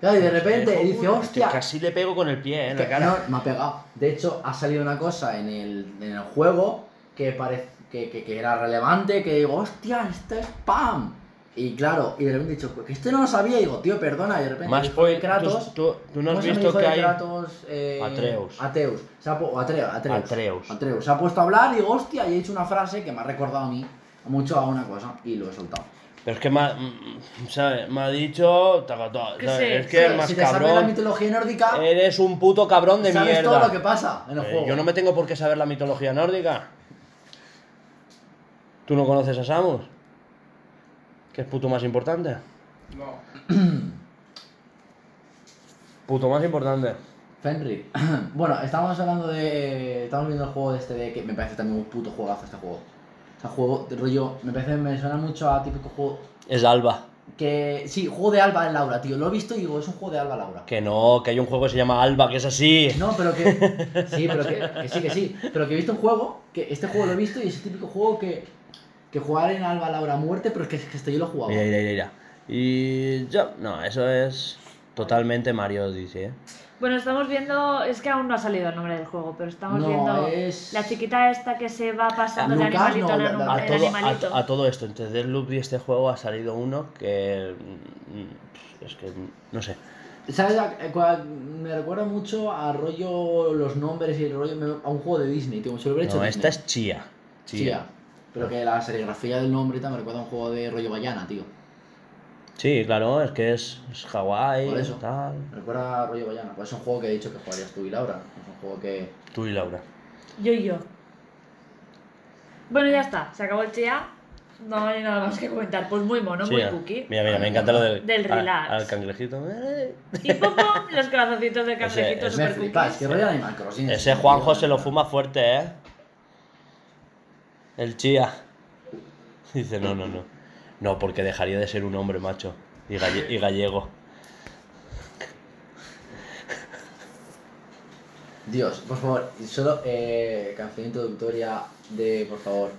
[SPEAKER 5] Claro, y de
[SPEAKER 1] Pues
[SPEAKER 5] repente
[SPEAKER 1] dejo,
[SPEAKER 5] dice,
[SPEAKER 1] uy,
[SPEAKER 5] hostia,
[SPEAKER 1] Casi le pego con el pie, eh, en
[SPEAKER 5] que
[SPEAKER 1] la cara.
[SPEAKER 5] no, me ha pegado. De hecho, ha salido una cosa en el, en el juego que, parece que, que- que era relevante, que digo, hostia, esto es spam. Y claro, y de repente he dicho, que esto no lo sabía, y digo, tío, perdona, y de repente
[SPEAKER 1] Más
[SPEAKER 5] hijo de
[SPEAKER 1] spoil.
[SPEAKER 5] Kratos.
[SPEAKER 1] Tú, tú- tú no
[SPEAKER 5] ¿cómo
[SPEAKER 1] has
[SPEAKER 5] se llama el
[SPEAKER 1] visto
[SPEAKER 5] hijo
[SPEAKER 1] que
[SPEAKER 5] de
[SPEAKER 1] hay.
[SPEAKER 5] Kratos, eh,
[SPEAKER 1] Atreus.
[SPEAKER 5] Ateus. Se ha pu- o Atreo- Atreus.
[SPEAKER 1] Atreus.
[SPEAKER 5] Atreus. Se ha puesto a hablar y digo, hostia, y he hecho una frase que me ha recordado a mí mucho a una cosa y lo he soltado.
[SPEAKER 1] Pero es que me ha, mm, ¿sabes? me ha dicho. taca, taca,
[SPEAKER 2] Que
[SPEAKER 1] ¿sabes?
[SPEAKER 2] sí,
[SPEAKER 1] es que
[SPEAKER 5] Sí,
[SPEAKER 1] es más
[SPEAKER 5] si te sabes la
[SPEAKER 1] cabrón.
[SPEAKER 5] mitología nórdica,
[SPEAKER 1] Eres un puto cabrón de
[SPEAKER 5] sabes
[SPEAKER 1] mierda.
[SPEAKER 5] todo lo que pasa en el
[SPEAKER 1] Eh,
[SPEAKER 5] juego.
[SPEAKER 1] yo no me tengo por qué saber la mitología nórdica. ¿Tú no conoces a Samus? ¿Qué es puto más importante?
[SPEAKER 4] No.
[SPEAKER 1] Puto más importante.
[SPEAKER 5] Fenrir. bueno, estábamos hablando de. Estamos viendo el juego de este de que me parece también un puto juegazo este juego. O sea, juego de rollo. Me parece, me suena mucho a típico juego.
[SPEAKER 1] Es Alba.
[SPEAKER 5] Que. Sí, juego de Alba Laura, tío. Lo he visto y digo, es un juego de Alba Laura.
[SPEAKER 1] Que no, que hay un juego que se llama Alba, que es así.
[SPEAKER 5] No, pero que. Sí, pero que, que sí, que sí. Pero que he visto un juego. Que este juego lo he visto y es el típico juego que. Que jugar en Alba Laura a muerte, pero es que, que esto yo lo he jugado.
[SPEAKER 1] Mira, mira, mira, mira. Y yo, no, eso es totalmente Mario Odyssey, ¿eh?
[SPEAKER 2] Bueno, estamos viendo, es que aún no ha salido el nombre del juego, pero estamos
[SPEAKER 5] No,
[SPEAKER 2] viendo
[SPEAKER 5] es-
[SPEAKER 2] la chiquita esta que se va pasando de
[SPEAKER 5] Lucas,
[SPEAKER 2] animalito
[SPEAKER 5] no,
[SPEAKER 2] en
[SPEAKER 5] la- la-
[SPEAKER 1] A
[SPEAKER 5] El
[SPEAKER 1] todo,
[SPEAKER 2] animalito.
[SPEAKER 1] a, a todo esto, entre Deathloop y este juego ha salido uno que... mm, Es que, no sé.
[SPEAKER 5] ¿Sabes? a- a cuál- Me recuerda mucho a rollo. Los nombres y el rollo. me- A un juego de Disney, tío. Se lo hubiera hecho
[SPEAKER 1] No,
[SPEAKER 5] Disney.
[SPEAKER 1] esta es Chía. Chía.
[SPEAKER 5] Sí, ya. Pero que la serigrafía del nombre y tal me recuerda a un juego de rollo Bayana, tío.
[SPEAKER 1] Sí, claro, es que es, es Hawái,
[SPEAKER 5] Por eso.
[SPEAKER 1] tal.
[SPEAKER 5] Me recuerda a rollo Bayana. Pues es un juego que he dicho que jugarías tú y Laura. Es un juego que.
[SPEAKER 1] Tú y Laura.
[SPEAKER 2] Yo y yo. Bueno, ya está, se acabó el chía. No hay nada más que comentar, pues muy mono,
[SPEAKER 1] Sí,
[SPEAKER 2] muy
[SPEAKER 1] ah.
[SPEAKER 2] cookie.
[SPEAKER 1] Mira, mira, me encanta lo del...
[SPEAKER 2] Del
[SPEAKER 1] a-
[SPEAKER 2] relax.
[SPEAKER 1] Al cangrejito. Eh,
[SPEAKER 2] Y pum pum, los corazoncitos de cangrejito
[SPEAKER 1] Ese-
[SPEAKER 5] Me
[SPEAKER 2] super
[SPEAKER 5] flipas, que
[SPEAKER 2] cookies.
[SPEAKER 5] rollo Animal Crossing. es
[SPEAKER 1] Ese
[SPEAKER 5] un
[SPEAKER 1] Juanjo
[SPEAKER 5] tío,
[SPEAKER 1] se lo
[SPEAKER 5] tío.
[SPEAKER 1] fuma fuerte, ¿eh? El chía. Dice, no, no, no. No, porque dejaría de ser un hombre, macho. Y, galle- y gallego.
[SPEAKER 5] Dios, por favor, y solo eh, canción introductoria de. Por favor.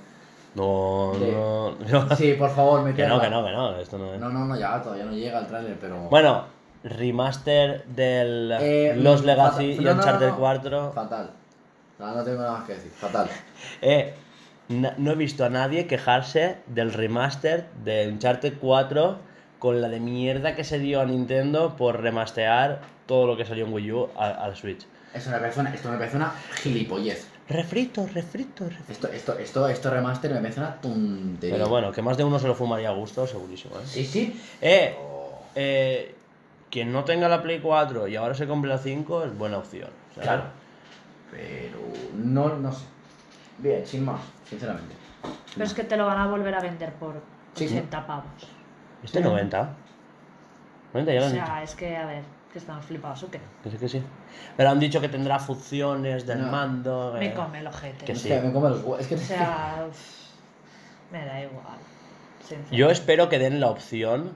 [SPEAKER 1] No,
[SPEAKER 5] Sí.
[SPEAKER 1] no, no.
[SPEAKER 5] Sí, por favor, me
[SPEAKER 1] Que no, que no, que no. Esto no es.
[SPEAKER 5] No, no, no, ya todavía no llega el tráiler, pero.
[SPEAKER 1] Bueno, remaster del
[SPEAKER 5] Eh,
[SPEAKER 1] Los
[SPEAKER 5] mm,
[SPEAKER 1] Legacy
[SPEAKER 5] fatal.
[SPEAKER 1] y
[SPEAKER 5] No, no,
[SPEAKER 1] Uncharted
[SPEAKER 5] no, no.
[SPEAKER 1] 4.
[SPEAKER 5] Fatal. No, no tengo nada más que decir. Fatal.
[SPEAKER 1] Eh, na- no he visto a nadie quejarse del remaster de Uncharted 4 con la de mierda que se dio a Nintendo por remastear todo lo que salió en Wii U a- al Switch.
[SPEAKER 5] Es una persona, esto me parece una gilipollez.
[SPEAKER 1] Refrito, refrito, refrito.
[SPEAKER 5] Esto, esto, esto, esto remaster me parece una tontería.
[SPEAKER 1] Pero bueno, que más de uno se lo fumaría a gusto, segurísimo. ¿eh?
[SPEAKER 5] Sí, sí.
[SPEAKER 1] Eh, eh, quien no tenga la Play 4 y ahora se compre la 5 es buena opción. ¿sabes?
[SPEAKER 5] Claro. Pero no, no sé. Bien, sin más, sinceramente.
[SPEAKER 2] Pero es que te lo van a volver a vender por
[SPEAKER 5] Sí, sí.
[SPEAKER 2] 80 pavos.
[SPEAKER 1] Este 90. 90 ya lo
[SPEAKER 2] O
[SPEAKER 1] han dicho.
[SPEAKER 2] sea, es que, a ver, que estamos flipados, ¿o qué?
[SPEAKER 1] Que sí, que sí. Pero han dicho que tendrá funciones del
[SPEAKER 5] No.
[SPEAKER 1] mando. eh.
[SPEAKER 2] Me come el ojete.
[SPEAKER 1] Que
[SPEAKER 5] Es
[SPEAKER 1] sí.
[SPEAKER 5] que me come los huevos. Es que
[SPEAKER 2] O sea, uf, me da igual. sinceramente.
[SPEAKER 1] Yo espero que den la opción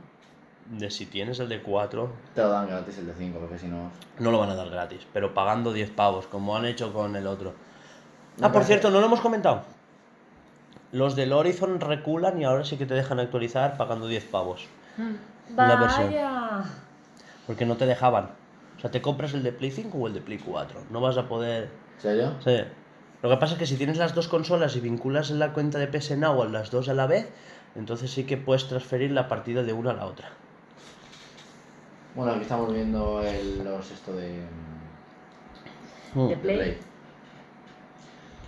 [SPEAKER 1] de si tienes el de 4,
[SPEAKER 5] te lo dan gratis el de 5, porque si no.
[SPEAKER 1] no lo van a dar gratis, pero pagando 10 pavos, como han hecho con el otro.
[SPEAKER 5] Me
[SPEAKER 1] Ah, por
[SPEAKER 5] parece-
[SPEAKER 1] cierto, no lo hemos comentado. Los del Horizon reculan y ahora sí que te dejan actualizar pagando 10 pavos. una versión.
[SPEAKER 2] Vaya.
[SPEAKER 1] Porque no te dejaban. O sea, te compras el de Play 5 o el de Play 4. No vas a poder
[SPEAKER 5] ¿En serio?
[SPEAKER 1] Sí. Lo que pasa es que si tienes las dos consolas y vinculas la cuenta de PS Now a las dos a la vez, entonces sí que puedes transferir la partida de una a la otra.
[SPEAKER 5] Bueno, aquí estamos viendo el, los esto de.
[SPEAKER 1] Hmm.
[SPEAKER 2] De
[SPEAKER 5] de
[SPEAKER 2] Play.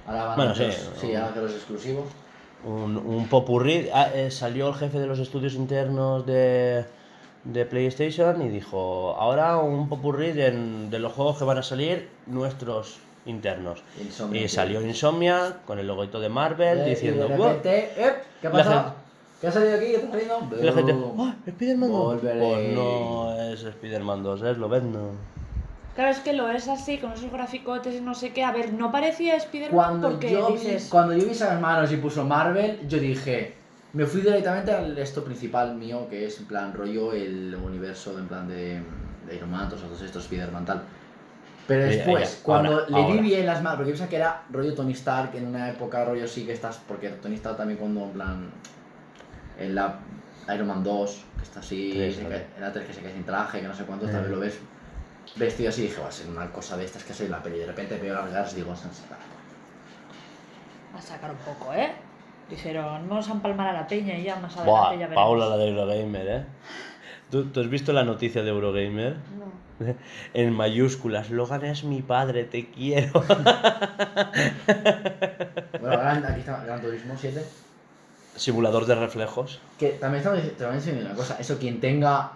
[SPEAKER 5] Ahora van
[SPEAKER 1] Bueno,
[SPEAKER 5] a
[SPEAKER 1] sí,
[SPEAKER 5] hacer los,
[SPEAKER 1] no.
[SPEAKER 5] ahora van a hacer los exclusivos.
[SPEAKER 1] Un, un popurrí. Ah, eh, salió el jefe de los estudios internos de, de PlayStation y dijo: Ahora un popurrí de, de los juegos que van a salir nuestros internos.
[SPEAKER 5] Insomnia.
[SPEAKER 1] Y salió Insomnia con el logoito de Marvel
[SPEAKER 5] Eh,
[SPEAKER 1] diciendo:
[SPEAKER 5] Y de
[SPEAKER 1] "Wow".
[SPEAKER 5] repente, ¡ep! ¿Qué ha
[SPEAKER 1] La
[SPEAKER 5] pasado?
[SPEAKER 1] gente-
[SPEAKER 5] ¿Qué ha salido aquí? ¿Qué está saliendo?
[SPEAKER 1] Y la gente:
[SPEAKER 5] Blum.
[SPEAKER 1] ¡Ah, Spider-Man 2".
[SPEAKER 5] Volveré.
[SPEAKER 1] Pues no es Spider-Man 2, es Lobezno.
[SPEAKER 2] Claro, es que lo es así, con esos graficotes y no sé qué. A ver, no parecía Spider-Man
[SPEAKER 5] Cuando
[SPEAKER 2] porque
[SPEAKER 5] yo, vi,
[SPEAKER 2] dices.
[SPEAKER 5] cuando yo vi esas manos y puso Marvel, yo dije, me fui directamente al esto principal mío, que es en plan rollo el universo en plan de, de Iron Man, todos estos, estos Spider-Man tal. Pero
[SPEAKER 1] Eh, Ya, ya,
[SPEAKER 5] después, cuando
[SPEAKER 1] ahora,
[SPEAKER 5] le
[SPEAKER 1] ahora.
[SPEAKER 5] vi bien las manos, porque yo pensaba que era rollo Tony Stark en una época, rollo sí que estás, porque Tony Stark también cuando en plan, en la Iron Man 2, que está así,
[SPEAKER 1] Tres,
[SPEAKER 5] se
[SPEAKER 1] ¿no?
[SPEAKER 5] cae- era tres que se cae sin traje, que no sé cuántos,
[SPEAKER 1] Eh.
[SPEAKER 5] tal vez lo ves vestido así y dije, va a ser una cosa de estas que soy la peli. De repente veo las garras y digo, se han sacado.
[SPEAKER 2] A sacar un poco, ¿eh? Dijeron, vamos a empalmar a la peña y ya más adelante ya
[SPEAKER 1] Buah,
[SPEAKER 2] veremos.
[SPEAKER 1] Paula, la de Eurogamer, ¿eh? ¿Tú, tú has visto la noticia de Eurogamer?
[SPEAKER 3] No.
[SPEAKER 1] En mayúsculas, Logan es mi padre, te quiero.
[SPEAKER 5] Bueno, Gran- aquí está Gran Turismo 7.
[SPEAKER 1] Simulador de reflejos.
[SPEAKER 5] Que también estamos dic- te voy a decir una cosa, eso quien tenga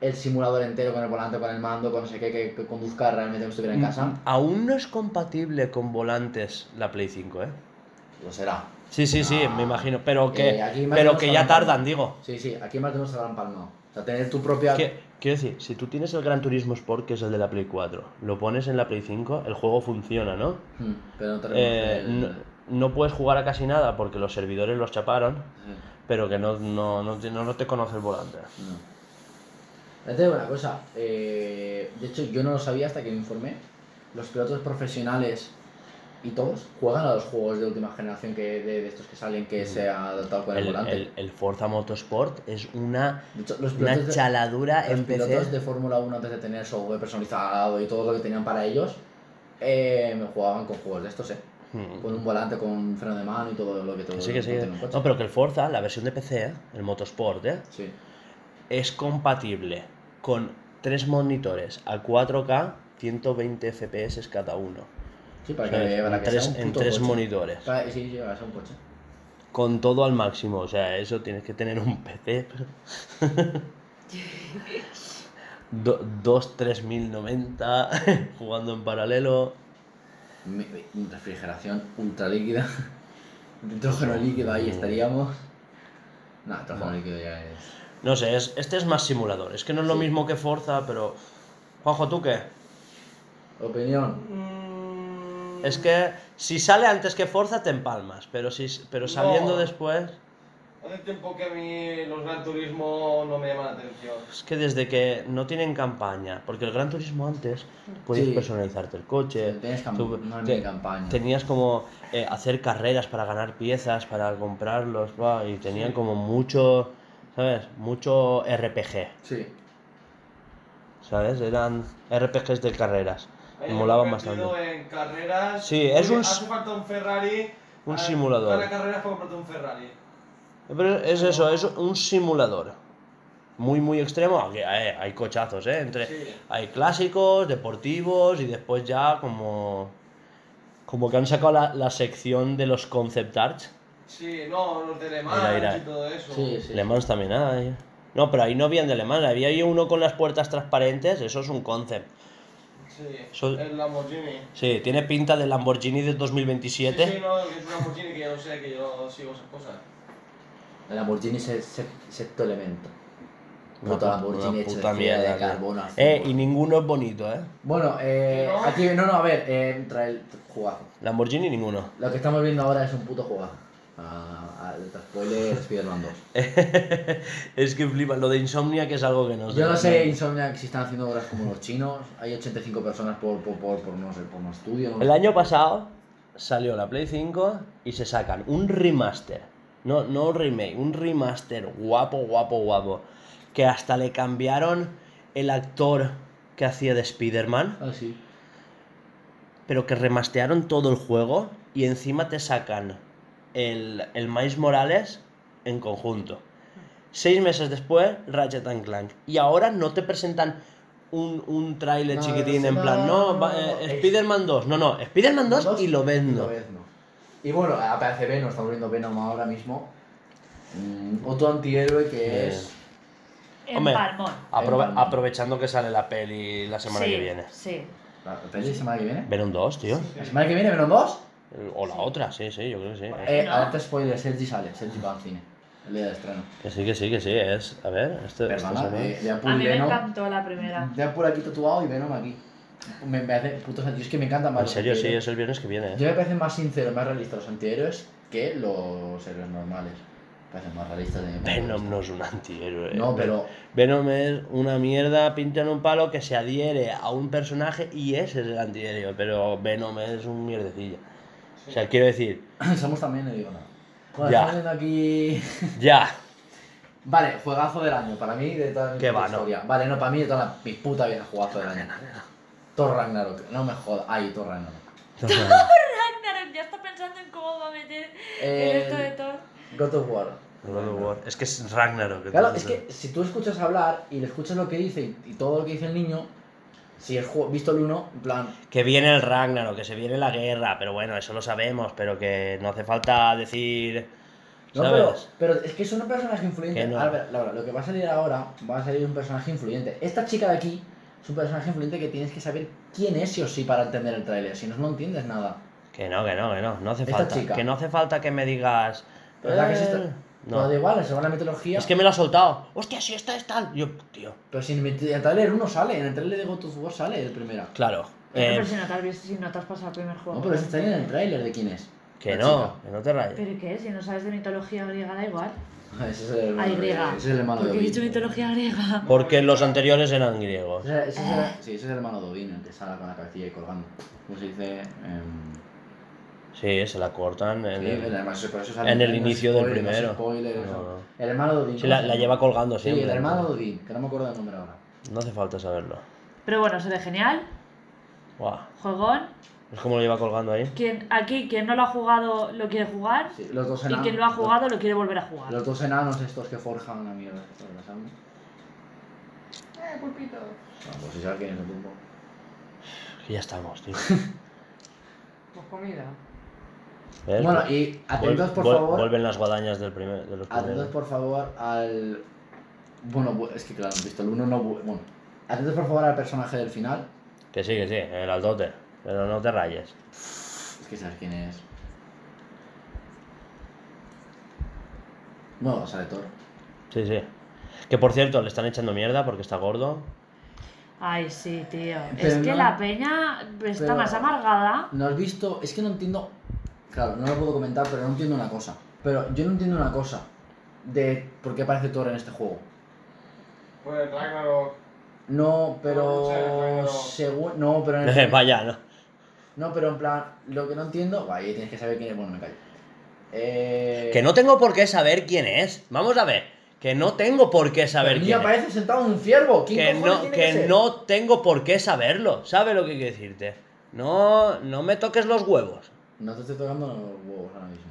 [SPEAKER 5] el simulador entero con el volante, con el mando, con no sé qué, que, que conduzca realmente como si estuviera en casa,
[SPEAKER 1] Aún no es compatible con volantes la Play 5, ¿eh?
[SPEAKER 5] lo será.
[SPEAKER 1] Sí, sí, sí,
[SPEAKER 5] Ah.
[SPEAKER 1] me imagino. Pero que,
[SPEAKER 5] Eh, aquí más o
[SPEAKER 1] pero
[SPEAKER 5] menos
[SPEAKER 1] que ya
[SPEAKER 5] habrán palmado.
[SPEAKER 1] tardan, digo.
[SPEAKER 5] Sí, sí, aquí en Barcelona se habrán palmado. O sea, tener tu propia...
[SPEAKER 1] Que- quiero decir, si tú tienes el Gran Turismo Sport, que es el de la Play 4, lo pones en la Play 5, el juego funciona, ¿no?
[SPEAKER 5] Hmm, Pero no te reconoce
[SPEAKER 1] Eh,
[SPEAKER 5] el-
[SPEAKER 1] no, no puedes jugar a casi nada porque los servidores los chaparon, pero que no, no, no, te- no te conoce el volante.
[SPEAKER 5] No. Ya te digo una cosa. eh, de hecho, yo no lo sabía hasta que me informé. Los pilotos profesionales y todos juegan a los juegos de última generación que de, de estos que salen que se ha adaptado con el,
[SPEAKER 1] El,
[SPEAKER 5] volante.
[SPEAKER 1] el- el Forza Motorsport es una,
[SPEAKER 5] de hecho, los
[SPEAKER 1] una
[SPEAKER 5] pilotos, de,
[SPEAKER 1] chaladura
[SPEAKER 5] los
[SPEAKER 1] en
[SPEAKER 5] pilotos
[SPEAKER 1] PC.
[SPEAKER 5] de Fórmula 1 antes de tener software personalizado y todo lo que tenían para ellos, eh, me jugaban con juegos de estos, eh.
[SPEAKER 1] Hmm.
[SPEAKER 5] Con un volante, con un freno de mano y todo lo que todo.
[SPEAKER 1] Sí, que
[SPEAKER 5] lo
[SPEAKER 1] sí.
[SPEAKER 5] tiene un coche.
[SPEAKER 1] No, pero que el Forza, la versión de PC, ¿eh? el Motorsport, ¿eh?
[SPEAKER 5] Sí.
[SPEAKER 1] es compatible con tres monitores a 4K, 120 FPS cada uno.
[SPEAKER 5] Sí, para
[SPEAKER 1] O sea,
[SPEAKER 5] que, para
[SPEAKER 1] en
[SPEAKER 5] que
[SPEAKER 1] tres,
[SPEAKER 5] sea un
[SPEAKER 1] en
[SPEAKER 5] puto
[SPEAKER 1] tres
[SPEAKER 5] coche.
[SPEAKER 1] monitores.
[SPEAKER 5] Para- sí, sí, para que sea un coche.
[SPEAKER 1] Con todo al máximo. O sea, eso tienes que tener un PC. Do- dos 3090 jugando en paralelo.
[SPEAKER 5] Mi- mi- refrigeración ultra líquida, nitrógeno líquido, ahí estaríamos. No, nitrógeno
[SPEAKER 1] No.
[SPEAKER 5] líquido ya es.
[SPEAKER 1] No sé, es, este es más simulador. Es que no es lo
[SPEAKER 5] Sí.
[SPEAKER 1] mismo que Forza, pero. Juanjo, ¿tú qué?
[SPEAKER 5] Opinión.
[SPEAKER 4] Mm.
[SPEAKER 1] Es que si sale antes que Forza te empalmas, pero, si, pero saliendo
[SPEAKER 4] No.
[SPEAKER 1] después.
[SPEAKER 4] Hace tiempo que a mí los Gran Turismo no me llaman la atención.
[SPEAKER 1] Es que desde que no tienen campaña, porque el Gran Turismo antes podías
[SPEAKER 5] Sí.
[SPEAKER 1] personalizarte el coche,
[SPEAKER 5] Tenías cam-
[SPEAKER 1] tú-
[SPEAKER 5] una
[SPEAKER 1] te-
[SPEAKER 5] mini campaña.
[SPEAKER 1] tenías como eh, hacer carreras para ganar piezas, para comprarlos, va, y tenían
[SPEAKER 4] Sí.
[SPEAKER 1] como mucho, ¿sabes? Mucho RPG,
[SPEAKER 5] Sí.
[SPEAKER 1] ¿sabes? Eran RPGs de carreras,
[SPEAKER 4] Ahí
[SPEAKER 1] me
[SPEAKER 4] me
[SPEAKER 1] molaban
[SPEAKER 4] he metido
[SPEAKER 1] bastante.
[SPEAKER 4] en carreras.
[SPEAKER 1] Sí, es
[SPEAKER 4] Oye,
[SPEAKER 1] un
[SPEAKER 4] Hace
[SPEAKER 1] s-
[SPEAKER 4] falta un Ferrari.
[SPEAKER 1] un
[SPEAKER 4] Ah,
[SPEAKER 1] simulador.
[SPEAKER 4] Para carreras para comprarte un Ferrari.
[SPEAKER 1] Pero es eso, es un simulador. Muy, muy extremo, aunque eh, hay cochazos, ¿eh? Entre,
[SPEAKER 4] Sí.
[SPEAKER 1] Hay clásicos, deportivos y después ya como... Como que han sacado la, la sección de los concept arts.
[SPEAKER 4] Sí, no, los de Le Mans
[SPEAKER 1] Mira, mira.
[SPEAKER 4] y todo eso.
[SPEAKER 5] Sí, sí.
[SPEAKER 1] Le Mans también hay. No, pero ahí no habían de Le Mans, había ahí uno con las puertas transparentes, eso es un concept.
[SPEAKER 4] Sí,
[SPEAKER 1] Eso-
[SPEAKER 4] el Lamborghini.
[SPEAKER 1] Sí, tiene pinta de Lamborghini de
[SPEAKER 4] Sí,
[SPEAKER 1] 2027.
[SPEAKER 4] sí, no, que es un Lamborghini que yo no sé, que yo sigo esas cosas.
[SPEAKER 5] El Lamborghini es el se- sexto elemento.
[SPEAKER 1] Una
[SPEAKER 5] Puto
[SPEAKER 1] pu- una
[SPEAKER 5] Lamborghini hecho
[SPEAKER 1] puta
[SPEAKER 5] de, fibra
[SPEAKER 1] mierda,
[SPEAKER 5] de
[SPEAKER 1] tío.
[SPEAKER 5] carbono. al
[SPEAKER 1] Eh,
[SPEAKER 5] cien.
[SPEAKER 1] y ninguno es bonito, ¿eh?
[SPEAKER 5] Bueno, eh,
[SPEAKER 4] No.
[SPEAKER 5] aquí, no, no, a ver, eh, trae el jugazo.
[SPEAKER 1] Lamborghini ninguno.
[SPEAKER 5] Lo que estamos viendo ahora es un puto jugazo. Ah, ah, spoiler Spider-Man 2.
[SPEAKER 1] es que flipa, lo de Insomnia que es algo que nos...
[SPEAKER 5] Yo no sé, Insomniac, si están haciendo obras como los chinos. Hay 85 personas por, por, por, por no sé, por un estudio. no
[SPEAKER 1] El
[SPEAKER 5] sé.
[SPEAKER 1] año pasado salió la Play 5 y se sacan un remaster. No, no un remake, un remaster guapo, guapo, guapo. Que hasta le cambiaron el actor que hacía de Spider-Man,
[SPEAKER 5] Ah, sí.
[SPEAKER 1] pero que remastearon todo el juego y encima te sacan el, el Miles Morales en conjunto. Seis meses después, Ratchet and Clank. Y ahora no te presentan un, un tráiler
[SPEAKER 5] No,
[SPEAKER 1] chiquitín
[SPEAKER 5] no,
[SPEAKER 1] en plan, no,
[SPEAKER 5] no,
[SPEAKER 1] va-
[SPEAKER 5] no,
[SPEAKER 1] eh,
[SPEAKER 5] es-
[SPEAKER 1] Spider-Man 2. No, no, Spider-Man 2 y lo vendo.
[SPEAKER 5] Y, y bueno, aparece Venom, estamos viendo Venom ahora mismo. Mm, otro antihéroe que
[SPEAKER 1] Eh,
[SPEAKER 5] es.
[SPEAKER 2] En
[SPEAKER 1] Hombre,
[SPEAKER 2] palmón.
[SPEAKER 1] aprove-
[SPEAKER 5] Venom.
[SPEAKER 1] aprovechando que sale la peli la semana
[SPEAKER 2] sí,
[SPEAKER 1] que viene.
[SPEAKER 2] Sí.
[SPEAKER 5] ¿La peli la semana que viene?
[SPEAKER 1] Venom 2, tío.
[SPEAKER 5] ¿La semana que viene Venom 2?
[SPEAKER 1] O la otra, sí, sí, yo creo que sí.
[SPEAKER 5] Eh,
[SPEAKER 2] No.
[SPEAKER 5] alerta spoiler, Sergi sale, Sergi va al cine. El día de estreno.
[SPEAKER 1] Que sí, que sí, que sí. Es, a ver, este, esto, esto
[SPEAKER 5] Perdona,
[SPEAKER 1] se ve.
[SPEAKER 5] eh, Deadpool
[SPEAKER 2] A
[SPEAKER 5] y
[SPEAKER 2] mí me
[SPEAKER 5] Venom.
[SPEAKER 2] encantó la primera.
[SPEAKER 5] Deadpool aquí tatuado y Venom aquí. Me, me hace puto sentido, es que me encanta más.
[SPEAKER 1] En
[SPEAKER 5] los
[SPEAKER 1] serio, sí,
[SPEAKER 5] antihéroes.
[SPEAKER 1] es el viernes que viene.
[SPEAKER 5] Yo
[SPEAKER 1] eh.
[SPEAKER 5] me parecen más sinceros, más realistas los antihéroes que los héroes normales. Me parecen más realistas de mi punto de
[SPEAKER 1] Venom
[SPEAKER 5] vista.
[SPEAKER 1] no es un antihéroe.
[SPEAKER 5] No, pero
[SPEAKER 1] Venom es una mierda pinta en un palo que se adhiere a un personaje y ese es el antihéroe. Pero Venom es un mierdecilla. O sea, quiero decir,
[SPEAKER 5] somos también, no digo nada. Bueno,
[SPEAKER 1] Ya.
[SPEAKER 5] estamos viendo aquí
[SPEAKER 1] ya.
[SPEAKER 5] Vale, juegazo del año, para mí de toda mi
[SPEAKER 1] Qué
[SPEAKER 5] puta
[SPEAKER 1] va, no.
[SPEAKER 5] historia. Vale, no, para mí de toda la, mi puta vida jugazo del año. Thor Ragnarok, no me jodas. Ay, Thor Ragnarok.
[SPEAKER 2] Ragnarok ya está pensando en cómo va a meter el
[SPEAKER 5] Eh,
[SPEAKER 2] esto de Thor.
[SPEAKER 5] God of War.
[SPEAKER 1] God of War. Es que es Ragnarok.
[SPEAKER 5] Claro, es
[SPEAKER 1] eh,
[SPEAKER 5] que si tú escuchas hablar y le escuchas lo que dice y, y todo lo que dice el niño, si has jugado- visto el 1, en plan,
[SPEAKER 1] Que viene el Ragnarok, que se viene la guerra, pero bueno, eso lo sabemos, pero que no hace falta decir.
[SPEAKER 5] No, pero,
[SPEAKER 1] ¿Sabes?
[SPEAKER 5] pero es que es un personaje influyente.
[SPEAKER 1] Que no.
[SPEAKER 5] Ahora, Laura, lo que va a salir ahora va a salir un personaje influyente. Esta chica de aquí es un personaje influyente que tienes que saber quién es sí o sí para entender el tráiler. Si no, no entiendes nada.
[SPEAKER 1] Que no, que no, que no. No hace
[SPEAKER 5] Esta
[SPEAKER 1] falta.
[SPEAKER 5] chica.
[SPEAKER 1] Que no hace falta que me digas.
[SPEAKER 5] ¿Verdad que es
[SPEAKER 1] "Eh,
[SPEAKER 5] esta? No.
[SPEAKER 1] No.
[SPEAKER 5] da igual, según la mitología.
[SPEAKER 1] Es que me lo ha soltado. Hostia, si esta es tal. Yo, tío.
[SPEAKER 5] Pero si en el en el tráiler uno sale, en el tráiler de God of War sale el primero.
[SPEAKER 1] Claro. eh,
[SPEAKER 2] pero si no, te has visto- si no te has pasado el primer juego.
[SPEAKER 5] No, pero ese está en el tráiler de quién es.
[SPEAKER 1] que
[SPEAKER 5] La
[SPEAKER 1] no, que no te rayes.
[SPEAKER 2] ¿Pero qué? Si no sabes de mitología griega, da igual.
[SPEAKER 5] chica. Ese es el,
[SPEAKER 2] Ay, griega.
[SPEAKER 5] ese es el hermano de
[SPEAKER 2] Porque he
[SPEAKER 5] Odín.
[SPEAKER 2] dicho mitología griega.
[SPEAKER 1] Porque los anteriores eran griegos.
[SPEAKER 5] Ese- ese es
[SPEAKER 2] Eh.
[SPEAKER 5] el- sí, ese es el hermano de Odín, el que sale con la cabecilla ahí colgando. ¿Cómo se dice? Em,
[SPEAKER 1] Sí, se la cortan. En
[SPEAKER 5] Sí,
[SPEAKER 1] el-
[SPEAKER 5] pero además, pero eso sale
[SPEAKER 1] en el
[SPEAKER 5] no es
[SPEAKER 1] inicio del
[SPEAKER 5] spoiler, no es
[SPEAKER 1] primero.
[SPEAKER 5] spoiler,
[SPEAKER 1] No,
[SPEAKER 5] eso.
[SPEAKER 1] no.
[SPEAKER 5] El hermano de Odín.
[SPEAKER 1] Sí,
[SPEAKER 5] ¿cómo
[SPEAKER 1] la,
[SPEAKER 5] se
[SPEAKER 1] la
[SPEAKER 5] llama?
[SPEAKER 1] lleva colgando
[SPEAKER 5] Sí,
[SPEAKER 1] siempre.
[SPEAKER 5] el hermano de Odín, que no me acuerdo del nombre ahora.
[SPEAKER 1] No hace falta saberlo.
[SPEAKER 2] Pero bueno, se ve genial.
[SPEAKER 1] Guau.
[SPEAKER 2] Juegón.
[SPEAKER 1] Es como lo lleva colgando ahí.
[SPEAKER 2] Quien, aquí, quien no lo ha jugado, lo quiere jugar.
[SPEAKER 5] Sí, los dos
[SPEAKER 2] Y
[SPEAKER 5] enanos.
[SPEAKER 2] quien lo ha jugado, lo quiere volver a jugar.
[SPEAKER 5] Los dos enanos estos que forjan la mierda. esto de las armas.
[SPEAKER 3] Eh, pulpito.
[SPEAKER 5] Ah, pues si sabes quién es el pulpo.
[SPEAKER 1] Que ya estamos, tío.
[SPEAKER 3] Pues comida.
[SPEAKER 1] ¿Ves?
[SPEAKER 5] Bueno, y atentos por
[SPEAKER 1] Vuel-
[SPEAKER 5] favor.
[SPEAKER 1] Vuelven las guadañas del primer, de los
[SPEAKER 5] Atentos
[SPEAKER 1] primeros.
[SPEAKER 5] por favor al. Bueno, bu- es que claro, han visto el uno no. bu- Bueno. Atentos por favor al personaje del final.
[SPEAKER 1] Que sí, que sí, el aldote. Pero no te rayes.
[SPEAKER 5] Es que sabes quién es. No, sale Thor.
[SPEAKER 1] Sí, sí. Que por cierto, le están echando mierda porque está gordo.
[SPEAKER 2] Ay, sí, tío. es
[SPEAKER 5] Pero
[SPEAKER 2] que
[SPEAKER 5] no-
[SPEAKER 2] la peña está
[SPEAKER 5] pero-
[SPEAKER 2] más amargada.
[SPEAKER 5] No has visto, es que no entiendo. Claro, no lo puedo comentar, pero no entiendo una cosa. Pero yo no entiendo una cosa de por qué aparece Thor en este juego.
[SPEAKER 4] Pues Ragnarok.
[SPEAKER 5] No, pero
[SPEAKER 4] No, no sé, pero-
[SPEAKER 5] según no, pero en el-
[SPEAKER 1] Vaya, ¿no?
[SPEAKER 5] Eh. no, pero en plan, lo que no entiendo, Buah, ahí tienes que saber quién es, bueno, me callo. Eh,
[SPEAKER 1] Que no tengo por qué saber quién es. Vamos a ver. Que no tengo por qué
[SPEAKER 5] pero
[SPEAKER 1] saber
[SPEAKER 5] el
[SPEAKER 1] quién
[SPEAKER 5] niño
[SPEAKER 1] es.
[SPEAKER 5] aparece sentado en un ciervo, ¿quién
[SPEAKER 1] que
[SPEAKER 5] cojones
[SPEAKER 1] no,
[SPEAKER 5] tiene
[SPEAKER 1] que
[SPEAKER 5] ser?
[SPEAKER 1] no tengo por qué saberlo. ¿Sabe lo que quiero decirte? No, no me toques los huevos.
[SPEAKER 5] No te estoy tocando los huevos ahora mismo.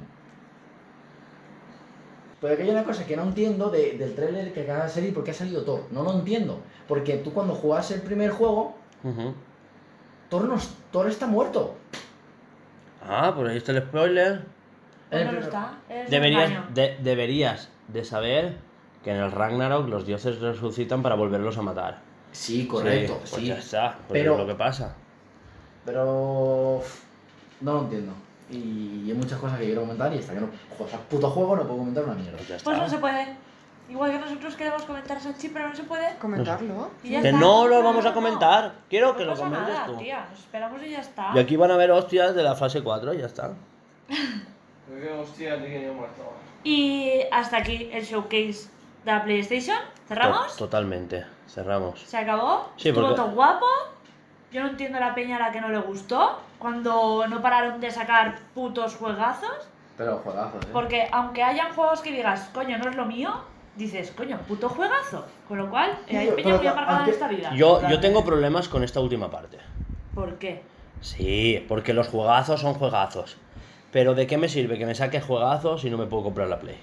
[SPEAKER 5] Pero que hay una cosa que no entiendo de- del trailer que acaba de salir, ¿por qué ha salido Thor? No lo entiendo. Porque tú cuando jugabas el primer juego,
[SPEAKER 1] Ujú.
[SPEAKER 5] Thor, no es- Thor está muerto.
[SPEAKER 1] Ah, pues ahí está el spoiler.
[SPEAKER 5] En
[SPEAKER 2] Bueno,
[SPEAKER 5] el
[SPEAKER 2] no
[SPEAKER 5] primer-
[SPEAKER 2] está. Es un engaño.
[SPEAKER 1] Deberías de, deberías de saber que en el Ragnarok los dioses resucitan para volverlos a matar.
[SPEAKER 5] Sí, correcto,
[SPEAKER 1] pues
[SPEAKER 5] sí.
[SPEAKER 1] ya está, pues
[SPEAKER 5] Pero-
[SPEAKER 1] es lo que pasa.
[SPEAKER 5] Pero uf, no lo entiendo. Y hay muchas cosas que quiero comentar y hasta que no juegas al puto juego no puedo comentar una mierda.
[SPEAKER 1] Pues ya está.
[SPEAKER 2] Pues no se puede. Igual que nosotros queremos comentar Sanchi, pero no se puede.
[SPEAKER 3] Comentarlo.
[SPEAKER 2] Y ya
[SPEAKER 1] que
[SPEAKER 2] está.
[SPEAKER 1] no lo
[SPEAKER 2] No,
[SPEAKER 1] vamos
[SPEAKER 2] no,
[SPEAKER 1] a
[SPEAKER 2] no.
[SPEAKER 1] comentar. Quiero
[SPEAKER 2] No
[SPEAKER 1] que lo
[SPEAKER 2] pasa
[SPEAKER 1] comentes
[SPEAKER 2] nada,
[SPEAKER 1] tú.
[SPEAKER 2] tía. Nos esperamos y ya está.
[SPEAKER 1] Y aquí van a ver hostias de la fase 4, ya está.
[SPEAKER 4] Yo digo, hostia, tío, que yo muerto.
[SPEAKER 2] Y hasta aquí el showcase de la PlayStation. ¿Cerramos?
[SPEAKER 1] To- totalmente. Cerramos.
[SPEAKER 2] Se acabó.
[SPEAKER 1] Sí,
[SPEAKER 2] Estuvo
[SPEAKER 1] porque-
[SPEAKER 2] todo guapo. Yo no entiendo la peña a la que no le gustó. Cuando no pararon de sacar putos juegazos.
[SPEAKER 5] Pero juegazos, ¿eh?
[SPEAKER 2] Porque aunque hayan juegos que digas, coño, no es lo mío, dices, coño, puto juegazo. Con lo cual, eh, hay
[SPEAKER 5] Tío,
[SPEAKER 2] peña
[SPEAKER 5] pero
[SPEAKER 2] muy
[SPEAKER 5] que-
[SPEAKER 2] amargada
[SPEAKER 5] aunque-
[SPEAKER 2] en esta vida.
[SPEAKER 1] Yo, yo tengo problemas con esta última parte.
[SPEAKER 2] ¿Por qué?
[SPEAKER 1] Sí, porque los juegazos son juegazos. Pero ¿de qué me sirve que me saque juegazos si no me puedo comprar la Play?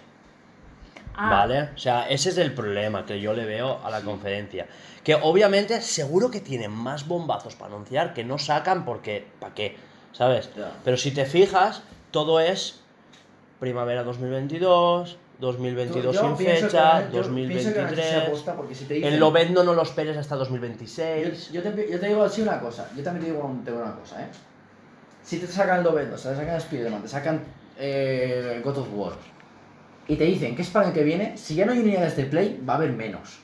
[SPEAKER 2] Ah,
[SPEAKER 1] ¿Vale? O sea, ese es el problema que yo le veo a la conferencia. Que obviamente seguro que tienen más bombazos para anunciar que no sacan porque, ¿para qué? ¿Sabes?
[SPEAKER 5] Ya.
[SPEAKER 1] Pero si te fijas, todo es primavera 2022, 2022
[SPEAKER 5] Yo
[SPEAKER 1] sin
[SPEAKER 5] pienso que
[SPEAKER 1] fecha,
[SPEAKER 5] la- yo pienso que la gente se
[SPEAKER 1] 2023.
[SPEAKER 5] aposta porque si te dicen-
[SPEAKER 1] En lo vendo no lo esperes hasta
[SPEAKER 5] Yo,
[SPEAKER 1] 2026.
[SPEAKER 5] yo te, yo te digo así una cosa, yo también te digo un- te digo una cosa, ¿eh? Si te sacan Lobendo, te sacan Spider-Man, te sacan eh, God of War y te dicen que es para el que viene, si ya no hay unidades de Play, va a haber menos.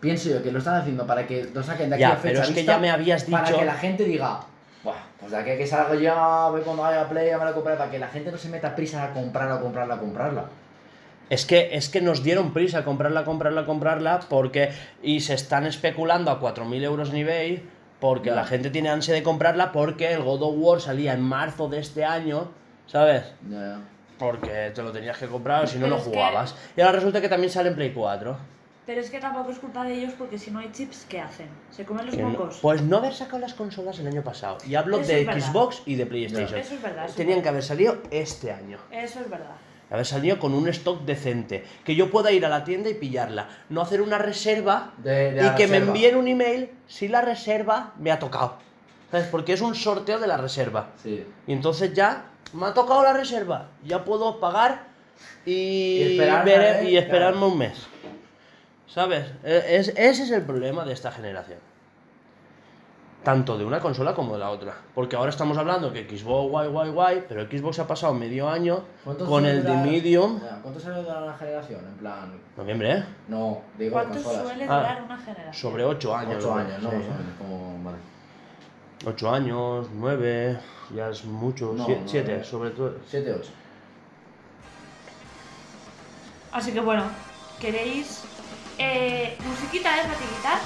[SPEAKER 5] Pienso yo que lo están haciendo para que lo saquen de aquí a
[SPEAKER 1] Ya,
[SPEAKER 5] fecha
[SPEAKER 1] pero es que
[SPEAKER 5] vista,
[SPEAKER 1] ya me habías dicho.
[SPEAKER 5] Para que la gente diga, Buah, pues de aquí a que salga ya, voy cuando haya Play, ya me la compraré", para que la gente no se meta prisa a comprarla, a comprarla, a comprarla.
[SPEAKER 1] Es que, es que nos dieron prisa a comprarla, comprarla, comprarla, porque. Y se están especulando a 4.000 euros en eBay, porque
[SPEAKER 5] Ya.
[SPEAKER 1] la gente tiene ansia de comprarla, porque el God of War salía en marzo de este año, ¿sabes? Porque te lo tenías que comprar o si no,
[SPEAKER 2] Pero
[SPEAKER 1] no
[SPEAKER 2] es que-
[SPEAKER 1] jugabas. Y ahora resulta que también sale en Play 4.
[SPEAKER 2] Pero es que tampoco es culpa de ellos porque si no hay chips, ¿qué hacen? Se comen los
[SPEAKER 1] Que no-
[SPEAKER 2] mocos.
[SPEAKER 1] pues no haber sacado las consolas el año pasado. Y hablo
[SPEAKER 2] Eso
[SPEAKER 1] de
[SPEAKER 2] es verdad.
[SPEAKER 1] Xbox y de PlayStation.
[SPEAKER 2] Eso es verdad. eso es
[SPEAKER 1] Tenían que
[SPEAKER 2] verdad.
[SPEAKER 1] haber salido este año.
[SPEAKER 2] Eso es verdad.
[SPEAKER 1] Haber salido con un stock decente. Que yo pueda ir a la tienda y pillarla. No hacer una reserva
[SPEAKER 5] De- de
[SPEAKER 1] y
[SPEAKER 5] la
[SPEAKER 1] que me
[SPEAKER 5] reserva.
[SPEAKER 1] envíen un email si la reserva me ha tocado. ¿Sabes? Porque es un sorteo de la reserva.
[SPEAKER 5] Sí.
[SPEAKER 1] Y entonces ya me ha tocado la reserva. Ya puedo pagar y,
[SPEAKER 5] Y esperar,
[SPEAKER 1] ver-
[SPEAKER 5] ¿eh?
[SPEAKER 1] y esperarme
[SPEAKER 5] Claro.
[SPEAKER 1] un mes. ¿Sabes? E- es- ese es el problema de esta generación. Tanto de una consola como de la otra. Porque ahora estamos hablando que Xbox, guay, guay, guay, pero Xbox ha pasado medio año
[SPEAKER 5] ¿Cuántos
[SPEAKER 1] con
[SPEAKER 5] suele
[SPEAKER 1] el de
[SPEAKER 5] durar-
[SPEAKER 1] Medium.
[SPEAKER 5] Ya, ¿Cuántos años de la generación? En plan.
[SPEAKER 1] Noviembre, ¿eh?
[SPEAKER 5] No, digo de
[SPEAKER 2] ¿Cuánto
[SPEAKER 5] consolas.
[SPEAKER 2] suele
[SPEAKER 1] Ah,
[SPEAKER 2] durar una generación?
[SPEAKER 1] Sobre 8 años.
[SPEAKER 5] 8 años, ¿no?
[SPEAKER 1] Sí.
[SPEAKER 5] Más o menos, como. Vale.
[SPEAKER 1] 8 años, 9, ya es mucho,
[SPEAKER 5] No,
[SPEAKER 1] 7
[SPEAKER 5] no, no.
[SPEAKER 1] sobre todo.
[SPEAKER 5] 7, 8.
[SPEAKER 2] Así que bueno, ¿queréis eh, musiquita de fatiguitas?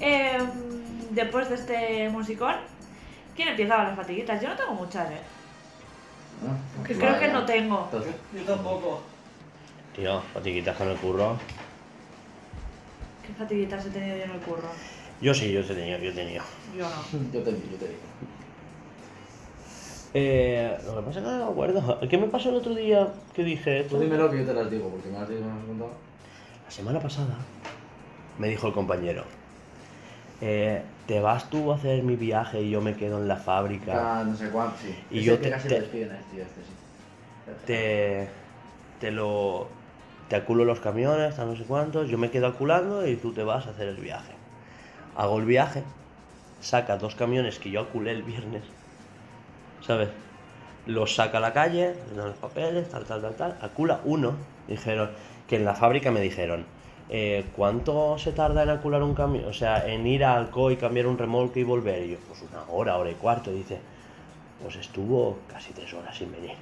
[SPEAKER 2] Eh, después de este musicón, ¿quién empieza con las fatiguitas? Yo no tengo muchas, ¿eh? Que creo que no tengo.
[SPEAKER 4] Yo tampoco.
[SPEAKER 1] Tío, patiquitas con el curro.
[SPEAKER 2] ¿Qué fatiguitas he tenido yo en el curro?
[SPEAKER 1] Yo sí, yo he tenido, yo he tenido.
[SPEAKER 2] Yo no.
[SPEAKER 5] Yo te digo, yo te digo.
[SPEAKER 1] Eh, lo que pasa es que no me acuerdo. ¿Qué me pasó el otro día que dije esto?
[SPEAKER 5] Tú dímelo que yo te las digo, porque me las digo, me las has contado.
[SPEAKER 1] La semana pasada me dijo el compañero, eh, te vas tú a hacer mi viaje y yo me quedo en la fábrica.
[SPEAKER 5] Ah, no sé cuánto, sí.
[SPEAKER 1] Y
[SPEAKER 5] Ese
[SPEAKER 1] yo
[SPEAKER 5] que
[SPEAKER 1] te-
[SPEAKER 5] casi
[SPEAKER 1] te-
[SPEAKER 5] lo despiden a este, tío, este sí.
[SPEAKER 1] Te, te lo... Te aculo los camiones, tal no sé cuántos, yo me quedo aculando y tú te vas a hacer el viaje. Hago el viaje, saca dos camiones que yo aculé el viernes, ¿sabes? Los saca a la calle, le dan los papeles, tal, tal, tal, tal. Acula uno. Dijeron que en la fábrica me dijeron, eh, ¿cuánto se tarda en acular un camión? O sea, en ir a Alcoy, y cambiar un remolque y volver. Y yo, pues una hora, hora y cuarto. Y dice, pues estuvo casi tres horas sin venir.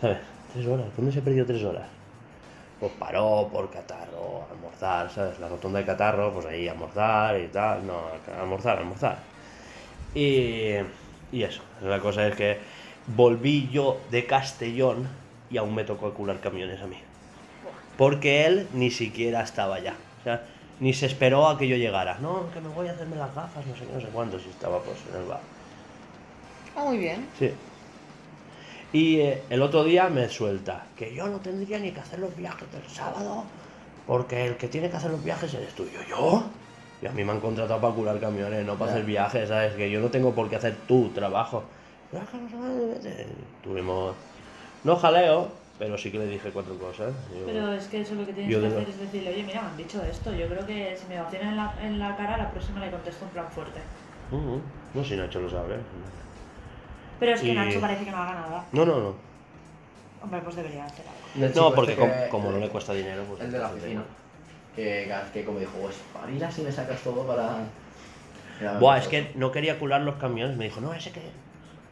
[SPEAKER 1] ¿Sabes? Tres horas. ¿Dónde se perdió tres horas? Pues paró por Catarro, a almorzar, ¿sabes? La rotonda de Catarro, pues ahí a almorzar y tal. No, a almorzar, a almorzar. Y, y eso, la cosa es que volví yo de Castellón y aún me tocó acular camiones a mí. Porque él ni siquiera estaba allá. O sea, ni se esperó a que yo llegara. No, que me voy a hacerme las gafas, no sé qué, no sé cuánto, si estaba pues en el bar.
[SPEAKER 3] Ah, muy bien.
[SPEAKER 1] Sí. Y eh, el otro día me suelta que yo no tendría ni que hacer los viajes del sábado porque el que tiene que hacer los viajes eres tú. Y Yo, ¿yo? Y a mí me han contratado para curar camiones, no para
[SPEAKER 5] Ya.
[SPEAKER 1] hacer viajes, ¿sabes? Que yo no tengo por qué hacer tu trabajo. "Pero es que no se puede, vete". Tuvimos... No jaleo, pero sí que le dije cuatro cosas. Yo-
[SPEAKER 2] Pero es que eso lo que tienes
[SPEAKER 1] Yo
[SPEAKER 2] que
[SPEAKER 1] digo-
[SPEAKER 2] hacer es decirle, oye, mira, me han dicho esto. Yo creo que si me vacilan en la, en la cara, la próxima le contesto un plan fuerte.
[SPEAKER 1] Ujú. No sé si Nacho lo sabe.
[SPEAKER 2] Pero es que
[SPEAKER 1] Y-
[SPEAKER 2] Nacho parece que no haga nada.
[SPEAKER 1] No, no, no.
[SPEAKER 2] Hombre, pues debería hacer algo.
[SPEAKER 5] Y
[SPEAKER 1] No,
[SPEAKER 5] el chico
[SPEAKER 1] porque
[SPEAKER 5] este
[SPEAKER 1] com-
[SPEAKER 5] que-
[SPEAKER 1] como no le cuesta dinero, pues...
[SPEAKER 5] El de la
[SPEAKER 1] entonces-
[SPEAKER 5] oficina. Que, cada vez que como dijo, pues espabila si me sacas todo para. Era
[SPEAKER 1] Buah,
[SPEAKER 5] verdad.
[SPEAKER 1] es que no quería cular los camiones. "Este, Me dijo, no, ese que.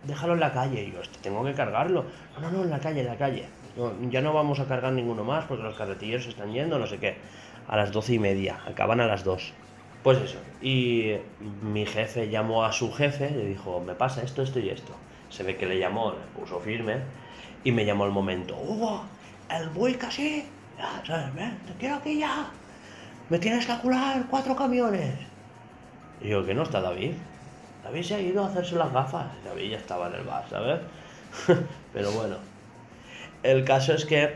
[SPEAKER 1] Déjalo en la calle. Y yo, "Hostia, tengo que cargarlo. No, no, no, en la calle, en la calle. no, ya no vamos a cargar ninguno más porque los carretillos se están yendo, no sé qué. A las doce y media, acaban a las dos. Pues eso. Y mi jefe llamó a su jefe, le dijo, me pasa esto, esto y esto. Se ve que le llamó, le puso firme y me llamó al momento. Hugo, el buey casi, ya, ¿sabes? Ven, te quiero aquí ya. Me tienes que curar cuatro camiones. Y yo, que no está David. David se ha ido a hacerse las gafas. David ya estaba en el bar, ¿sabes? Pero bueno. El caso es que.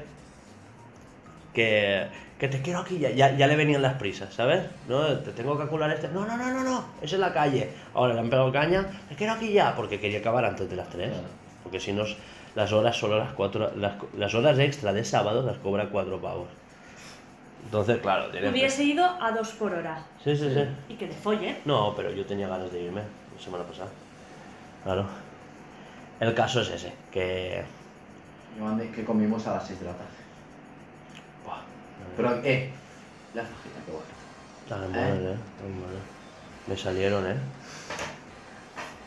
[SPEAKER 1] Que. Que te quiero aquí, ya, ya, ya le venían las prisas, ¿sabes? No, te tengo que curar este. No, no, no, no, no. Es en la calle. Ahora le han pegado caña. Te quiero aquí ya. Porque quería acabar antes de las 3.
[SPEAKER 5] Claro.
[SPEAKER 1] Porque si no, las horas solo las cuatro. Las, las horas extra de sábado las cobra cuatro pavos. Entonces, claro, tiene que-
[SPEAKER 6] Hubiese ido a dos por hora.
[SPEAKER 1] Sí, sí, sí.
[SPEAKER 6] Y que te follen.
[SPEAKER 1] No, pero yo tenía ganas de irme la semana pasada. Claro. El caso es ese, que...
[SPEAKER 5] Me mandé que comimos a las 6 de la tarde.
[SPEAKER 1] Buah,
[SPEAKER 5] Pero, eh, la fajita, qué bueno.
[SPEAKER 1] tan buenas, eh, tan buenas. Me salieron, eh.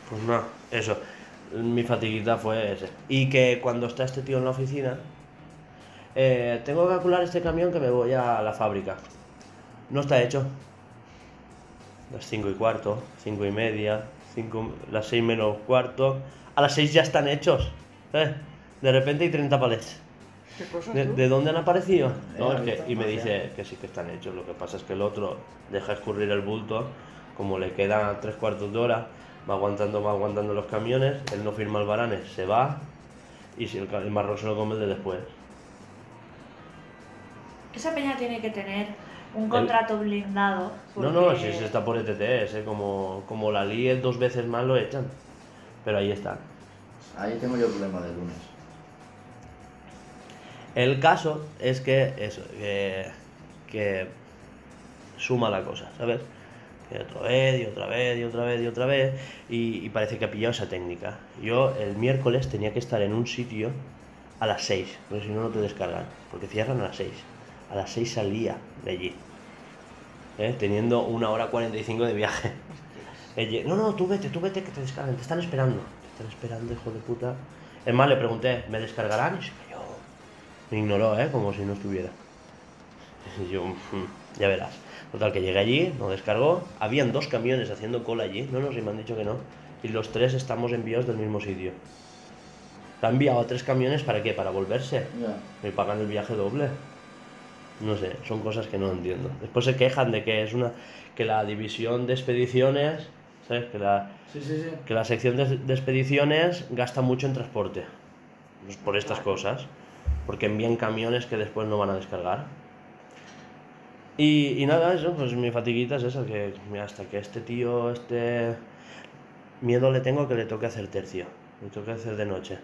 [SPEAKER 1] Pues no, eso. Mi fatiguita fue ese. Y que cuando está este tío en la oficina, eh, tengo que calcular este camión que me voy a la fábrica. No está hecho. Las 5 y cuarto, 5 y media, cinco, las 6 menos cuarto. A las 6 ya están hechos. ¿eh? De repente hay 30 palets.
[SPEAKER 3] ¿Qué cosas
[SPEAKER 1] ¿De,
[SPEAKER 3] tú?
[SPEAKER 1] de dónde han aparecido?
[SPEAKER 5] Eh,
[SPEAKER 1] No, es
[SPEAKER 5] ahorita,
[SPEAKER 1] que- y me
[SPEAKER 5] magia.
[SPEAKER 1] dice que sí que están hechos. Lo que pasa es que el otro deja escurrir el bulto, como le quedan tres cuartos de hora, va aguantando, va aguantando los camiones, él no firma el baranes, se va y si el, ca- el marrón se lo come el de después.
[SPEAKER 6] Esa peña tiene que tener un contrato blindado.
[SPEAKER 1] No, no,
[SPEAKER 6] porque-
[SPEAKER 1] si se está por ETTS, eh, como, como la líe dos veces más lo echan. Pero ahí está.
[SPEAKER 5] Ahí tengo yo el problema del lunes.
[SPEAKER 1] El caso es que eso, que, que suma la cosa, ¿sabes? Que otra vez, y otra vez, y otra vez, y otra vez, y, y parece que ha pillado esa técnica. Yo el miércoles tenía que estar en un sitio a las 6, porque si no, no te descargan, porque cierran a las 6. A las 6 salía de allí, ¿eh? teniendo una hora 45 de viaje. Eh, ye- No, no, tú vete, tú vete que te descargan, te están esperando. Te están esperando, hijo de puta. Es más, le pregunté, ¿me descargarán? Y se cayó. Me ignoró, ¿eh? Como si no estuviera. Y yo, "Mm, ya verás. Total, que llegué allí, nos descargó. Habían dos camiones haciendo cola allí. No, no, si me han dicho que no. Y los tres estamos enviados del mismo sitio. Se han enviado a tres camiones para qué? Para volverse.
[SPEAKER 5] Ya.
[SPEAKER 1] Me pagan el viaje doble. No sé, son cosas que no entiendo. Después se quejan de que es una. que la división de expediciones. ¿Sabes? Que la,
[SPEAKER 5] Sí, sí, sí.
[SPEAKER 1] que la sección de, de expediciones gasta mucho en transporte. Pues por estas cosas. Porque envían camiones que después no van a descargar. Y, y nada, eso, pues mi fatiguita es esa, que mira, hasta que este tío, este miedo le tengo que le toque hacer tercio, le toque hacer de noche.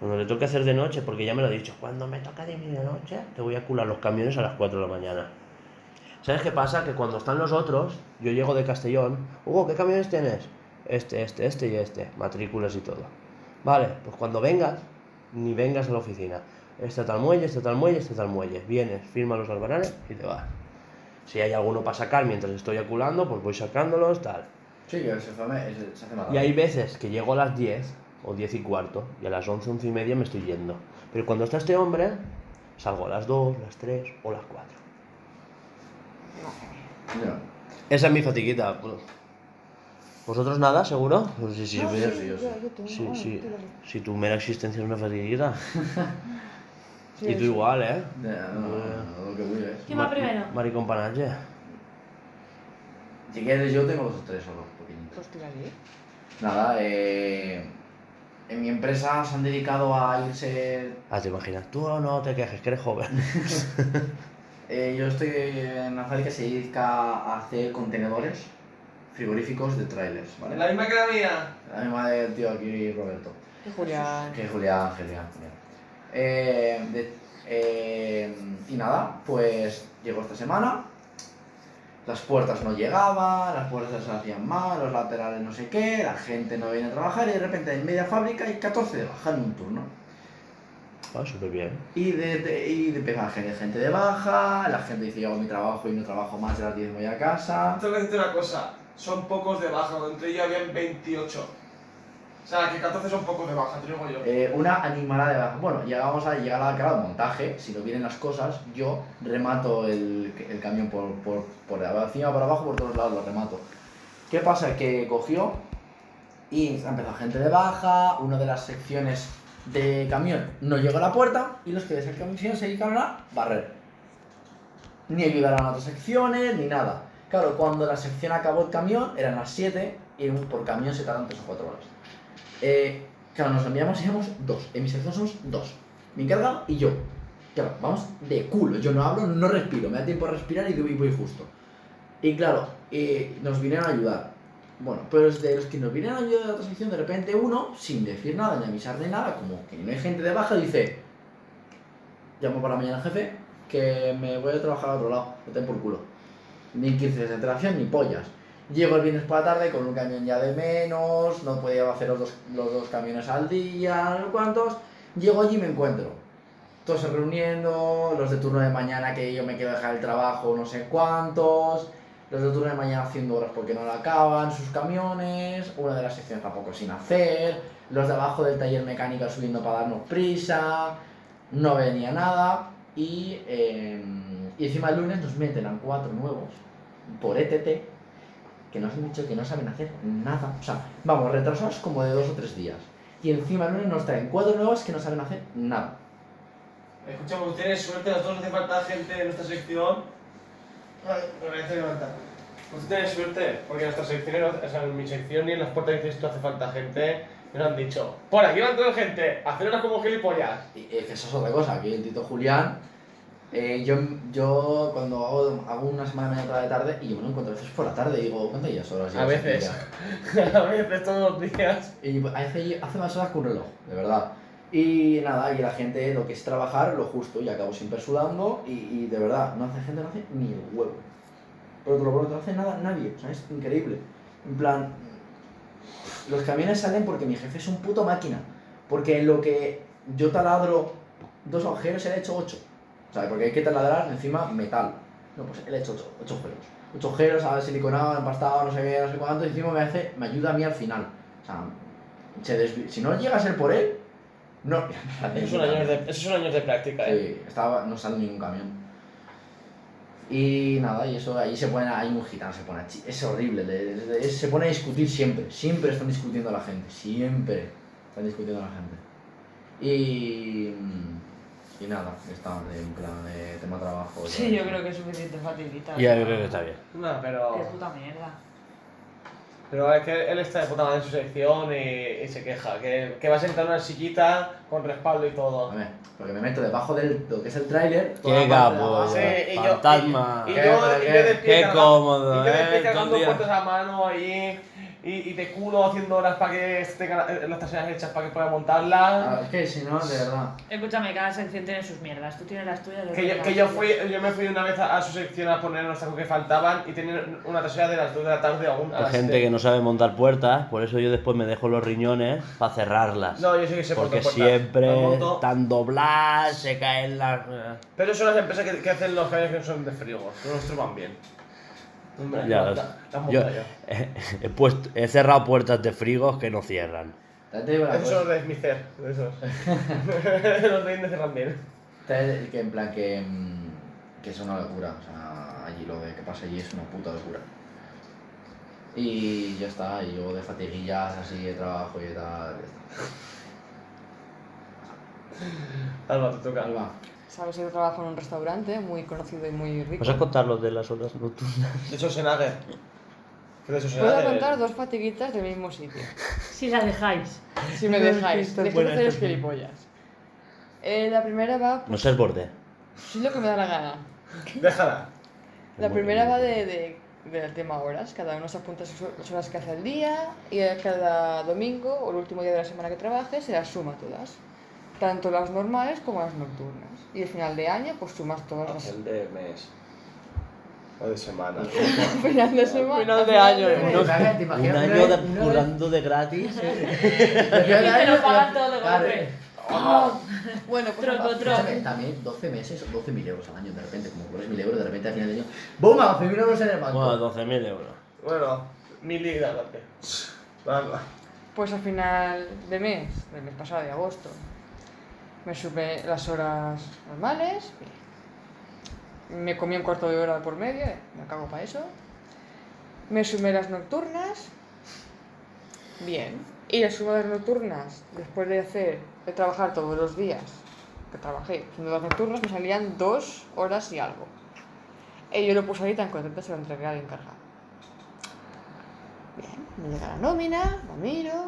[SPEAKER 1] Cuando le toque hacer de noche, porque ya me lo ha dicho, cuando me toca de medianoche, te voy a cular los camiones a las 4 de la mañana. ¿Sabes qué pasa? Que cuando están los otros, yo llego de Castellón, Hugo, ¿qué camiones tienes? Este, este, este y este, matrículas y todo. Vale, pues cuando vengas, ni vengas a la oficina. Este a tal muelle, este a tal muelle, este a tal muelle. Vienes, firma los albaranes y te vas. Si hay alguno para sacar mientras estoy aculando, pues voy sacándolos, tal.
[SPEAKER 5] Sí, que se, fue- se- se hace mal.
[SPEAKER 1] Y hay veces que llego a las 10 o 10 y cuarto y a las 11, 11 y media me estoy yendo. Pero cuando está este hombre, salgo a las 2, las 3 o las 4.
[SPEAKER 5] Ya.
[SPEAKER 1] Esa es mi pues. fatiguita. ¿Vosotros nada, seguro? Pues sí, sí,
[SPEAKER 3] No,
[SPEAKER 1] veo-
[SPEAKER 5] sí,
[SPEAKER 3] yo-
[SPEAKER 5] sí.
[SPEAKER 3] yo tengo,
[SPEAKER 1] Sí,
[SPEAKER 3] ay,
[SPEAKER 1] sí.
[SPEAKER 3] tú lo-
[SPEAKER 1] Si tu mera existencia es una fatiguita.
[SPEAKER 3] Sí,
[SPEAKER 1] y tú
[SPEAKER 3] sí.
[SPEAKER 1] igual, ¿eh?
[SPEAKER 5] Ya, no, no, no, lo que voy es.
[SPEAKER 6] ¿Quién va primero?
[SPEAKER 1] Maricón Panache.
[SPEAKER 5] Si quieres, yo tengo los tres solo, pequeñitos.
[SPEAKER 3] Pues tírale.
[SPEAKER 5] Nada, eh. En mi empresa se han dedicado a irse.
[SPEAKER 1] Ah, te imaginas. Tú no te quejes, que eres joven.
[SPEAKER 5] eh, yo estoy en una fábrica que se dedica a hacer contenedores frigoríficos de trailers, ¿vale?
[SPEAKER 4] La misma que la mía.
[SPEAKER 5] La misma del tío aquí, Roberto.
[SPEAKER 3] Julián.
[SPEAKER 5] Que Julián, Julián, Julián. Eh, de- eh, y nada, pues llegó esta semana. Las puertas no llegaban, las puertas se hacían mal, los laterales no sé qué, la gente no viene a trabajar y de repente en media fábrica hay 14 de baja en un turno.
[SPEAKER 1] Ah, súper bien.
[SPEAKER 5] Y de, de- y de pegaje de gente de baja, la gente dice yo hago mi trabajo y no trabajo más de las 10 me voy a casa.
[SPEAKER 4] Tengo que decirte una cosa. Son pocos de baja. Cuando entré yo habían 28. O sea, que 14 son poco de baja, te digo yo.
[SPEAKER 5] Eh, una animalada de baja. Bueno, llegamos a llegar al claro, montaje. Si no vienen las cosas, yo remato el, el camión por, por, por encima, por abajo, por todos lados lo remato. ¿Qué pasa? Que cogió y ha empezado gente de baja, una de las secciones de camión no llegó a la puerta y los que de esa camión se dedicaron a barrer. Ni ayudaron a otras secciones, ni nada. Claro, cuando la sección acabó el camión, eran las 7 y un- por camión se tardan 3 o 4 horas. Eh, claro, nos enviamos y éramos dos. En mi sección somos dos. Mi encargado y yo. Claro, vamos de culo. Yo no hablo, no respiro. Me da tiempo a respirar y voy, voy justo. Y claro, eh, nos vinieron a ayudar. Bueno, pues de los que nos vinieron a ayudar de la otra sección, de repente uno, sin decir nada, ni avisar de nada, como que no hay gente de baja, dice: Llamo para mañana al jefe, que me voy a trabajar a otro lado. No ten por culo. Ni 15 de antelación, ni pollas. Llego el viernes por la tarde con un camión ya de menos, no podía hacer los dos, los dos camiones al día, no sé cuántos. Llego allí y me encuentro. Todos se reuniendo, los de turno de mañana que yo me quiero dejar el trabajo, no sé cuántos. Los de turno de mañana haciendo horas porque no la acaban, sus camiones, una de las secciones tampoco sin hacer, los de abajo del taller mecánico subiendo para darnos prisa, no venía nada. Y, eh, y encima el lunes nos meten a cuatro nuevos por E ETT que nos han dicho que no saben hacer nada. O sea, vamos, retrasados como de dos o tres días. Y encima el lunes nos traen cuatro nuevas que no saben hacer nada.
[SPEAKER 4] Escuchamos, ustedes suerte, a nosotros no hace falta gente de nuestra sección. Ay, me parece que no falta. Pues tienes suerte, porque en nuestra sección, no- o sea, en mi sección y en las puertas dices tú hace falta gente, nos han dicho, por aquí va entrando gente, hacer horas como gilipollas.
[SPEAKER 5] Y, eh, que eso es otra cosa, que el Tito Julián, eh, yo, yo cuando hago, hago una semana de mañana otra de tarde, y yo me lo encuentro a veces por la tarde, y digo, ¿cuántas ya horas?
[SPEAKER 4] A
[SPEAKER 5] llevas
[SPEAKER 4] veces.
[SPEAKER 5] aquí ya?
[SPEAKER 4] A veces todos los días.
[SPEAKER 5] Y hace, hace más horas que un reloj, de verdad. Y nada, y la gente lo que es trabajar, lo justo, y acabo siempre sudando, y, y de verdad, no hace gente, no hace ni el huevo. Pero te lo prometo, no hace nada nadie, o sea, es increíble. En plan, los camiones salen porque mi jefe es un puto máquina. Porque lo que yo taladro dos agujeros, él ha hecho ocho. O sea, porque hay que taladrar encima metal. No, pues él ha hecho ocho, ocho agujeros. Ocho agujeros, ha siliconado, empastado, no sé qué, no sé cuánto, y encima me hace, me ayuda a mí al final. O sea, se desvi- si no llega a ser por él, no.
[SPEAKER 4] Esos son años de, esos son años de práctica, eh.
[SPEAKER 5] Sí, estaba, no sale ningún camión. Y nada, y eso, ahí se pone, hay un gitano, se pone a chi- es horrible, le- le- le- se pone a discutir siempre, siempre están discutiendo a la gente, siempre están discutiendo a la gente. Y, mm, y nada, estamos en plan de tema trabajo.
[SPEAKER 6] Sí, yo creo que es suficiente facilita.
[SPEAKER 1] bien.
[SPEAKER 4] No, pero...
[SPEAKER 6] Qué puta mierda.
[SPEAKER 4] Pero es que él está de puta madre en su sección y, y se queja, que, que va a sentar una sillita con respaldo y todo.
[SPEAKER 5] A ver, porque me meto debajo de lo que es el tráiler. toda
[SPEAKER 1] Qué
[SPEAKER 5] la parte de
[SPEAKER 1] capo,
[SPEAKER 5] abajo.
[SPEAKER 4] Ah, Sí, y yo-
[SPEAKER 1] fantasma.
[SPEAKER 4] Y, y
[SPEAKER 5] Qué
[SPEAKER 4] yo,
[SPEAKER 5] hombre,
[SPEAKER 4] y yo
[SPEAKER 5] qué-
[SPEAKER 4] de pie
[SPEAKER 1] qué
[SPEAKER 4] cargando-
[SPEAKER 1] cómodo,
[SPEAKER 4] y yo de
[SPEAKER 1] eh,
[SPEAKER 4] pie
[SPEAKER 1] todo el
[SPEAKER 4] cargando
[SPEAKER 1] día.
[SPEAKER 4] puertas a mano ahí, y, y de culo haciendo horas para que tengan la- las traseras hechas para que pueda montarlas.
[SPEAKER 5] Ah, es que si no, de verdad.
[SPEAKER 6] Escúchame, cada sección tiene sus mierdas. Tú tienes las tuyas.
[SPEAKER 4] Que yo, que yo fui, yo me fui una vez a, a su sección a poner los tacos que faltaban y tenían una trasera de las 2 de la tarde aún.
[SPEAKER 1] La gente que no sabe montar puertas, por eso yo después me dejo los riñones para cerrarlas.
[SPEAKER 4] No, yo sí que sé
[SPEAKER 1] Porque
[SPEAKER 4] montar puertas. Las
[SPEAKER 1] siempre
[SPEAKER 4] monto.
[SPEAKER 1] están dobladas, se caen las... eh,
[SPEAKER 4] Pero son las empresas que, que hacen los camiones que no son de frigo, que los truman bien. Hombre,
[SPEAKER 1] Ya,
[SPEAKER 4] las-
[SPEAKER 1] los-
[SPEAKER 4] las monto
[SPEAKER 1] yo
[SPEAKER 4] yo.
[SPEAKER 1] he, puesto- he cerrado puertas de frigos que no cierran.
[SPEAKER 5] Ya te digo una
[SPEAKER 4] Esos
[SPEAKER 5] cosa.
[SPEAKER 4] son los de Smicer, esos. los de Indes también.
[SPEAKER 5] Está Este el- que en plan que, mm, que es una locura. O sea, allí lo de que pasa allí es una puta locura. Y ya está, y yo de fatiguillas así de trabajo y tal. ya está.
[SPEAKER 4] Alba, te toca.
[SPEAKER 5] Alba,
[SPEAKER 3] Sabes, yo trabajo en un restaurante muy conocido y muy rico.
[SPEAKER 1] ¿Vas a contar los de las horas nocturnas?
[SPEAKER 4] De Schwarzenegger. ¿Qué de
[SPEAKER 3] Puedo
[SPEAKER 4] Schwarzenegger?
[SPEAKER 3] contar dos fatiguitas del mismo sitio.
[SPEAKER 6] Si la dejáis.
[SPEAKER 3] Si me dejáis, dejad de
[SPEAKER 1] buena,
[SPEAKER 3] haceros
[SPEAKER 1] esta es
[SPEAKER 3] gilipollas. Eh, la primera va,
[SPEAKER 1] No seas borde.
[SPEAKER 3] sí lo que me da la gana.
[SPEAKER 4] Déjala.
[SPEAKER 3] La
[SPEAKER 1] Muy
[SPEAKER 3] primera
[SPEAKER 1] bien.
[SPEAKER 3] va de, de- del tema horas, cada uno se apunta sus las horas que hace al día y a cada domingo o el último día de la semana que trabaje se las suma todas, tanto las normales como las nocturnas. Y al final de año pues sumas todas las...
[SPEAKER 4] de mes. O de semana.
[SPEAKER 3] Al final de semana...
[SPEAKER 4] Final de año,
[SPEAKER 5] ¿Te imaginas- te
[SPEAKER 1] Un
[SPEAKER 5] imaginas una
[SPEAKER 1] año
[SPEAKER 5] vez-
[SPEAKER 1] de,
[SPEAKER 5] una vez-
[SPEAKER 1] currando de gratis.
[SPEAKER 5] Te
[SPEAKER 6] Y te lo
[SPEAKER 5] imaginas-
[SPEAKER 6] pagan todo de
[SPEAKER 5] Claro,
[SPEAKER 6] golpe.
[SPEAKER 3] Bueno, pues...
[SPEAKER 6] Troco,
[SPEAKER 3] nada,
[SPEAKER 6] troco.
[SPEAKER 5] escúchame, También 12 meses, 12.000 euros al año de repente, como cobras 1.000 euros de repente al final del año. ¡Bum! 12.000 euros en el banco.
[SPEAKER 1] Bueno, 12.000 euros.
[SPEAKER 4] Bueno, mil y darte. Vamos.
[SPEAKER 3] Pues a final de mes, del mes pasado, de agosto, me supe las horas normales, me comí un cuarto de hora por medio, eh, me cago para eso, me sumé las nocturnas, bien, y la suma de las nocturnas, después de hacer, de trabajar todos los días que trabajé, sumando las nocturnas, me salían dos horas y algo. Y yo lo puse ahí tan contenta, se lo entregué al encargado. Bien, me llega la nómina, la miro,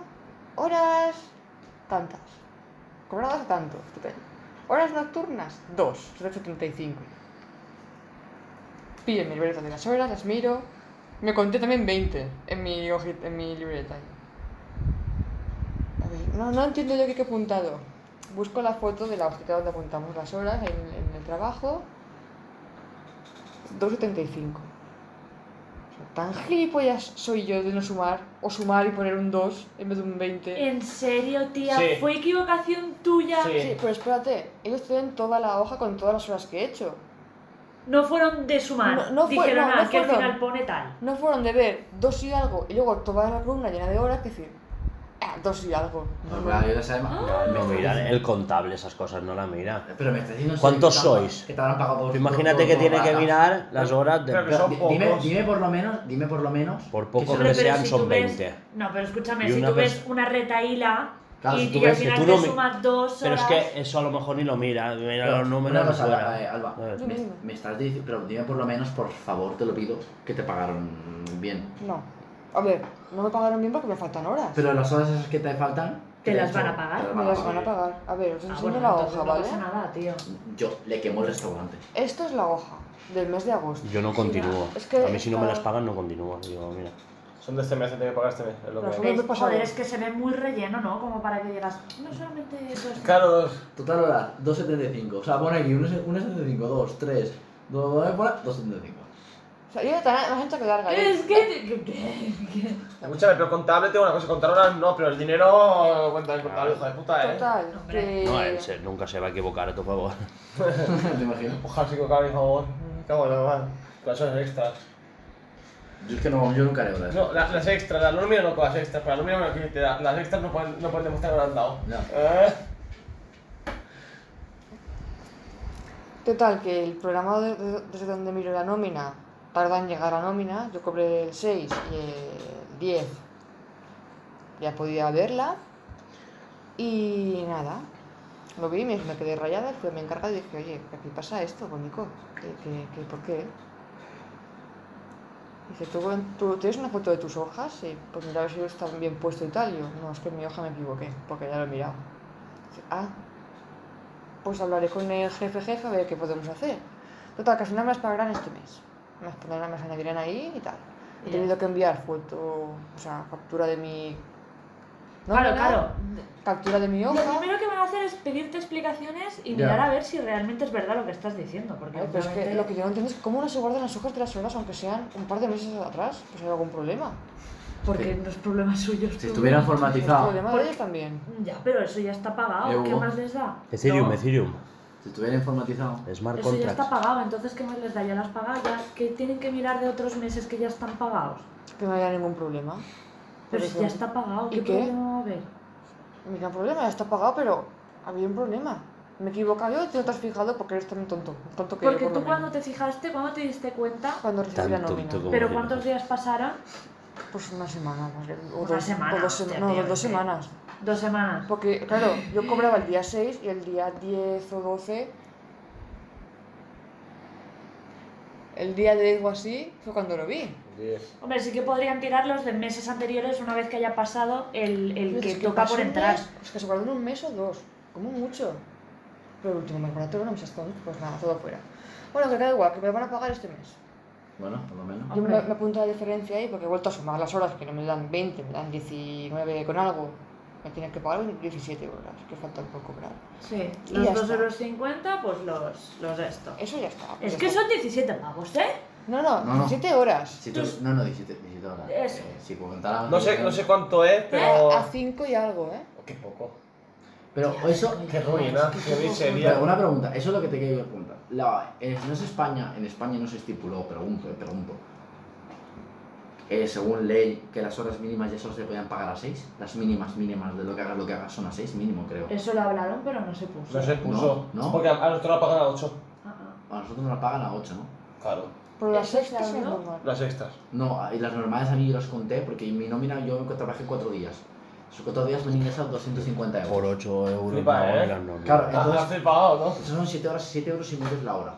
[SPEAKER 3] horas, tantas. Cobradas a tanto, estupendo. Horas nocturnas, 2, 75. Pillo mi libreta de las horas, las miro. Me conté también 20 en mi, hoji- en mi libreta. A ver, No, no entiendo yo qué he apuntado. Busco la foto de la hojita donde apuntamos las horas en, en el trabajo. 275. O sea, Tan gilipollas soy yo de no sumar, o sumar y poner un 2 en vez de un 20.
[SPEAKER 2] En serio, tía,
[SPEAKER 4] Sí.
[SPEAKER 2] fue equivocación tuya.
[SPEAKER 4] Sí.
[SPEAKER 3] Sí, pero espérate, ellos tienen toda la hoja con todas las horas que he hecho.
[SPEAKER 2] No fueron de sumar.
[SPEAKER 3] No- no fue-
[SPEAKER 2] Dijeron,
[SPEAKER 3] no,
[SPEAKER 2] "Ah,
[SPEAKER 3] no
[SPEAKER 2] que al
[SPEAKER 3] fueron".
[SPEAKER 2] final pone tal.
[SPEAKER 3] No fueron de ver dos y algo y luego toda la columna llena de horas que decir, ah, dos y algo.
[SPEAKER 5] No, claro, yo ya sé más.
[SPEAKER 6] Ah.
[SPEAKER 1] No mira, el contable esas cosas no la mira.
[SPEAKER 5] Pero me estás diciendo...
[SPEAKER 1] ¿Cuántos
[SPEAKER 5] que te habrán-
[SPEAKER 1] sois?
[SPEAKER 5] Que te habrán pagado por-
[SPEAKER 1] Imagínate
[SPEAKER 5] por-
[SPEAKER 1] que
[SPEAKER 5] por
[SPEAKER 1] tiene que
[SPEAKER 5] rata.
[SPEAKER 1] mirar las horas de...
[SPEAKER 4] Pero que
[SPEAKER 5] Pero
[SPEAKER 4] son
[SPEAKER 5] di- dime,
[SPEAKER 4] pocos.
[SPEAKER 5] dime por lo menos, dime por lo menos...
[SPEAKER 1] Por poco
[SPEAKER 5] Hombre,
[SPEAKER 1] que
[SPEAKER 5] pero
[SPEAKER 1] sean,
[SPEAKER 2] si
[SPEAKER 1] son
[SPEAKER 2] tú ves-
[SPEAKER 1] 20.
[SPEAKER 2] No, pero escúchame,
[SPEAKER 1] Y
[SPEAKER 2] si
[SPEAKER 1] una
[SPEAKER 2] tú ves
[SPEAKER 1] pers-
[SPEAKER 2] una retaíla
[SPEAKER 5] Claro,
[SPEAKER 2] y,
[SPEAKER 5] si tú
[SPEAKER 2] y
[SPEAKER 5] ves
[SPEAKER 2] al
[SPEAKER 1] que
[SPEAKER 2] final
[SPEAKER 1] tú no
[SPEAKER 2] te
[SPEAKER 1] mi-
[SPEAKER 2] sumas dos
[SPEAKER 1] Pero es
[SPEAKER 2] horas. Ah,
[SPEAKER 1] que eso a lo mejor ni lo mira, mira
[SPEAKER 5] Pero,
[SPEAKER 1] los
[SPEAKER 5] una
[SPEAKER 1] números
[SPEAKER 5] cosa,
[SPEAKER 1] fuera.
[SPEAKER 5] eh, Alba,
[SPEAKER 1] ¿Sabes?
[SPEAKER 3] Yo
[SPEAKER 5] me,
[SPEAKER 3] mismo.
[SPEAKER 5] me estás diciendo... Pero dime por lo menos, por favor, te lo pido, que te pagaron bien.
[SPEAKER 3] No. A ver, no me pagaron bien porque me faltan horas.
[SPEAKER 5] Pero Ah, las horas esas que te faltan...
[SPEAKER 2] Te
[SPEAKER 5] ¿qué
[SPEAKER 2] las
[SPEAKER 5] han
[SPEAKER 2] van a
[SPEAKER 5] hecho?
[SPEAKER 2] pagar.
[SPEAKER 5] Te
[SPEAKER 3] me las van a pagar. A ver, os
[SPEAKER 2] Ah,
[SPEAKER 3] enseño
[SPEAKER 2] bueno,
[SPEAKER 3] la
[SPEAKER 2] entonces
[SPEAKER 3] hoja,
[SPEAKER 2] no
[SPEAKER 3] ¿vale?
[SPEAKER 2] pasa nada, tío.
[SPEAKER 5] Yo le quemo el restaurante.
[SPEAKER 3] Esto es la hoja del mes de agosto.
[SPEAKER 1] Yo no continúo.
[SPEAKER 3] Es que
[SPEAKER 1] a mí si no me
[SPEAKER 3] esta-
[SPEAKER 1] las pagan no continúo. Digo, mira.
[SPEAKER 4] Son de este mes, tengo que pagar este mes. Es lo
[SPEAKER 3] Los
[SPEAKER 4] que
[SPEAKER 3] meses.
[SPEAKER 4] hay.
[SPEAKER 2] ¿Ves?
[SPEAKER 3] me pasa
[SPEAKER 2] Joder,
[SPEAKER 3] bien.
[SPEAKER 2] es que se ve muy relleno, ¿no? Como para que digas, no solamente dos.
[SPEAKER 4] Claro, dos.
[SPEAKER 5] Total hora, 2.75. O sea, pone aquí 1.75, 2, 3, 2, 2.75.
[SPEAKER 3] O sea, yo ya tan más ancha que larga. ¿eh?
[SPEAKER 2] Es que... que-
[SPEAKER 4] Escúchame, pero contable tengo una cosa, contar horas no, pero el dinero cuenta el contable, hijo de puta, eh.
[SPEAKER 3] Total,
[SPEAKER 2] Hombre.
[SPEAKER 3] que...
[SPEAKER 1] No, él se- nunca se va a equivocar a tu favor.
[SPEAKER 5] Te imagino.
[SPEAKER 4] Ojalá sí que cabe, por favor. Me Cago en la mano. Las horas extras.
[SPEAKER 5] Yo es que no, yo nunca haré horas.
[SPEAKER 4] No, la- las extras, la nómina no con las extras, pero la nómina me la tiene que dar. Las extras no pueden, no pueden demostrar que lo han dado.
[SPEAKER 5] No.
[SPEAKER 4] ¿Eh?
[SPEAKER 3] Total, que el programa de- de- desde donde miro la nómina tarda en llegar a nómina. Yo cobré el 6 y el 10. Ya podía verla. Y nada, lo vi, me, me quedé rayada. Fui a mi encargado y dije, oye, ¿qué aquí pasa esto, Bonico? ¿Qué, qué, qué, por qué? Dice, ¿Tú, tú tienes una foto de tus hojas? Y pues mira a ver si están bien puesto y tal. Y yo, no, es que en mi hoja me equivoqué, porque ya lo he mirado. Dice, ah, pues hablaré con el jefe jefe a ver qué podemos hacer. Total, que al final me las pagarán este mes. Me las pondrán, me las añadirán ahí y tal. He
[SPEAKER 2] Ya.
[SPEAKER 3] tenido que enviar foto, o sea, captura de mi... ¿no?
[SPEAKER 2] Claro,
[SPEAKER 3] ¿verdad?
[SPEAKER 2] claro.
[SPEAKER 3] Captura de mi
[SPEAKER 2] Lo
[SPEAKER 3] hoja.
[SPEAKER 2] primero que van a hacer es pedirte explicaciones y
[SPEAKER 5] Ya.
[SPEAKER 2] mirar a ver si realmente es verdad lo que estás diciendo. Porque
[SPEAKER 3] Ay, pero es que
[SPEAKER 2] obviamente-
[SPEAKER 3] lo que yo no entiendo es cómo no se guardan las hojas de las horas, aunque sean un par de meses atrás, pues hay algún problema.
[SPEAKER 2] Porque no es problema suyo. es
[SPEAKER 5] Si
[SPEAKER 2] tu-
[SPEAKER 5] estuvieran
[SPEAKER 3] Es
[SPEAKER 5] formatizados,
[SPEAKER 3] problema de ellos también.
[SPEAKER 2] Ya, pero eso ya está pagado.
[SPEAKER 5] Eh,
[SPEAKER 2] ¿Qué
[SPEAKER 5] Hugo.
[SPEAKER 2] más les da?
[SPEAKER 1] Ethereum,
[SPEAKER 2] No,
[SPEAKER 1] Ethereum.
[SPEAKER 5] si estuvieran formatizados,
[SPEAKER 1] Smart
[SPEAKER 2] Eso ya está
[SPEAKER 1] contracts.
[SPEAKER 2] pagado. Entonces, ¿qué más les da? Ya las pagas. Ya, ¿Qué tienen que mirar de otros meses que ya están pagados?
[SPEAKER 3] Que no haya ningún problema.
[SPEAKER 2] Pero
[SPEAKER 3] Por
[SPEAKER 2] si
[SPEAKER 3] eso-
[SPEAKER 2] ya está pagado, ¿qué,
[SPEAKER 3] ¿Y qué?
[SPEAKER 2] problema va a haber?
[SPEAKER 3] Mira, problema, ya está pagado, pero había un problema. Me he equivocado yo y tú no te has fijado porque eres tan tonto. Tonto que
[SPEAKER 2] Porque
[SPEAKER 3] yo, por
[SPEAKER 2] tú
[SPEAKER 3] lo
[SPEAKER 2] cuando
[SPEAKER 3] menos.
[SPEAKER 2] te fijaste, cuando te diste cuenta,
[SPEAKER 3] Cuando recibí la
[SPEAKER 1] Tan
[SPEAKER 3] nómina.
[SPEAKER 1] tonto como-
[SPEAKER 2] pero
[SPEAKER 1] que
[SPEAKER 2] ¿cuántos
[SPEAKER 1] no.
[SPEAKER 2] días pasaron?
[SPEAKER 3] Pues una semana, ¿vale? O
[SPEAKER 2] Una
[SPEAKER 3] dos,
[SPEAKER 2] semana,
[SPEAKER 3] o dos, sema-
[SPEAKER 2] hostia,
[SPEAKER 3] no,
[SPEAKER 2] tío,
[SPEAKER 3] dos
[SPEAKER 2] es que-
[SPEAKER 3] semanas.
[SPEAKER 2] Dos semanas.
[SPEAKER 3] Porque, claro, yo cobraba el día 6 y el día 10 o 12. El día 10 o así fue cuando lo vi.
[SPEAKER 2] Hombre, sí que podrían tirar los de meses anteriores una vez que haya pasado el, el
[SPEAKER 3] Es
[SPEAKER 2] que toca
[SPEAKER 3] pasó
[SPEAKER 2] por
[SPEAKER 3] un
[SPEAKER 2] entrar.
[SPEAKER 3] mes, Es que se guardó un mes o dos, como mucho. Pero el último mes guardado no me seas tonto, pues nada, todo fuera. Bueno, que da igual, que me lo van a pagar este mes.
[SPEAKER 5] bueno, por lo menos.
[SPEAKER 3] Yo me,
[SPEAKER 2] Hombre.
[SPEAKER 3] me apunto la diferencia ahí porque he vuelto a sumar las horas, que no me dan 20, me dan 19 con algo. Me tienen que pagar 17 horas, que faltan por cobrar.
[SPEAKER 2] Sí,
[SPEAKER 3] Y
[SPEAKER 2] los
[SPEAKER 3] ya está.
[SPEAKER 2] 2,50 euros, pues los, los de esto.
[SPEAKER 3] Eso ya está.
[SPEAKER 2] Es
[SPEAKER 3] ya
[SPEAKER 2] que
[SPEAKER 3] está.
[SPEAKER 2] son 17 pagos, ¿eh?
[SPEAKER 3] No, no,
[SPEAKER 5] No, no.
[SPEAKER 3] 17 horas.
[SPEAKER 5] Si tú-
[SPEAKER 2] Tus-
[SPEAKER 5] no, no, 17, 17 horas.
[SPEAKER 2] Eso.
[SPEAKER 5] Eh, si puedo contar
[SPEAKER 4] No sé, no sé cuánto es, pero.
[SPEAKER 3] A 5 y algo, ¿eh?
[SPEAKER 4] Qué poco.
[SPEAKER 5] Pero eso,
[SPEAKER 4] Qué ruina, qué
[SPEAKER 5] pero
[SPEAKER 4] miseria.
[SPEAKER 5] una pregunta, eso es lo que te quiero preguntar. La, es- no es España, en España no se estipuló, pregunto, eh, pregunto. eh, según ley, que las horas mínimas ya solo se podían pagar a 6. Las mínimas, mínimas de lo que hagas, lo que hagas son a 6 mínimo, creo.
[SPEAKER 2] Eh.
[SPEAKER 6] Eso lo hablaron, pero no se puso.
[SPEAKER 4] No se puso.
[SPEAKER 5] No, no.
[SPEAKER 4] Porque a a nosotros la pagan a 8.
[SPEAKER 6] Ah, ah.
[SPEAKER 5] A nosotros nos la pagan a 8, ¿no?
[SPEAKER 4] Claro.
[SPEAKER 3] Por las
[SPEAKER 6] Eso es
[SPEAKER 3] sextas es
[SPEAKER 6] algo.
[SPEAKER 3] normal.
[SPEAKER 4] Las extras.
[SPEAKER 5] No, a- y las normales a mí yo las conté porque en mi nómina yo trabajé 4 días. Esos 4 días me han ingresado 250 euros.
[SPEAKER 1] Por 8 euros
[SPEAKER 4] Flipa,
[SPEAKER 1] la hora
[SPEAKER 4] ¿eh?
[SPEAKER 1] las normas.
[SPEAKER 5] Claro,
[SPEAKER 4] Entonces,
[SPEAKER 5] Ah, Entonces-
[SPEAKER 4] has flipado, ¿no?
[SPEAKER 5] Entonces son 7 horas, 7 euros y medio es la hora.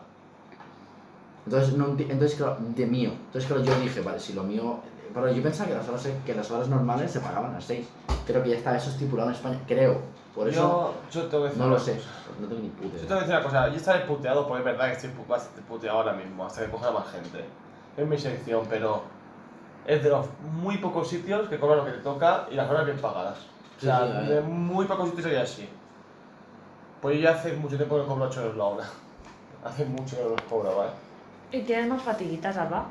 [SPEAKER 5] Entonces, no, enti- entonces claro, de mío. Entonces, claro, yo dije, vale, si lo mío. Pero yo pensaba que las horas, eh, que las horas normales se pagaban a las 6. Creo que ya está eso estipulado en España. Creo. Por eso.
[SPEAKER 4] Yo, yo te voy a decir
[SPEAKER 5] No
[SPEAKER 4] una
[SPEAKER 5] lo
[SPEAKER 4] cosa.
[SPEAKER 5] sé. No tengo ni puta
[SPEAKER 4] Yo te
[SPEAKER 5] idea.
[SPEAKER 4] voy a decir una cosa. Yo estaré puteado porque es verdad que estoy pu- bastante puteado ahora mismo. Hasta que coja más gente. Es mi sección, pero es de los muy pocos sitios que cobran lo que te toca y las horas bien pagadas. O sea,
[SPEAKER 5] Sí, sí, a
[SPEAKER 4] de
[SPEAKER 5] ver.
[SPEAKER 4] muy pocos sitios sería así. Pues yo ya hace mucho tiempo que no cobro 8 euros la hora. Hace mucho que no los cobro, ¿vale?
[SPEAKER 6] Y tienes más fatiguitas, Alba.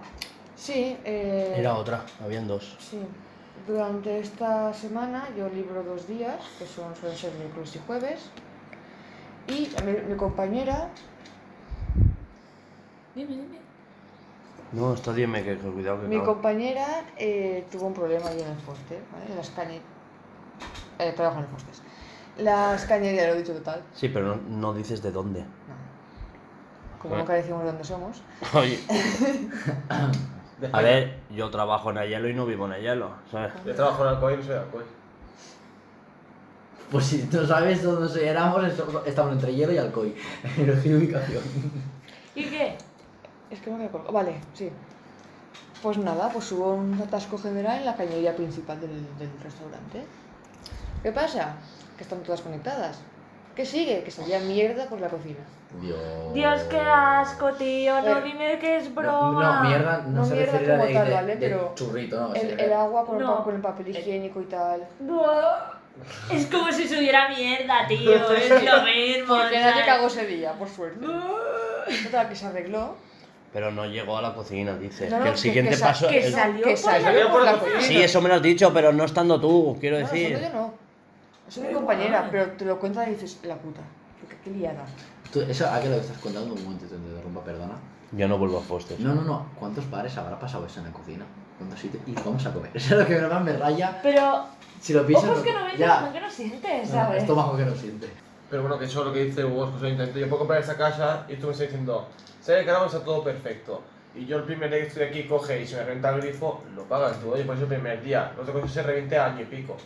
[SPEAKER 3] Sí, eh,
[SPEAKER 1] Era otra, habían dos.
[SPEAKER 3] sí. Durante esta semana yo libro dos días, que son, suelen ser miércoles y jueves. Y mi, mi compañera,
[SPEAKER 6] Dime, dime.
[SPEAKER 1] No, está dime que, que cuidado que
[SPEAKER 3] mi
[SPEAKER 1] acabo.
[SPEAKER 3] compañera eh, tuvo un problema ahí en el fuerte, ¿vale? En las cañerías. Eh, trabajo en el fuertes. Las cañerías, lo he dicho total.
[SPEAKER 1] Sí, pero no, no dices de dónde.
[SPEAKER 3] No. Como
[SPEAKER 1] Bueno.
[SPEAKER 3] nunca decimos dónde somos.
[SPEAKER 1] Oye,
[SPEAKER 4] Después-
[SPEAKER 1] a ver, yo trabajo en Ayelo y no vivo en Ayelo, ¿sabes?
[SPEAKER 4] Yo trabajo en Alcoy y no soy de Alcoy.
[SPEAKER 5] Pues si tú sabes dónde se- éramos, eso- estamos entre hielo y alcohol. Elegí ubicación.
[SPEAKER 6] ¿Y qué?
[SPEAKER 3] Es que no recuerdo. Vale, sí. Pues nada, pues hubo un atasco general en la cañería principal del, del restaurante. ¿Qué pasa? Que están todas conectadas. ¿Qué sigue? Que salía mierda por la cocina.
[SPEAKER 5] Dios.
[SPEAKER 6] Dios, qué asco, tío. No
[SPEAKER 3] Pero-
[SPEAKER 6] dime que es
[SPEAKER 5] No,
[SPEAKER 6] broma.
[SPEAKER 5] no, mierda, no,
[SPEAKER 3] No
[SPEAKER 5] se
[SPEAKER 3] mierda
[SPEAKER 5] referirá
[SPEAKER 3] como
[SPEAKER 5] de,
[SPEAKER 3] tal,
[SPEAKER 5] de-
[SPEAKER 3] ¿vale?
[SPEAKER 5] de
[SPEAKER 3] Pero
[SPEAKER 5] churrito, ¿no?
[SPEAKER 3] El,
[SPEAKER 5] Sí,
[SPEAKER 3] el agua con,
[SPEAKER 6] No.
[SPEAKER 3] con el papel higiénico y tal.
[SPEAKER 6] Buah. Es como si subiera mierda, tío. Es lo mismo.
[SPEAKER 3] Porque nadie
[SPEAKER 6] ¿sabes?
[SPEAKER 3] cagó ese día, por suerte. Total, que se arregló.
[SPEAKER 1] Pero no llegó a la cocina, dices.
[SPEAKER 3] No, no,
[SPEAKER 1] que el
[SPEAKER 3] que-
[SPEAKER 1] siguiente
[SPEAKER 3] que sa-
[SPEAKER 1] paso.
[SPEAKER 6] que
[SPEAKER 1] el-
[SPEAKER 6] sal- Salió
[SPEAKER 3] que
[SPEAKER 6] por la
[SPEAKER 3] salió por la
[SPEAKER 4] cocina.
[SPEAKER 3] cocina.
[SPEAKER 1] Sí, eso me lo has dicho, pero no estando tú, quiero
[SPEAKER 3] No, no,
[SPEAKER 1] decir.
[SPEAKER 3] eso yo no. Eso
[SPEAKER 6] Da
[SPEAKER 3] mi
[SPEAKER 6] igual.
[SPEAKER 3] compañera, pero te lo cuentan y dices, la puta. Qué, qué liada.
[SPEAKER 5] Tú, eso, a que lo estás contando un momento, te interrumpa, perdona.
[SPEAKER 1] Yo no vuelvo a Foster.
[SPEAKER 5] No, no, no. ¿Cuántos bares habrá pasado eso en la cocina? ¿Cuántos sitios? Y vamos a comer. Eso es lo que más me raya.
[SPEAKER 6] Pero
[SPEAKER 5] Si lo piensas.
[SPEAKER 6] ojos que no ven, corazón
[SPEAKER 5] ya. Ah,
[SPEAKER 6] que no sientes,
[SPEAKER 5] No, no,
[SPEAKER 6] ¿sabes?
[SPEAKER 5] estómago que no siente.
[SPEAKER 4] Pero bueno, que eso es lo que dice Hugo, que soy intento. Yo puedo comprar esta casa y tú me estás diciendo, sé que ahora está todo perfecto. Y yo el primer día que estoy aquí coge y se me reventa el grifo, lo pagas tú, oye, por eso el primer día. La otra cosa es que se reviente al año y pico.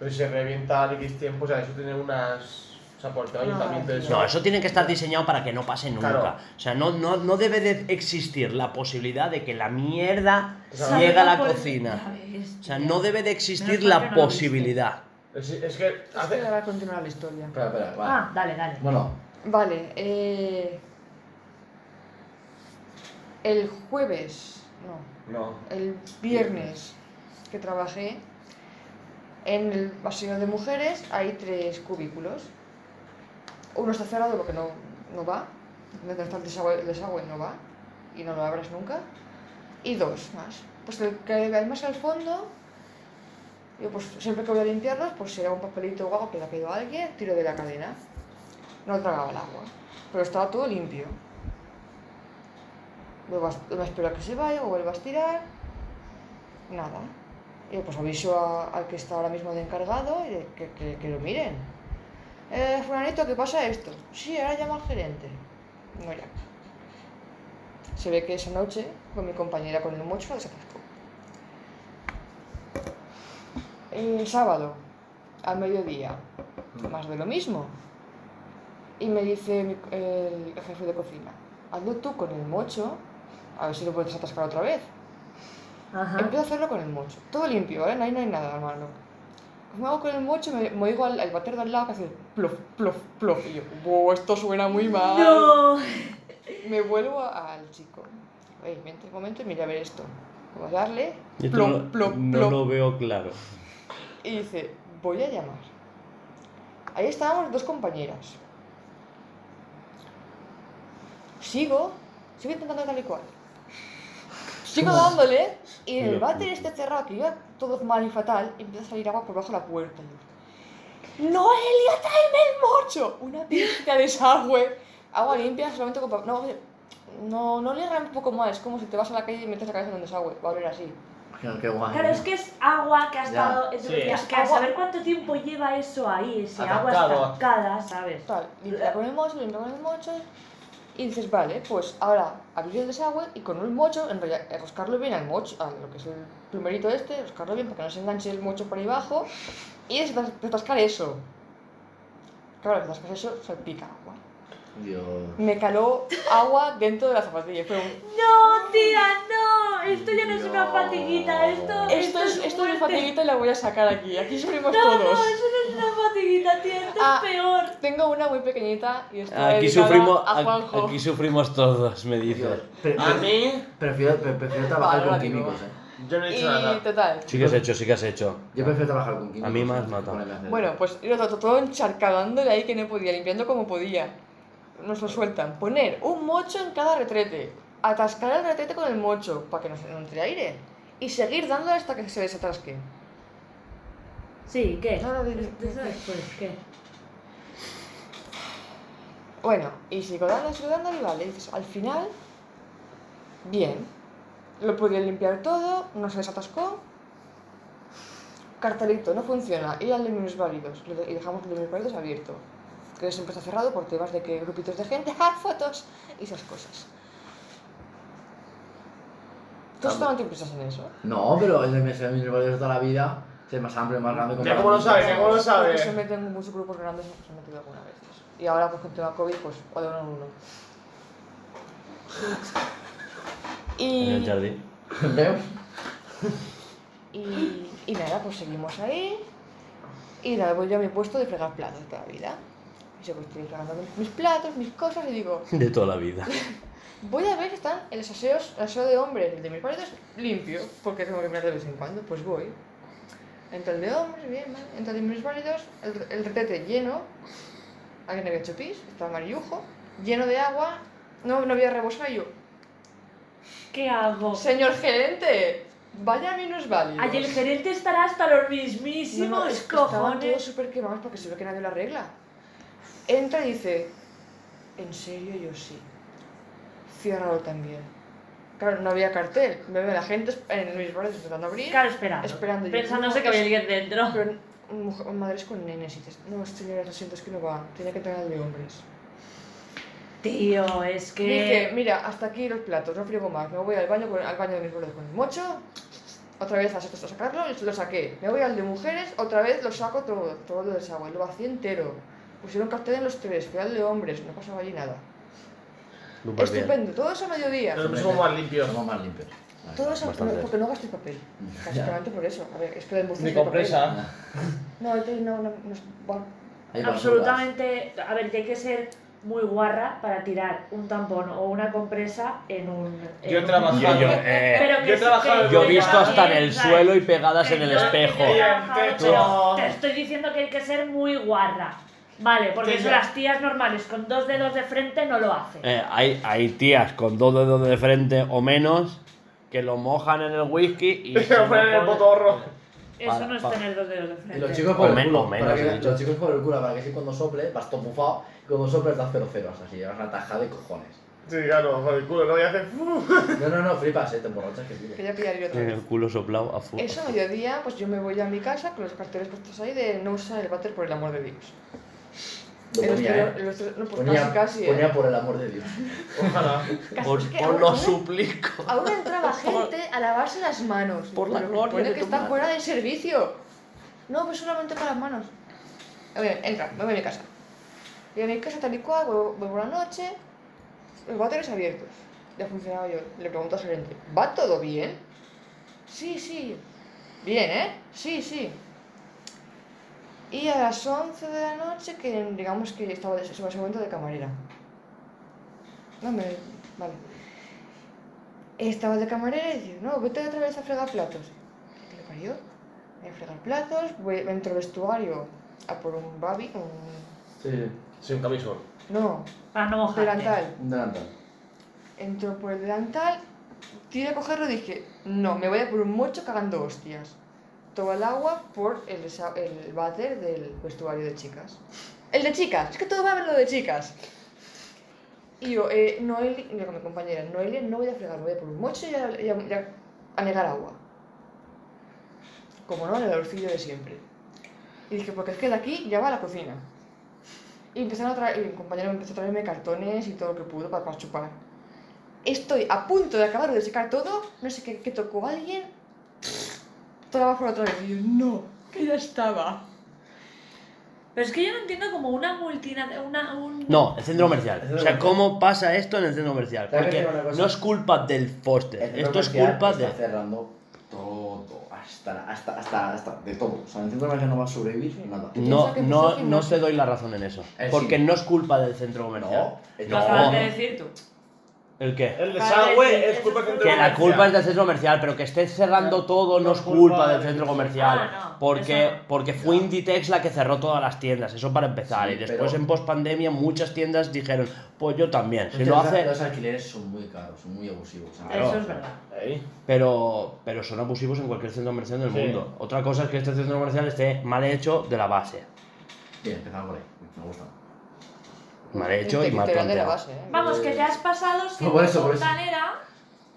[SPEAKER 4] Pero si se revienta al X tiempo, o sea, eso tiene unas. O sea, porque el ayuntamiento de eso.
[SPEAKER 1] No, eso tiene que estar diseñado para que no pase nunca.
[SPEAKER 4] Claro.
[SPEAKER 1] O sea, no, no, no debe de existir la posibilidad de que la mierda
[SPEAKER 4] O sea,
[SPEAKER 1] llegue a la
[SPEAKER 6] Salió por- Ya
[SPEAKER 1] cocina.
[SPEAKER 6] ves,
[SPEAKER 1] O sea,
[SPEAKER 6] tío.
[SPEAKER 1] no debe de existir
[SPEAKER 6] Menos mal
[SPEAKER 1] la
[SPEAKER 6] que no lo
[SPEAKER 1] posibilidad.
[SPEAKER 4] Es, es que.
[SPEAKER 3] Es que
[SPEAKER 4] Hace...
[SPEAKER 3] ahora continúa la historia.
[SPEAKER 5] Espera, espera, vale.
[SPEAKER 6] Ah, dale, dale.
[SPEAKER 5] Bueno,
[SPEAKER 3] Vale, eh, el jueves, no,
[SPEAKER 4] No.
[SPEAKER 3] el viernes que trabajé en el paseo de mujeres hay tres cubículos. Uno está cerrado porque no, no va, donde está el desagüe, el desagüe no va y no lo abres nunca. Y dos más. Pues el que hay más al fondo, yo pues siempre que voy a limpiarlos, pues si era un papelito o algo que le ha caído a alguien, tiro de la cadena. No tragaba el agua, pero estaba todo limpio. Me, vas- me espero a que se vaya, me vuelvas a tirar. Nada. Y pues aviso a- al que está ahora mismo de encargado y de- que, que- que lo miren. Eh, fulanito, ¿qué pasa esto? Sí, ahora llama al gerente. No ya. Se ve que esa noche, con mi compañera con el mocho, se atascó. El sábado, al mediodía, más de lo mismo. Y me dice mi- el jefe de cocina, hazlo tú con el mocho, a ver si lo puedes atascar otra vez.
[SPEAKER 6] Ajá.
[SPEAKER 3] Empiezo a hacerlo con el mocho, todo limpio, ¿eh? Ahí no hay nada, hermano. Como hago con el mocho, me, me oigo al, al bater de al lado que hace plof, plof, plof. Y yo, wow, esto suena muy mal.
[SPEAKER 6] No.
[SPEAKER 3] Me vuelvo a- al chico. Oye, vente un momento y mira a ver esto. Voy a darle,
[SPEAKER 1] Yo
[SPEAKER 3] plop,
[SPEAKER 1] no-
[SPEAKER 3] plop,
[SPEAKER 1] no
[SPEAKER 3] plop.
[SPEAKER 1] lo veo claro.
[SPEAKER 3] Y dice, voy a llamar. Ahí estábamos dos compañeras. Sigo, sigo intentando tal y cual. Sigo dándole y en
[SPEAKER 1] Qué
[SPEAKER 3] el
[SPEAKER 1] locura.
[SPEAKER 3] váter este cerrado que iba todo mal y fatal, empieza a salir agua por bajo la puerta. Y yo, Noelia, tráeme el mocho. Una pizca de desagüe. Agua limpia solamente con... pa- No, no, no le un poco más. Es como si te vas a la calle y metes la cabeza en un desagüe. Va a oler así.
[SPEAKER 5] Imagino qué guay.
[SPEAKER 2] Claro, es que es agua que ha
[SPEAKER 5] Ya.
[SPEAKER 2] estado. es-
[SPEAKER 1] Sí.
[SPEAKER 2] que- que a saber cuánto tiempo lleva eso ahí, ese
[SPEAKER 1] Atascado.
[SPEAKER 2] agua estancada, ¿sabes?
[SPEAKER 3] Tal, limpia con el mocho, limpia con el mocho. Y dices, vale, pues ahora abrir el desagüe y con un mocho enrolla- enroscarlo bien al mocho, a lo que es el plumerito este, enroscarlo bien para que no se enganche el mocho por ahí abajo y destas- desatascar eso. Claro, desatascar eso, salpica agua.
[SPEAKER 5] Dios.
[SPEAKER 3] Me caló agua dentro de la zapatilla. Fue un-
[SPEAKER 2] ¡No, tía, no! Esto ya no es una
[SPEAKER 5] No.
[SPEAKER 2] fatiguita, esto.
[SPEAKER 3] Esto es, esto es mi
[SPEAKER 2] fuerte.
[SPEAKER 3] fatiguita y la voy a sacar aquí. Aquí sufrimos
[SPEAKER 2] No, no,
[SPEAKER 3] todos.
[SPEAKER 2] eso no es una fatiguita, tía, esto
[SPEAKER 3] Ah.
[SPEAKER 2] es peor.
[SPEAKER 3] Tengo una muy pequeñita y está
[SPEAKER 1] Aquí
[SPEAKER 3] dedicada
[SPEAKER 1] sufrimos,
[SPEAKER 3] a Juanjo.
[SPEAKER 1] aquí sufrimos todos, me
[SPEAKER 5] Dios.
[SPEAKER 1] dices.
[SPEAKER 5] Pre-
[SPEAKER 4] A
[SPEAKER 5] pre-
[SPEAKER 4] mí,
[SPEAKER 5] prefiero, pre- prefiero trabajar
[SPEAKER 3] Vale,
[SPEAKER 5] con
[SPEAKER 3] vale,
[SPEAKER 5] químicos,
[SPEAKER 3] no.
[SPEAKER 5] eh.
[SPEAKER 4] yo no he
[SPEAKER 3] Y
[SPEAKER 4] hecho nada.
[SPEAKER 3] total.
[SPEAKER 1] Sí que has hecho, sí que has hecho.
[SPEAKER 5] Yo prefiero trabajar con químicos.
[SPEAKER 1] A mí me has
[SPEAKER 5] eh,
[SPEAKER 1] matado.
[SPEAKER 5] ponerme a hacer-
[SPEAKER 3] Bueno, pues yo todo, todo encharcadándole ahí que no podía, limpiando como podía. Nos lo sueltan. Poner un mocho en cada retrete. Atascar el retrete con el mocho para que no se no entre aire. Y seguir dándole hasta que se desatasque.
[SPEAKER 2] Sí, ¿qué?
[SPEAKER 3] No, no, no, no,
[SPEAKER 2] ¿Tú sabes pues qué?
[SPEAKER 3] Bueno, y sigo dando, sigo dando y vale. Dices, al final, bien. Lo pude limpiar todo, no se desatascó. Cartelito, no funciona. Ir al de minusválidos. Lo de- Y dejamos el de minusválidos abierto. Que siempre está cerrado por temas de que grupitos de gente, ¡ja! fotos y esas cosas. ¿Tú
[SPEAKER 5] Ah,
[SPEAKER 3] estaban pensas en eso?
[SPEAKER 5] No, pero el de MS de mis valores de toda la vida es el más amplio, más grande.
[SPEAKER 4] Ya como lo sabes, ya como lo
[SPEAKER 3] Porque
[SPEAKER 4] sabes.
[SPEAKER 3] se meten en muchos grupos grandes, se han metido alguna vez. Y ahora, pues con tema COVID, pues o de uno en uno.
[SPEAKER 1] En el
[SPEAKER 3] Y,
[SPEAKER 1] jardín.
[SPEAKER 5] ¿Veo?
[SPEAKER 3] y, y nada, pues seguimos ahí. Y nada, voy yo a mi puesto de fregar platos toda la vida. Y yo pues estoy fregando mis- mis platos, mis cosas, y digo,
[SPEAKER 1] De toda la vida.
[SPEAKER 3] voy a ver si están en los aseos, el aseo de hombres, el de mis maridos, limpio, porque tengo que mirar de vez en cuando, pues voy. Entra el de hombres, bien, vale. Entra el de mis maridos, el, el retrete lleno, alguien había hecho pis, estaba amarillujo, lleno de agua, no, no había rebosado y yo,
[SPEAKER 2] ¿Qué hago?
[SPEAKER 3] señor gerente, vaya menos válido.
[SPEAKER 2] Allí el gerente estará hasta los
[SPEAKER 3] No,
[SPEAKER 2] mismísimos
[SPEAKER 3] no, es que estaban todos
[SPEAKER 2] cojones.
[SPEAKER 3] súper quemados porque se ve que nadie lo arregla. Entra y dice, ¿en serio yo sí? Ciérralo también. Claro, no había cartel. Me ve la gente esp- en mis bares intentando abrir.
[SPEAKER 2] Claro, espera.
[SPEAKER 3] Esperando yo.
[SPEAKER 2] Pensándose que había alguien dentro.
[SPEAKER 3] Pero mujer- madres con nenes y dices, no, este señora, lo siento, es que no va. Tenía que entrar al de hombres.
[SPEAKER 2] Tío, es que.
[SPEAKER 3] Dije, mira, hasta aquí los platos, no friego más. Me voy al baño, con- al baño de mis bordes con el mocho. Otra vez a a sacarlo, lo saqué. Me voy al de mujeres, otra vez lo saco todo, todo lo desagüe, lo vacié entero. Pusieron cartel en los tres, fui al de hombres, no pasaba allí nada.
[SPEAKER 7] Súper bien.
[SPEAKER 3] Estupendo, todo eso a mediodía.
[SPEAKER 4] Pero somos más limpios.
[SPEAKER 5] Somos más limpios. Vale.
[SPEAKER 3] Todo eso,
[SPEAKER 1] bastante.
[SPEAKER 3] no, porque no gasté papel. Básicamente por eso. A ver, es que de Murcia
[SPEAKER 4] Ni
[SPEAKER 3] no hay papel.
[SPEAKER 4] compresa.
[SPEAKER 3] No, entonces no, no, no es- bueno,
[SPEAKER 5] Hay basuras.
[SPEAKER 2] Absolutamente. A ver, que hay que ser muy guarra para tirar un tampón o una compresa en un. en
[SPEAKER 4] Yo he
[SPEAKER 2] un-
[SPEAKER 4] trabajado.
[SPEAKER 1] Yo, yo, eh,
[SPEAKER 2] Pero que
[SPEAKER 4] Yo he
[SPEAKER 2] se-
[SPEAKER 4] trabajado
[SPEAKER 2] que-
[SPEAKER 4] en-
[SPEAKER 1] yo he
[SPEAKER 2] que
[SPEAKER 1] visto hasta en el
[SPEAKER 2] también, ¿sabes?
[SPEAKER 1] suelo y pegadas en el
[SPEAKER 2] Perdón, que
[SPEAKER 1] espejo.
[SPEAKER 2] yo he
[SPEAKER 4] Y en
[SPEAKER 2] trabajado,
[SPEAKER 4] techo.
[SPEAKER 2] pero Te estoy diciendo que hay que ser muy guarra. Vale, porque
[SPEAKER 4] Sí,
[SPEAKER 2] eso
[SPEAKER 4] ya.
[SPEAKER 2] las tías normales con dos dedos de frente no lo hacen.
[SPEAKER 1] Eh, hay, hay tías con dos dedos de frente o menos que lo mojan en el whisky y.
[SPEAKER 4] Y se
[SPEAKER 1] se
[SPEAKER 4] lo ponen en el potorro.
[SPEAKER 2] eso
[SPEAKER 1] para-
[SPEAKER 2] no es
[SPEAKER 1] para-
[SPEAKER 2] tener dos dedos de frente.
[SPEAKER 5] Y los chicos
[SPEAKER 1] O
[SPEAKER 5] por
[SPEAKER 1] men-
[SPEAKER 5] el
[SPEAKER 1] o
[SPEAKER 5] culo.
[SPEAKER 1] menos,
[SPEAKER 5] para que-
[SPEAKER 1] he dicho.
[SPEAKER 5] los chicos por el culo, para que si cuando sople vas todo bufado y cuando soples das 0-0. Así llevas una tajada de cojones.
[SPEAKER 4] Sí, claro, con el culo, ¿no? Y hace...
[SPEAKER 5] No, no, no, flipas, eh, te emborrachas que flipas.
[SPEAKER 3] quería pillar yo otra
[SPEAKER 1] En
[SPEAKER 3] vez.
[SPEAKER 1] el culo soplado a fuego.
[SPEAKER 3] Eso a mediodía, pues yo me voy a mi casa con los carteles puestos ahí de no usar el váter por el amor de Dios.
[SPEAKER 5] Lo
[SPEAKER 3] El
[SPEAKER 5] ponía,
[SPEAKER 3] otro-
[SPEAKER 5] eh.
[SPEAKER 3] el otro- no, pues
[SPEAKER 5] Ponía,
[SPEAKER 3] casi, casi. eh.
[SPEAKER 5] ponía por el amor de Dios.
[SPEAKER 4] Ojalá.
[SPEAKER 3] Casi,
[SPEAKER 1] Os,
[SPEAKER 3] es que
[SPEAKER 1] os
[SPEAKER 3] aún-
[SPEAKER 1] lo
[SPEAKER 3] aún-
[SPEAKER 1] suplico.
[SPEAKER 3] Aún entraba gente a lavarse las manos.
[SPEAKER 1] Por la
[SPEAKER 3] Pero
[SPEAKER 1] gloria
[SPEAKER 3] pone
[SPEAKER 1] de
[SPEAKER 3] que
[SPEAKER 1] tu
[SPEAKER 3] está
[SPEAKER 1] madre.
[SPEAKER 3] fuera de servicio. No, pues solamente para las manos. A ver, entra, me voy a mi casa. Y a mi casa tal y cual, vuelvo, vuelvo a la noche, los váteres abiertos. Ya funcionaba yo. Le pregunto al gerente, ¿va todo bien? Sí, sí. Bien, ¿eh? Sí, sí. Y a las 11 de la noche, que digamos que estaba de, se momento de camarera. No me. Vale. Estaba de camarera y dice, no, vete otra vez a fregar platos. ¿Qué le parió? Voy a fregar platos, voy, entro al vestuario a por un babi, un...
[SPEAKER 5] Sí,
[SPEAKER 4] Sí, un camisón.
[SPEAKER 3] No,
[SPEAKER 2] Para no
[SPEAKER 3] un
[SPEAKER 2] mojarte.
[SPEAKER 3] delantal.
[SPEAKER 5] un delantal.
[SPEAKER 3] Entró por el delantal, tiré a cogerlo y dije, no, me voy a por un mocho cagando hostias. Todo el agua por el, desa- el váter del vestuario de chicas. El de chicas, es que todo va a lo de chicas. Y yo, eh, Noelia, digo a mi compañera, Noelia, no voy a fregar, voy a por un mocho y a, y a- y a- a negar agua. como no, en el bolsillo de siempre. Y dije, porque es que de aquí ya va a la cocina. Y empezaron a traer, y mi compañero empezó a traerme cartones y todo lo que pudo para, para chupar. Estoy a punto de acabar de secar todo, no sé qué, qué tocó alguien. Todo abajo otra vez. Y yo, no, que ya estaba.
[SPEAKER 2] Pero es que yo no entiendo como una multinacional. Una, un...
[SPEAKER 1] No, el centro comercial.
[SPEAKER 5] centro
[SPEAKER 1] o sea,
[SPEAKER 5] comercial.
[SPEAKER 1] ¿cómo pasa esto en el centro comercial?
[SPEAKER 5] ¿Sabes qué
[SPEAKER 1] Porque
[SPEAKER 5] es una cosa?
[SPEAKER 1] no es culpa del Foster,
[SPEAKER 5] El centro
[SPEAKER 1] esto es
[SPEAKER 5] comercial
[SPEAKER 1] culpa
[SPEAKER 5] está
[SPEAKER 1] de...
[SPEAKER 5] cerrando todo, hasta, la- hasta, hasta, hasta, de todo. O sea, el centro comercial no va a sobrevivir nada.
[SPEAKER 1] No,
[SPEAKER 3] Piensa que
[SPEAKER 1] no,
[SPEAKER 3] Miyazaki
[SPEAKER 1] no
[SPEAKER 3] no-
[SPEAKER 1] te doy la razón en eso.
[SPEAKER 5] Eh, sí.
[SPEAKER 1] Porque no es culpa del centro comercial.
[SPEAKER 5] No, es-
[SPEAKER 2] Lo acabas de
[SPEAKER 1] No.
[SPEAKER 2] decir tú.
[SPEAKER 1] ¿El qué?
[SPEAKER 4] El
[SPEAKER 2] Vale,
[SPEAKER 4] desagüe es
[SPEAKER 2] eso
[SPEAKER 4] culpa
[SPEAKER 2] es
[SPEAKER 4] del
[SPEAKER 1] Que
[SPEAKER 4] centro
[SPEAKER 1] la culpa es
[SPEAKER 4] comercial.
[SPEAKER 1] del centro comercial, pero que estés cerrando todo no es culpa del centro comercial.
[SPEAKER 2] Ah, no,
[SPEAKER 1] Porque,
[SPEAKER 2] eso no.
[SPEAKER 1] porque fue Inditex la que cerró todas las tiendas, eso para empezar.
[SPEAKER 5] Sí,
[SPEAKER 1] y después
[SPEAKER 5] pero-
[SPEAKER 1] en pospandemia muchas tiendas dijeron, pues yo también. Si
[SPEAKER 5] Los-
[SPEAKER 1] lo hace,
[SPEAKER 5] Los alquileres son muy caros, son muy abusivos. o sea,
[SPEAKER 1] Claro.
[SPEAKER 2] Eso es verdad.
[SPEAKER 4] Ahí.
[SPEAKER 1] Pero, pero son abusivos en cualquier centro comercial del
[SPEAKER 4] Sí.
[SPEAKER 1] mundo. Otra cosa es que este centro comercial esté mal hecho de la base.
[SPEAKER 5] Bien, empezamos por ahí. Me gusta.
[SPEAKER 1] Mal hecho
[SPEAKER 3] Te-
[SPEAKER 1] y mal
[SPEAKER 3] te dan de la
[SPEAKER 1] planteado.
[SPEAKER 3] base, ¿eh?
[SPEAKER 2] Vamos, que te has pasado sin
[SPEAKER 5] por eso, por eso.
[SPEAKER 2] fontanera.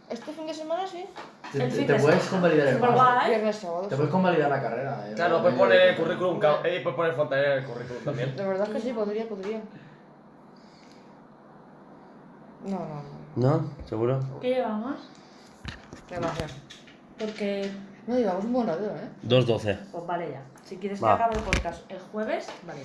[SPEAKER 3] Este fin de semana sí.
[SPEAKER 5] Te,
[SPEAKER 2] El
[SPEAKER 5] te-
[SPEAKER 2] fin
[SPEAKER 5] te
[SPEAKER 2] de
[SPEAKER 5] puedes
[SPEAKER 2] semana.
[SPEAKER 5] convalidar el
[SPEAKER 2] Súper
[SPEAKER 5] máster.
[SPEAKER 2] guay.
[SPEAKER 3] Viernes, sábado.
[SPEAKER 5] Te puedes convalidar la carrera. eh,
[SPEAKER 4] Claro,
[SPEAKER 5] no-
[SPEAKER 4] puedes
[SPEAKER 5] no-
[SPEAKER 4] poner
[SPEAKER 5] no-
[SPEAKER 4] currículum, ca- eh, puedes poner fontanera en el currículum también.
[SPEAKER 3] De verdad que sí, podría, podría. No, no, no.
[SPEAKER 1] ¿No? ¿Seguro?
[SPEAKER 2] ¿Qué llevamos?
[SPEAKER 3] Demasiado.
[SPEAKER 2] Porque,
[SPEAKER 3] No, llevamos un buen rato, ¿eh?
[SPEAKER 1] 2.12.
[SPEAKER 2] pues vale ya. Si quieres
[SPEAKER 1] Va.
[SPEAKER 2] que acabe el podcast el jueves, vale.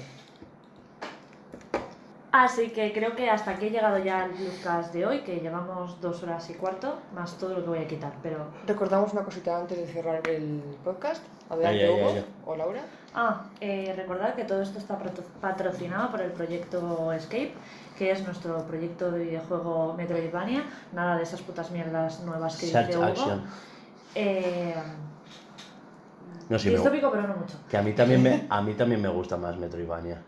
[SPEAKER 2] Así que creo que hasta aquí he llegado ya el podcast de hoy, que llevamos dos horas y cuarto, más todo lo que voy a quitar, pero...
[SPEAKER 3] Recordamos una cosita antes de cerrar el podcast. Adelante,
[SPEAKER 1] Ay, ay,
[SPEAKER 3] Hugo
[SPEAKER 1] ay, ay.
[SPEAKER 3] o Laura.
[SPEAKER 2] Ah, eh, recordad que todo esto está patro- patrocinado por el proyecto Escape, que es nuestro proyecto de videojuego Metroidvania, nada de esas putas mierdas nuevas que
[SPEAKER 1] Search
[SPEAKER 2] dice Hugo.
[SPEAKER 1] action.
[SPEAKER 2] Eh,
[SPEAKER 1] No, sí, me-
[SPEAKER 2] distópico, pero no mucho.
[SPEAKER 1] Que a mí también me, a mí también me gusta más Metroidvania.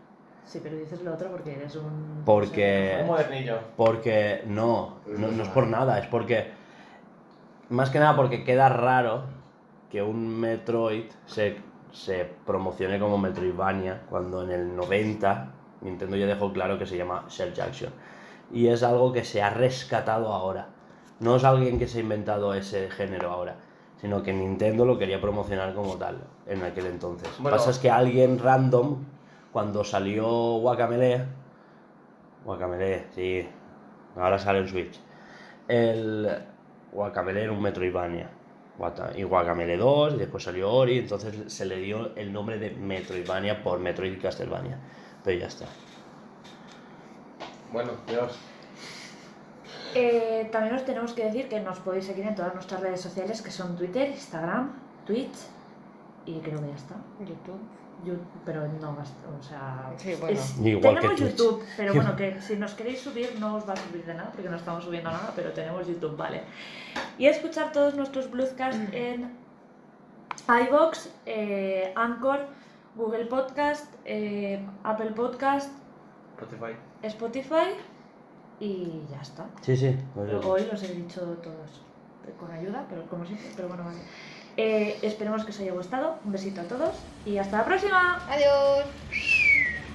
[SPEAKER 2] Sí, pero dices lo otro porque eres un...
[SPEAKER 1] Porque...
[SPEAKER 4] Un modernillo.
[SPEAKER 1] Porque no, no, no es por nada, es porque... Más que nada porque queda raro que un Metroid se, se promocione como Metroidvania cuando en el 90 Nintendo ya dejó claro que se llama Search Action. Y es algo que se ha rescatado ahora. No es alguien que se ha inventado ese género ahora, sino que Nintendo lo quería promocionar como tal en aquel entonces. Lo que
[SPEAKER 4] Bueno.
[SPEAKER 1] pasa es que alguien random, cuando salió Guacamele, Guacamele, sí, ahora sale en Switch. El Guacamele era un Metroidvania. Guata- Y Guacamele 2, y después salió Ori, entonces se le dio el nombre de Metroidvania por Metroid y Castlevania. Pero ya está.
[SPEAKER 4] Bueno, Dios.
[SPEAKER 2] Eh, también os tenemos que decir que nos podéis seguir en todas nuestras redes sociales, que son Twitter, Instagram, Twitch y creo que ya está.
[SPEAKER 3] YouTube.
[SPEAKER 2] Yo- pero no gast- o sea,
[SPEAKER 3] Sí, bueno.
[SPEAKER 1] Igual que
[SPEAKER 2] tenemos
[SPEAKER 1] Twitch.
[SPEAKER 2] YouTube, pero bueno, que si nos queréis subir no os va a subir de nada porque no estamos subiendo nada, pero tenemos YouTube, vale. Y escuchar todos nuestros
[SPEAKER 3] Mm.
[SPEAKER 2] Bloodcasts en iBox, eh, Anchor, Google Podcast, eh, Apple Podcast,
[SPEAKER 4] Spotify.
[SPEAKER 2] Spotify y ya está.
[SPEAKER 1] Sí, sí. pues
[SPEAKER 2] Pero
[SPEAKER 1] eso.
[SPEAKER 2] hoy los he dicho todos eh, con ayuda, pero como siempre, pero bueno, vale. Eh, esperemos que os haya gustado. Un besito a todos y hasta la próxima.
[SPEAKER 3] Adiós.